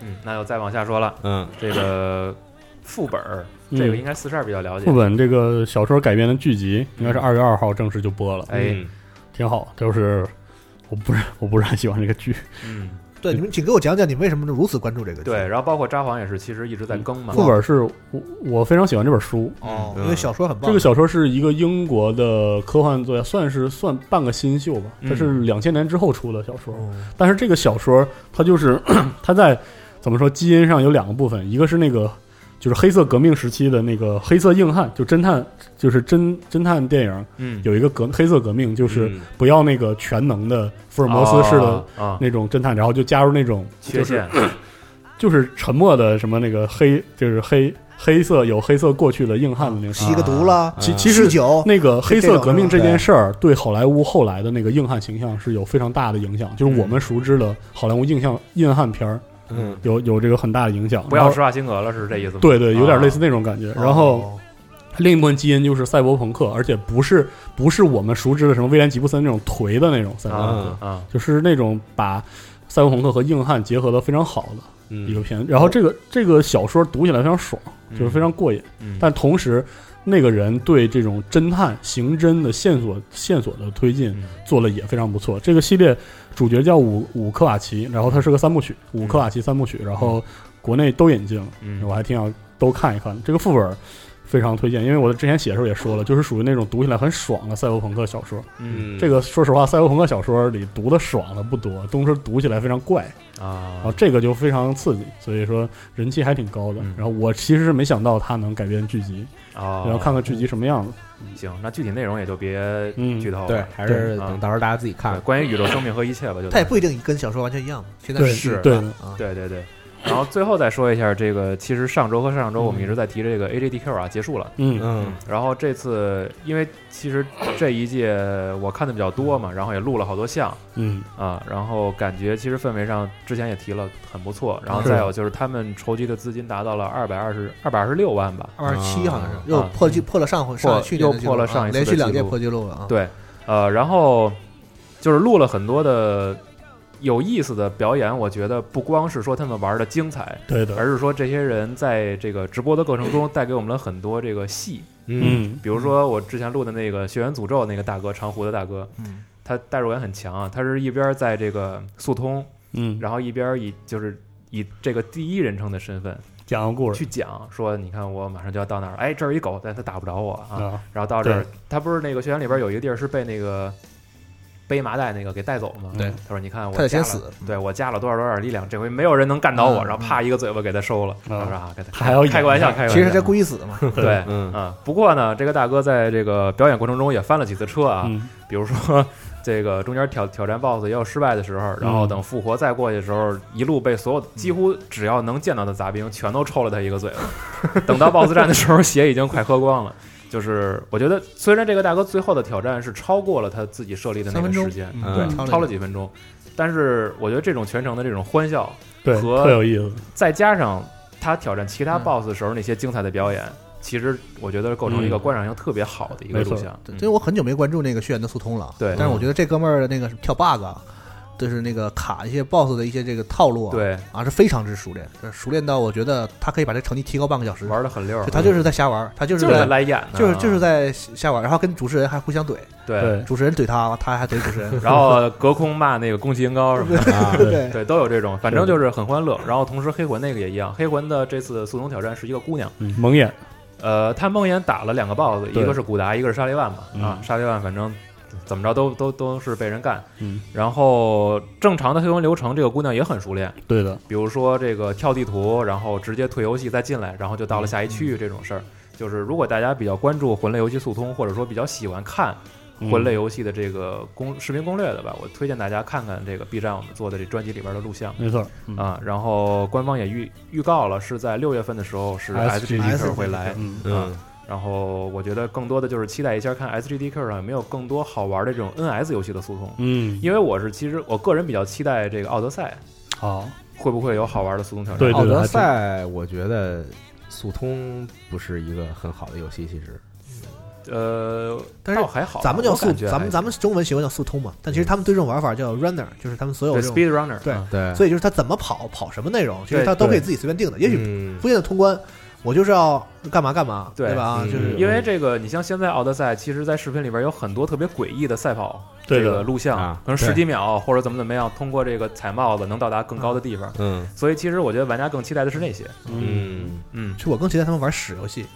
Speaker 1: 嗯，那就再往下说了。
Speaker 2: 嗯，
Speaker 1: 这个副本儿，
Speaker 4: 嗯
Speaker 1: 这个应该四十二比较了解嗯
Speaker 4: 副。本这个小说改编的剧集应该是二月二号正式就播了，
Speaker 1: 哎，
Speaker 2: 嗯
Speaker 4: 挺好。就是我不是我不是很喜欢这个剧，
Speaker 1: 嗯，
Speaker 3: 对，你们请给我讲讲你们为什么如此关注这个剧？
Speaker 1: 对，然后包括札幌也是，其实一直在更嘛。
Speaker 4: 副本是我我非常喜欢这本书。
Speaker 3: 哦，
Speaker 2: 嗯
Speaker 3: 因为小说很棒。
Speaker 4: 这个小说是一个英国的科幻作家，算是算半个新秀吧，
Speaker 1: 嗯哦
Speaker 4: 它是两千年之后出的小说。
Speaker 3: 嗯
Speaker 4: 但是这个小说它就是 它在怎么说基因上有两个部分，一个是那个就是黑色革命时期的那个黑色硬汉，就侦探就是侦侦探电影
Speaker 1: 嗯，
Speaker 4: 有一个革黑色革命，就是
Speaker 2: 嗯
Speaker 4: 不要那个全能的福尔摩斯式的
Speaker 1: 啊啊，
Speaker 4: 那种侦探，然后就加入那种
Speaker 1: 缺
Speaker 4: 就是
Speaker 1: 陷
Speaker 4: 就是沉默的什么那个黑就是黑黑色有黑色过去的硬汉的那种。
Speaker 3: 吸个毒啦，
Speaker 4: 其
Speaker 2: 啊
Speaker 4: 其实
Speaker 3: 酗酒，
Speaker 4: 那个黑色革命
Speaker 3: 这
Speaker 4: 这件事儿，对好莱坞后来的那个硬汉形象是有非常大的影响，就是我
Speaker 3: 嗯
Speaker 4: 们熟知的好莱坞硬汉硬汉片儿
Speaker 2: 嗯
Speaker 4: 有有这个很大的影响。
Speaker 1: 不要
Speaker 4: 然后
Speaker 1: 施瓦辛格了，是这意思吗？
Speaker 4: 对对，有点
Speaker 1: 啊
Speaker 4: 类似那种感觉。然后
Speaker 3: 哦
Speaker 4: 另一部分基因就是赛博朋克，而且不是不是我们熟知的什么威廉吉布森那种颓的那嗯种赛博朋克，
Speaker 1: 啊啊，
Speaker 4: 就是那种把赛博朋克和硬汉结合的非常好的一个
Speaker 2: 嗯，
Speaker 4: 片。然后这个这个小说读起来非常爽，就是非常过瘾。
Speaker 1: 嗯，
Speaker 4: 但同时，那个人对这种侦探刑侦的线索线索的推进
Speaker 1: 嗯
Speaker 4: 做的也非常不错。这个系列主角叫伍伍克瓦奇，然后它是个三部曲，伍克瓦奇三部曲，然后国内都引进了，
Speaker 1: 嗯
Speaker 4: 我还挺想都看一看。这个副本非常推荐，因为我之前写的时候也说了，就是属于那种读起来很爽的赛博朋克小说。
Speaker 1: 嗯
Speaker 4: 这个说实话，赛博朋克小说里读的爽的不多，都是读起来非常怪，然后
Speaker 1: 啊，
Speaker 4: 这个就非常刺激，所以说人气还挺高的
Speaker 1: 嗯。哦
Speaker 4: 然后我其实是没想到它能改编剧集。
Speaker 1: 然
Speaker 4: 然后看看剧集什么样子。
Speaker 1: 行，那具体内容也就别
Speaker 4: 嗯
Speaker 1: 剧透了。
Speaker 2: 对，还是
Speaker 1: 对啊
Speaker 2: 等到时候大家自己看
Speaker 1: 对，。关于宇宙生命和一切吧，就
Speaker 3: 它也不一定跟小说完全一样嘛。现在
Speaker 4: 对
Speaker 1: 是
Speaker 4: 对
Speaker 3: 啊，
Speaker 1: 对对对，然后最后再说一下这个，其实上周和上上周我们一直在提这个 AJDQ 啊，结束了。
Speaker 4: 嗯
Speaker 2: 嗯
Speaker 1: 然后这次因为其实这一届我看的比较多嘛，然后也录了好多项
Speaker 4: 嗯
Speaker 1: 啊，然后感觉其实氛围上之前也提了很不错。然后
Speaker 4: 是
Speaker 1: 再有就是他们筹集的资金达到了二百二十二百二十六万吧，
Speaker 3: 二十七好像
Speaker 2: 啊
Speaker 3: 是又破纪破了上回上
Speaker 1: 破
Speaker 3: 去年的
Speaker 1: 又
Speaker 3: 记录
Speaker 1: 破了
Speaker 3: 啊
Speaker 1: 上一次
Speaker 3: 连
Speaker 1: 的
Speaker 3: 续
Speaker 1: 记
Speaker 3: 两届
Speaker 1: 录
Speaker 3: 破纪录了啊。
Speaker 1: 对，呃，然后就是录了很多的呃有意思的表演，我觉得不光是说他们玩的精彩，
Speaker 4: 对的，
Speaker 1: 而是说这些人在这个直播的过程中带给我们了很多这个戏，
Speaker 2: 嗯
Speaker 4: 嗯
Speaker 1: 比如说我之前录的那个《血缘诅咒》那个大哥，长胡的大哥，
Speaker 3: 嗯，
Speaker 1: 他代入感很强啊，他是一边在这个速通，
Speaker 4: 嗯，
Speaker 1: 然后一边以就是。以这个第一人称的身份
Speaker 4: 讲个故事
Speaker 1: 去讲，说你看我马上就要到那儿，哎，这儿一狗，但他打不着我啊，
Speaker 3: 嗯
Speaker 4: 啊，
Speaker 1: 然后到这儿
Speaker 4: 对，
Speaker 1: 他不是那个学员里边有一个地儿是被那个背麻袋那个给带走吗？
Speaker 3: 对，
Speaker 1: 他说你看我
Speaker 3: 他得
Speaker 1: 加
Speaker 3: 先
Speaker 1: 了，
Speaker 3: 死，
Speaker 1: 对我加了多少多少力量，这回没有人能干倒我，
Speaker 3: 嗯
Speaker 1: 然后啪一个嘴巴给他收了。
Speaker 4: 嗯
Speaker 1: 我说啊，给他
Speaker 4: 还要
Speaker 1: 开个玩笑，开个玩笑。
Speaker 3: 其实他故意死的嘛。
Speaker 1: 对，
Speaker 2: 嗯
Speaker 1: 嗯，不过呢，这个大哥在这个表演过程中也翻了几次车啊，
Speaker 4: 嗯
Speaker 1: 比如说这个中间挑挑战 BOSS 也有失败的时候，然后
Speaker 4: 嗯
Speaker 1: 等复活再过去的时候，一路被所有几乎只要能见到的杂兵全都抽了他一个嘴巴。 等到 BOSS 战的时候，血已经快喝光了。就是我觉得，虽然这个大哥最后的挑战是超过了他自己设立的那
Speaker 3: 三
Speaker 1: 个
Speaker 3: 分钟
Speaker 1: 时间，
Speaker 2: 嗯
Speaker 1: 对，
Speaker 3: 超了
Speaker 1: 超了几分钟，但是我觉得这种全程的这种欢笑，
Speaker 4: 对，
Speaker 1: 和
Speaker 4: 特有意思，
Speaker 1: 再加上他挑战其他
Speaker 3: 嗯
Speaker 1: BOSS 的时候那些精彩的表演，其实我觉得构成了一个
Speaker 4: 嗯
Speaker 1: 观赏性特别好的一个
Speaker 4: 没
Speaker 1: 录
Speaker 4: 错
Speaker 1: 像。
Speaker 3: 对，因为我很久没关注那个血缘的速通了，
Speaker 1: 对
Speaker 3: 但是我觉得这哥们儿的那个跳 bug，啊就是那个卡一些 boss 的一些这个套路啊，
Speaker 1: 对，
Speaker 3: 啊是非常之熟练，就是熟练到我觉得他可以把这成绩提高半个小时。
Speaker 1: 玩的很溜儿
Speaker 3: 就，他就是在瞎玩，他就是
Speaker 1: 就是在啊
Speaker 3: 在
Speaker 1: 来演呢，
Speaker 3: 就是就是在瞎玩，然后跟主持人还互相怼，
Speaker 1: 对。
Speaker 4: 对，
Speaker 3: 主持人怼他，他还怼主
Speaker 1: 。
Speaker 3: 持人
Speaker 1: 然后隔空骂那个宫崎英高什么的，
Speaker 2: 啊
Speaker 3: 对，
Speaker 1: 对，都有这种，反正就是很欢乐。然后同时黑魂那个也一样，黑魂的这次速通挑战是一个姑娘，
Speaker 4: 嗯蒙眼，
Speaker 1: 呃，她梦魇打了两个 BOSS，
Speaker 4: 对
Speaker 1: 一个是古达，一个是沙利万嘛，啊，
Speaker 4: 嗯
Speaker 1: 沙利万反正怎么着都都都是被人干。
Speaker 4: 嗯，
Speaker 1: 然后正常的黑魂流程，这个姑娘也很熟练，
Speaker 4: 对的，
Speaker 1: 比如说这个跳地图，然后直接退游戏再进来，然后就到了下一区域这种事儿。就是如果大家比较关注魂类游戏速通，或者说比较喜欢看
Speaker 4: 嗯
Speaker 1: 魂类游戏的这个攻视频攻略的吧，我推荐大家看看这个 B 站我们做的这专辑里边的录像
Speaker 4: 没错，嗯，
Speaker 1: 啊。然后官方也预预告了，是在六月份的时候是
Speaker 4: SGDQ
Speaker 1: SGDQ 会来。
Speaker 4: 嗯
Speaker 2: 嗯
Speaker 1: 然后我觉得更多的就是期待一下看 SGDQ 上有没有更多好玩的这种 NS 游戏的速通，
Speaker 4: 嗯，
Speaker 1: 因为我是其实我个人比较期待这个奥德赛
Speaker 4: 好，
Speaker 1: 会不会有好玩的速通挑战。
Speaker 4: 对
Speaker 2: 奥
Speaker 4: 对
Speaker 2: 德
Speaker 4: 还真
Speaker 2: 赛，我觉得速通不是一个很好的游戏，其实
Speaker 1: 呃，
Speaker 3: 但是
Speaker 1: 倒还好，
Speaker 3: 咱们叫
Speaker 1: 我
Speaker 3: 速，
Speaker 1: 感觉
Speaker 3: 咱们咱们中文习惯叫速通嘛，但其实他们对这种玩法叫 runner，就是他们所有
Speaker 1: 对
Speaker 3: 这种，
Speaker 1: speed runner
Speaker 3: 对
Speaker 1: 嗯
Speaker 2: 对，
Speaker 3: 所以就是他怎么跑跑什么内容，其实他
Speaker 4: 对
Speaker 3: 都可以自己随便定的，也许
Speaker 2: 许
Speaker 3: 不见得通关，我就是要干嘛干嘛，
Speaker 1: 嗯对
Speaker 3: 对吧？啊，
Speaker 4: 嗯
Speaker 3: 就是
Speaker 1: 因为这个，你像现在奥德赛，其实，在视频里边有很多特别诡异的赛跑
Speaker 4: 对
Speaker 1: 这个
Speaker 4: 的，
Speaker 1: 录像，
Speaker 2: 啊
Speaker 1: 可能十几秒或者怎么怎么样，通过这个踩帽子能到达更高的地方。
Speaker 2: 嗯
Speaker 1: 所以其实我觉得玩家更期待的是那些，
Speaker 2: 嗯
Speaker 1: 嗯，
Speaker 3: 其实我更期待他们玩屎游戏。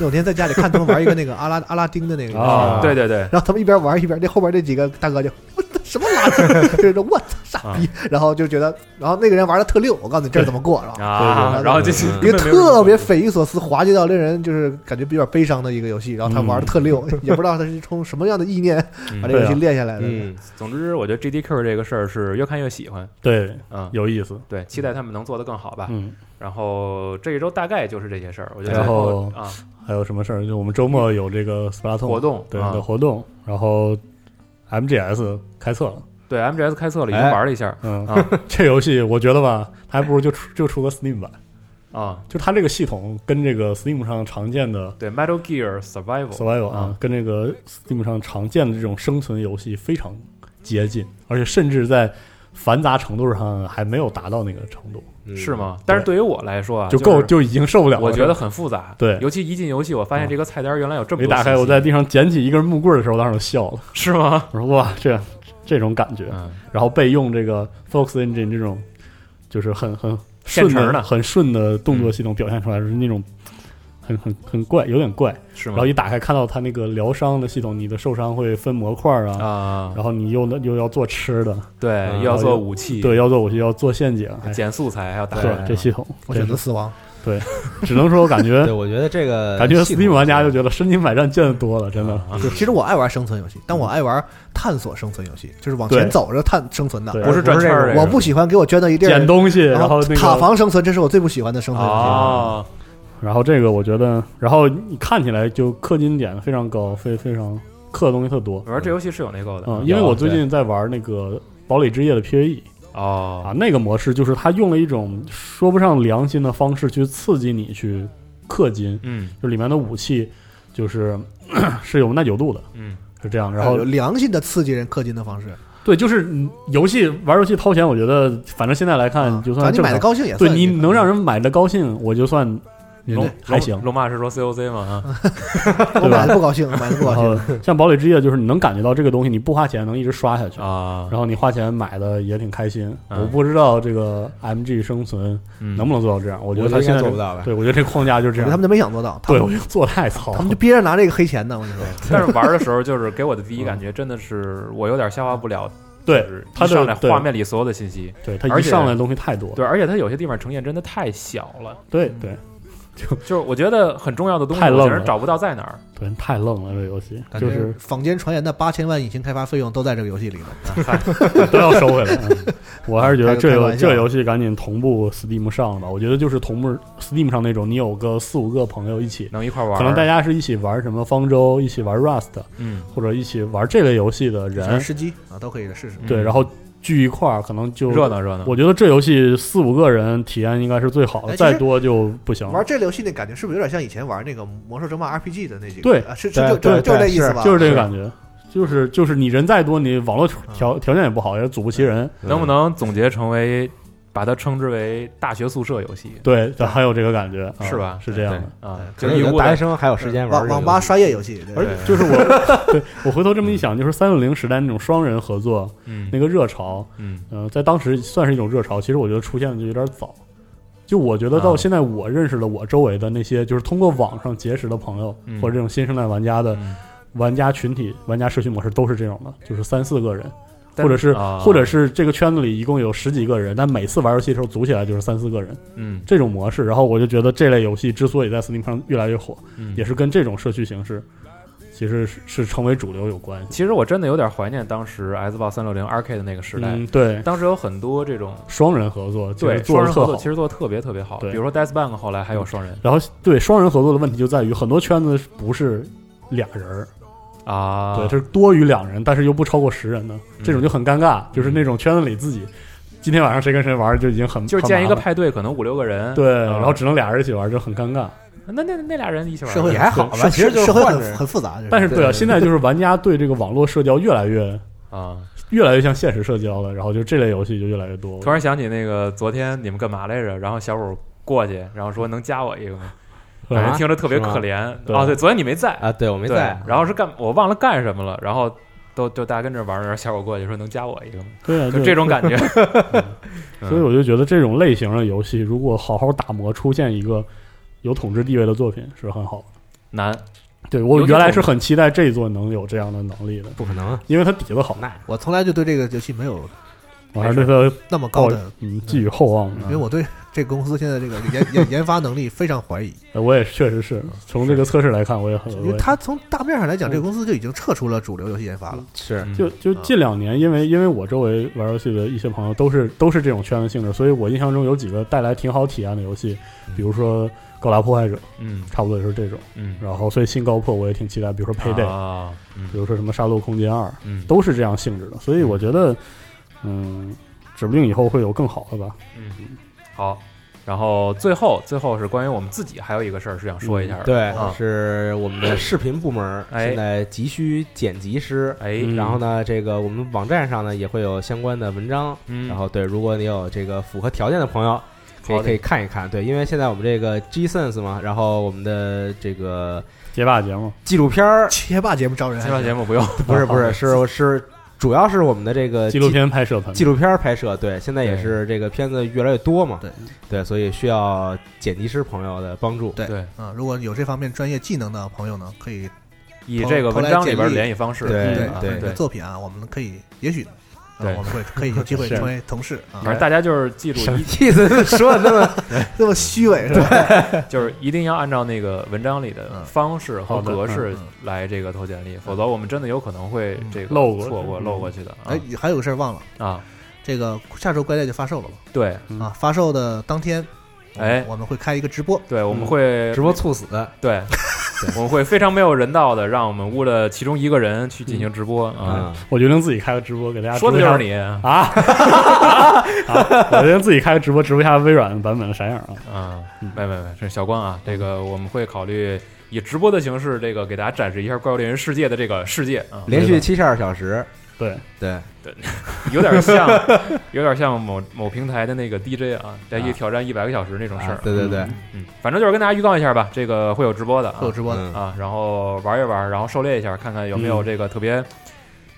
Speaker 3: 有天在家里看他们玩一个那个阿拉阿拉丁的那个，
Speaker 4: 啊
Speaker 1: 嗯对对对，
Speaker 3: 然后他们一边玩一边那后边那几个大哥就什么垃圾， 就是说我操傻
Speaker 1: 啊
Speaker 3: 逼，然后就觉得，然后那个人玩的特溜，我告诉你这儿怎么过，然后
Speaker 1: 啊，
Speaker 3: 对对对
Speaker 1: 然后就是
Speaker 2: 嗯
Speaker 3: 一
Speaker 1: 根
Speaker 3: 个
Speaker 1: 本没有
Speaker 3: 特 别匪夷所思、滑稽到令人就是感觉比较悲伤的一个游戏，然后他玩的特溜，也不知道他是冲什么样的 意念
Speaker 1: 嗯
Speaker 3: 把这个游戏练下来的。
Speaker 2: 嗯，
Speaker 1: 总之，我觉得 GDQ 这个事儿是越看越喜欢，
Speaker 4: 对，
Speaker 1: 嗯，
Speaker 4: 有意思，
Speaker 1: 对，期待他们能做得更好吧。
Speaker 4: 嗯，
Speaker 1: 然后这一周大概就是这些事儿，我觉得
Speaker 4: 然后
Speaker 1: 最啊
Speaker 4: 还有什么事儿？就我们周末有这个 Splatoon
Speaker 1: 活动
Speaker 4: 对
Speaker 1: 啊
Speaker 4: 的活动，然后 MGS 开测了，
Speaker 1: 对 MGS 开测了，已经
Speaker 2: 哎
Speaker 1: 玩了一下
Speaker 4: 嗯，
Speaker 1: 啊
Speaker 4: 这游戏我觉得吧，还不如就出就出个 Steam 版，
Speaker 1: 啊，
Speaker 4: 就它这个系统跟这个 Steam 上常见的
Speaker 1: 对 Metal Gear Survival，
Speaker 4: Survival
Speaker 1: 啊
Speaker 4: 啊，跟这个 Steam 上常见的这种生存游戏非常接近，而且甚至在繁杂程度上还没有达到那个程度，
Speaker 2: 嗯
Speaker 1: 是？吗？但是对于我来说啊，
Speaker 4: 就
Speaker 1: 够
Speaker 4: 够就已经受不了了。
Speaker 1: 我觉得很复杂，
Speaker 4: 对
Speaker 1: 尤其一进游戏，我发现这个菜单原来有这么
Speaker 4: 没
Speaker 1: 多。
Speaker 4: 打开，我在地上捡起一根木棍儿的时候，当时我笑了，
Speaker 1: 是吗？
Speaker 4: 我说哇，这这种感觉，
Speaker 1: 嗯，
Speaker 4: 然后被用这个 Fox Engine 这种就是很很
Speaker 1: 现
Speaker 4: 顺
Speaker 1: 成
Speaker 4: 的、
Speaker 1: 的
Speaker 4: 很顺的动作系统表现出来，就是那种很很很怪，有点怪。
Speaker 1: 是
Speaker 4: 然
Speaker 1: 吗
Speaker 4: 后？一打开看到它那个疗伤的系统，你的受伤会分模块啊，
Speaker 1: 啊，
Speaker 4: 然后你又又要做吃的，
Speaker 1: 对，
Speaker 2: 嗯
Speaker 1: 又要做武器，
Speaker 4: 对，要做武器，要做陷阱，哎
Speaker 1: 捡素材，还要打
Speaker 4: 对
Speaker 1: 人，
Speaker 4: 这系统，
Speaker 3: 我选
Speaker 4: 真
Speaker 3: 择
Speaker 4: 的
Speaker 3: 死亡，
Speaker 4: 只能说我感觉
Speaker 2: 对，我觉得这个
Speaker 4: 感觉
Speaker 2: 系统
Speaker 4: Steam 玩家就觉得身经百战见得多了，真的。
Speaker 1: 啊
Speaker 3: 就其实我爱玩生存游戏，但我爱玩探索生存游戏，就是往前
Speaker 4: 对
Speaker 3: 走着探生存的。
Speaker 4: 对
Speaker 1: 不是转圈儿这个，
Speaker 3: 我不喜欢给我圈到一地
Speaker 4: 捡
Speaker 3: 儿，
Speaker 4: 东西，然后那个
Speaker 3: 塔防生存，这是我最不喜欢的生存游戏。
Speaker 1: 啊，
Speaker 4: 然后这个我觉得，然后你看起来就氪金点非常高，非非常氪的东西特多。
Speaker 1: 玩这游戏是有内购的，
Speaker 4: 嗯，因为我最近在玩那个《堡垒之夜》的 PVE
Speaker 1: 哦
Speaker 4: 啊，那个模式就是它用了一种说不上良心的方式去刺激你去氪金，
Speaker 1: 嗯
Speaker 4: 就里面的武器就是咳是有耐久度的，
Speaker 1: 嗯
Speaker 4: 是这样。然后
Speaker 3: 有良心的刺激人氪金的方式，
Speaker 4: 对，就是嗯游戏玩游戏掏钱，我觉得反正现在来看
Speaker 3: 啊
Speaker 4: 哎就
Speaker 3: 反正
Speaker 4: 算
Speaker 3: 你
Speaker 4: 正
Speaker 3: 买的
Speaker 4: 常。
Speaker 3: 高兴也
Speaker 4: 对
Speaker 3: 算一
Speaker 4: 你
Speaker 3: 个
Speaker 4: 能让人买的高兴，我就算
Speaker 1: 龙
Speaker 4: 还行。
Speaker 1: 龙马是说 COC 嘛啊，
Speaker 3: 我
Speaker 4: 对吧
Speaker 3: 买的不高兴，买的不高
Speaker 4: 然
Speaker 3: 兴。
Speaker 4: 后像堡垒之夜，就是你能感觉到这个东西，你不花钱能一直刷下 去，
Speaker 1: 啊，
Speaker 4: 然后你花钱买的也挺开心。
Speaker 1: 嗯
Speaker 4: 我不知道这个 MG 生存能
Speaker 1: 能
Speaker 4: 不能做到这样，我觉
Speaker 2: 我
Speaker 4: 得
Speaker 2: 觉得
Speaker 4: 他
Speaker 2: 应
Speaker 4: 现
Speaker 2: 该
Speaker 4: 在
Speaker 2: 做不到吧？
Speaker 4: 对我觉得这框架就是
Speaker 3: 我
Speaker 4: 这
Speaker 3: 觉得他
Speaker 4: 样
Speaker 3: 们。就没想做到，他
Speaker 4: 对，
Speaker 3: 们
Speaker 4: 我觉得做得太糙
Speaker 3: 他们
Speaker 4: 了
Speaker 3: 就。憋着拿这个黑钱呢。我跟你说，
Speaker 1: 但是玩的时候，就是给我的第一感觉真的是我有点消化不了，
Speaker 4: 嗯对
Speaker 1: 就是
Speaker 4: 它
Speaker 1: 一
Speaker 4: 的
Speaker 1: 上来
Speaker 4: 对
Speaker 1: 画面里所有的信息，
Speaker 4: 对他
Speaker 1: 而
Speaker 4: 一
Speaker 1: 且
Speaker 4: 上来的东西太多，
Speaker 1: 对，而且它有些地方呈现真的太小了，
Speaker 4: 对对
Speaker 1: 就是我觉得很重要的东西，
Speaker 4: 太愣
Speaker 1: 我竟然
Speaker 4: 了
Speaker 1: 找不到在哪儿，
Speaker 4: 对，太愣了这游戏，
Speaker 3: 感
Speaker 4: 就
Speaker 3: 觉
Speaker 4: 是
Speaker 3: 坊间传言的八千万引擎开发费用都在这个 游戏里头。
Speaker 4: 都要收回来。嗯我还是觉得
Speaker 3: 开
Speaker 4: 这
Speaker 3: 开
Speaker 4: 游
Speaker 3: 玩笑
Speaker 4: 这游戏赶紧同步 Steam 上了吧，我觉得就是同步 Steam 上那种，你有个四五个朋友一起，
Speaker 1: 能一块玩儿，
Speaker 4: 可能大家是一起玩什么方舟，一起玩 Rust，
Speaker 1: 嗯
Speaker 4: 或者一起玩这类游戏的人，
Speaker 3: 吃鸡啊，都可以试试。
Speaker 4: 对，
Speaker 1: 嗯
Speaker 4: 然后聚一块儿，可能就
Speaker 1: 热。闹热闹，
Speaker 4: 我觉得这游戏四五个人体验应该是最好的，
Speaker 3: 哎其实
Speaker 4: 再多就不
Speaker 2: 嗯
Speaker 4: 行了。
Speaker 3: 玩这类游戏那感觉是不是有点像以前玩那个《魔兽争霸 RPG》的那几个？
Speaker 4: 对
Speaker 3: 啊是是
Speaker 2: 对
Speaker 3: 就就
Speaker 2: 对
Speaker 3: 就这
Speaker 2: 对
Speaker 3: 意思吧？
Speaker 4: 就是这个感觉，就是就是你人再多，你网络
Speaker 1: 嗯
Speaker 4: 条条件也不好，也组不齐人。
Speaker 2: 嗯
Speaker 1: 能不能总结成为把它称之为大学宿舍游戏，
Speaker 4: 对，对还有这个感觉，啊
Speaker 1: 是吧？
Speaker 4: 是这样的。
Speaker 1: 的啊，
Speaker 2: 可
Speaker 1: 就
Speaker 2: 能
Speaker 1: 是一
Speaker 2: 有
Speaker 1: 屋
Speaker 2: 的大学
Speaker 1: 子
Speaker 2: 生还有时间玩
Speaker 3: 网
Speaker 2: 这个
Speaker 3: 网吧
Speaker 2: 游戏
Speaker 3: 刷夜游戏，对
Speaker 4: 而且就是我，对我回头这么一想，就是三六零时代那种双人合作
Speaker 1: 嗯
Speaker 4: 那个热潮，
Speaker 1: 嗯
Speaker 4: 嗯、在当时算是一种热潮。其实我觉得出现的就有点早。就我觉得到
Speaker 1: 啊
Speaker 4: 现在，我认识的我周围的那些，就是通过网上结识的朋友，
Speaker 1: 嗯
Speaker 4: 或者这种新生代玩家的
Speaker 1: 嗯，
Speaker 4: 玩家群体、玩家社区模式，都是这种的，就是三四个人，
Speaker 1: 但
Speaker 4: 或者是、
Speaker 1: 啊
Speaker 4: 或者是这个圈子里一共有十几个人，但每次玩游戏的时候组起来就是三四个人
Speaker 1: 嗯
Speaker 4: 这种模式。然后我就觉得这类游戏之所以在 Steam 上越来越火，
Speaker 1: 嗯
Speaker 4: 也是跟这种社区形式其实是是成为主流有关系。
Speaker 1: 其实我真的有点怀念当时 Xbox 三六零 RK 的那个时代，
Speaker 4: 嗯，对，
Speaker 1: 当时有很多这种
Speaker 4: 双人合作其
Speaker 1: 对
Speaker 4: 实做
Speaker 1: 双
Speaker 4: 的
Speaker 1: 人
Speaker 4: 特
Speaker 1: 合作，
Speaker 4: 好
Speaker 1: 其。实做的特别特别好。比
Speaker 4: 对
Speaker 1: 如说 Death Bank 后来还有双人
Speaker 4: 然后对双人合作的问题就在于很多圈子不是俩人儿，
Speaker 1: 啊，嗯
Speaker 4: 对，它是多于两人，但是又不超过十人的，这种就很尴尬。就是那种圈子里自己今天晚上谁跟谁玩就已经很
Speaker 1: 就是
Speaker 4: 很
Speaker 1: 建一
Speaker 4: 麻
Speaker 1: 个
Speaker 4: 烦
Speaker 1: 派对，可能五六个人，
Speaker 4: 对，
Speaker 1: 啊
Speaker 4: 然后只能俩人一起玩就很尴尬。
Speaker 1: 那那那俩人一起玩，
Speaker 3: 社会
Speaker 2: 也还好吧
Speaker 3: 社
Speaker 2: 其实就是
Speaker 3: 社会
Speaker 2: 换
Speaker 3: 很
Speaker 2: 着
Speaker 3: 很复杂。就是
Speaker 4: 但是对啊，
Speaker 2: 对
Speaker 4: 现在就是玩家对这个网络社交越来越
Speaker 1: 啊。
Speaker 4: 越来越像现实社交了，然后就这类游戏就越来越多。
Speaker 1: 突然想起那个昨天你们干嘛来着？然后小五过去，然后说能加我一个吗？感觉
Speaker 2: 啊
Speaker 1: 听着特别
Speaker 2: 是吗
Speaker 1: 可怜
Speaker 4: 对
Speaker 1: 啊。对，昨天你没在，
Speaker 2: 啊，对我没
Speaker 1: 对
Speaker 2: 在，
Speaker 1: 然后是干我忘了干什么了，然后都就大家跟这玩儿，然后小五过去说能加我一个吗？
Speaker 4: 对啊，
Speaker 1: 就
Speaker 4: 对
Speaker 1: 这种感 觉。
Speaker 4: 所以我就觉得这种类型的游戏，如果好好打磨，出现一个有统治地位的作品是很好的。
Speaker 1: 难，
Speaker 4: 对我
Speaker 1: 有这
Speaker 4: 原来
Speaker 1: 种
Speaker 4: 是很期待这一座能有这样的能力的，
Speaker 2: 不可能啊，
Speaker 4: 因为它底子好，
Speaker 2: 那
Speaker 3: 我从来就对这个游戏没有
Speaker 4: 我还是对它
Speaker 3: 那么高
Speaker 4: 抱
Speaker 2: 哦
Speaker 3: 的，
Speaker 4: 嗯寄予厚望
Speaker 3: 因为
Speaker 4: 的。
Speaker 3: 我对这个公司现在这个研 研研发能力非常怀疑，
Speaker 4: 呃我也确实是从这个测试来看，我也很
Speaker 3: 因为它从大面上来讲，这个公司就已经撤出了主流游戏研发了。
Speaker 2: 是
Speaker 1: 嗯
Speaker 4: 就就近两年，因为因为我周围玩游戏的一些朋友都是都是这种圈子性质，所以我印象中有几个带来挺好体验的游戏，比如说《高达破坏者》，
Speaker 1: 嗯
Speaker 4: 差不多也是这种。
Speaker 1: 嗯，
Speaker 4: 然后，所以新高破我也挺期待，比如说《Payday》，
Speaker 1: 啊，嗯
Speaker 4: 比如说什么《杀戮空间二》，
Speaker 1: 嗯
Speaker 4: 都是这样性质的。所以我觉得，嗯，指不定以后会有更好的吧。
Speaker 1: 嗯好。然后最后最后是关于我们自己还有一个事儿是想说一下的，
Speaker 2: 嗯对
Speaker 1: 啊，
Speaker 2: 是我们的视频部门儿
Speaker 1: 哎
Speaker 2: 现在急需剪辑师。
Speaker 1: 哎，
Speaker 4: 嗯
Speaker 2: 然后呢，这个我们网站上呢也会有相关的文章，
Speaker 1: 嗯
Speaker 2: 然后对，如果你有这个符合条件的朋友，可以
Speaker 1: 好的
Speaker 2: 可以看一看。对，因为现在我们这个 G Sense 嘛，然后我们的这个
Speaker 4: 街霸节目，
Speaker 2: 纪录片儿
Speaker 3: 切霸节目招人
Speaker 1: 今晚节目不用，
Speaker 2: 不是不是是是主要是我们的这
Speaker 1: 呃
Speaker 2: 个
Speaker 4: 纪录片拍摄团
Speaker 2: 纪
Speaker 4: 队，
Speaker 2: 录片儿拍摄，对，现在也
Speaker 1: 对
Speaker 2: 是这个片子越来越多嘛，
Speaker 3: 对
Speaker 2: 对，所以需要剪辑师朋友的帮助。
Speaker 3: 对
Speaker 1: 对，
Speaker 3: 啊，如果有这方面专业技能的朋友呢，可以
Speaker 1: 以这个文章里边联系方式，
Speaker 2: 对
Speaker 4: 对
Speaker 1: 啊
Speaker 2: 对
Speaker 3: 你的作品啊，我们可以也许啊，
Speaker 1: 对
Speaker 3: 我们会 可以有机会
Speaker 4: 是
Speaker 3: 成为同事啊
Speaker 1: 反，正大家就是记住
Speaker 2: 什么
Speaker 1: 一，
Speaker 2: 意思？ 说的那么
Speaker 3: 那么 虚伪是吧？
Speaker 1: 就是一定要按照那个文章里的
Speaker 3: 嗯
Speaker 1: 方式和
Speaker 4: 好的
Speaker 1: 格式
Speaker 3: 嗯嗯
Speaker 1: 来这个投简历，否则我们真的有可能会这个
Speaker 4: 漏过去
Speaker 1: 错过
Speaker 4: 嗯
Speaker 1: 漏过去的啊
Speaker 3: 哎，还有个事儿忘了，
Speaker 1: 啊！
Speaker 3: 这个下周怪猎就发售了嘛？
Speaker 1: 对
Speaker 4: 嗯
Speaker 3: 啊，发售的当天，我们
Speaker 1: 哎
Speaker 3: 我们会开一个直播，
Speaker 1: 对，我们会
Speaker 2: 直播猝死，
Speaker 1: 对， 对我们会非常没有人道的，让我们屋的其中一个人去进行直播啊！
Speaker 2: 嗯，
Speaker 4: 我决定自己开个直播给大家
Speaker 1: 说的
Speaker 4: 直
Speaker 1: 就
Speaker 4: 播
Speaker 1: 是
Speaker 4: 一下
Speaker 1: 你啊
Speaker 4: 啊！啊 我决定自己开个直播，直播一下微软的版本的啥样啊？！嗯
Speaker 1: 没没没，这是小光啊，这个我们会考虑以直播的形式，这个给大家展示一下《怪物猎人世界》的这个世界啊，
Speaker 2: 连续七十二小时，
Speaker 4: 对，
Speaker 2: 对，
Speaker 1: 有点像，有点像某某平台的那个 DJ 啊，在一挑战一百个小时那种事儿
Speaker 2: 啊。对对对，
Speaker 1: 嗯，反正就是跟大家预告一下吧，这个会有直播的啊
Speaker 3: 会有直播的。嗯
Speaker 2: 嗯
Speaker 1: 啊，然后玩一玩，然后狩猎一下，看看有没有这个特别。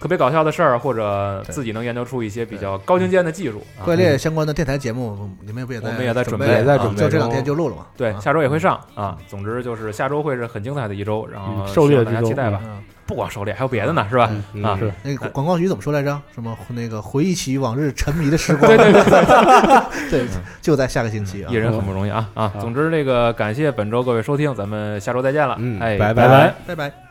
Speaker 1: 特别搞笑的事儿，或者自己能研究出一些比较高精尖的技术。啊
Speaker 3: 怪猎相关的电台节目，你们不也在
Speaker 1: 我
Speaker 3: 准
Speaker 1: 们也
Speaker 3: 备？
Speaker 1: 在
Speaker 3: 准
Speaker 1: 准备也在
Speaker 2: 准备
Speaker 3: 就这两天就录了嘛。
Speaker 1: 对，
Speaker 3: 啊
Speaker 1: 下周也会上啊。总之就是下周会是很精彩的一周，然后
Speaker 4: 嗯狩猎
Speaker 1: 希望大家
Speaker 4: 之周
Speaker 1: 期待吧。
Speaker 3: 嗯，
Speaker 1: 不光狩猎，还有别的呢，是吧？
Speaker 3: 嗯
Speaker 2: 嗯
Speaker 1: 啊
Speaker 4: 是
Speaker 3: 那个广告语怎么说来着？什么那个回忆起往日沉迷的时 光？
Speaker 1: 对对对，
Speaker 3: 对， 就在下个星期啊
Speaker 1: 艺。人很不
Speaker 3: 嗯
Speaker 1: 容易啊啊！
Speaker 4: 好
Speaker 1: 总之这个感谢本周各位收听，咱们下周再见了。
Speaker 2: 嗯
Speaker 1: 哎，
Speaker 2: 拜
Speaker 4: 拜
Speaker 2: 拜
Speaker 3: 拜拜。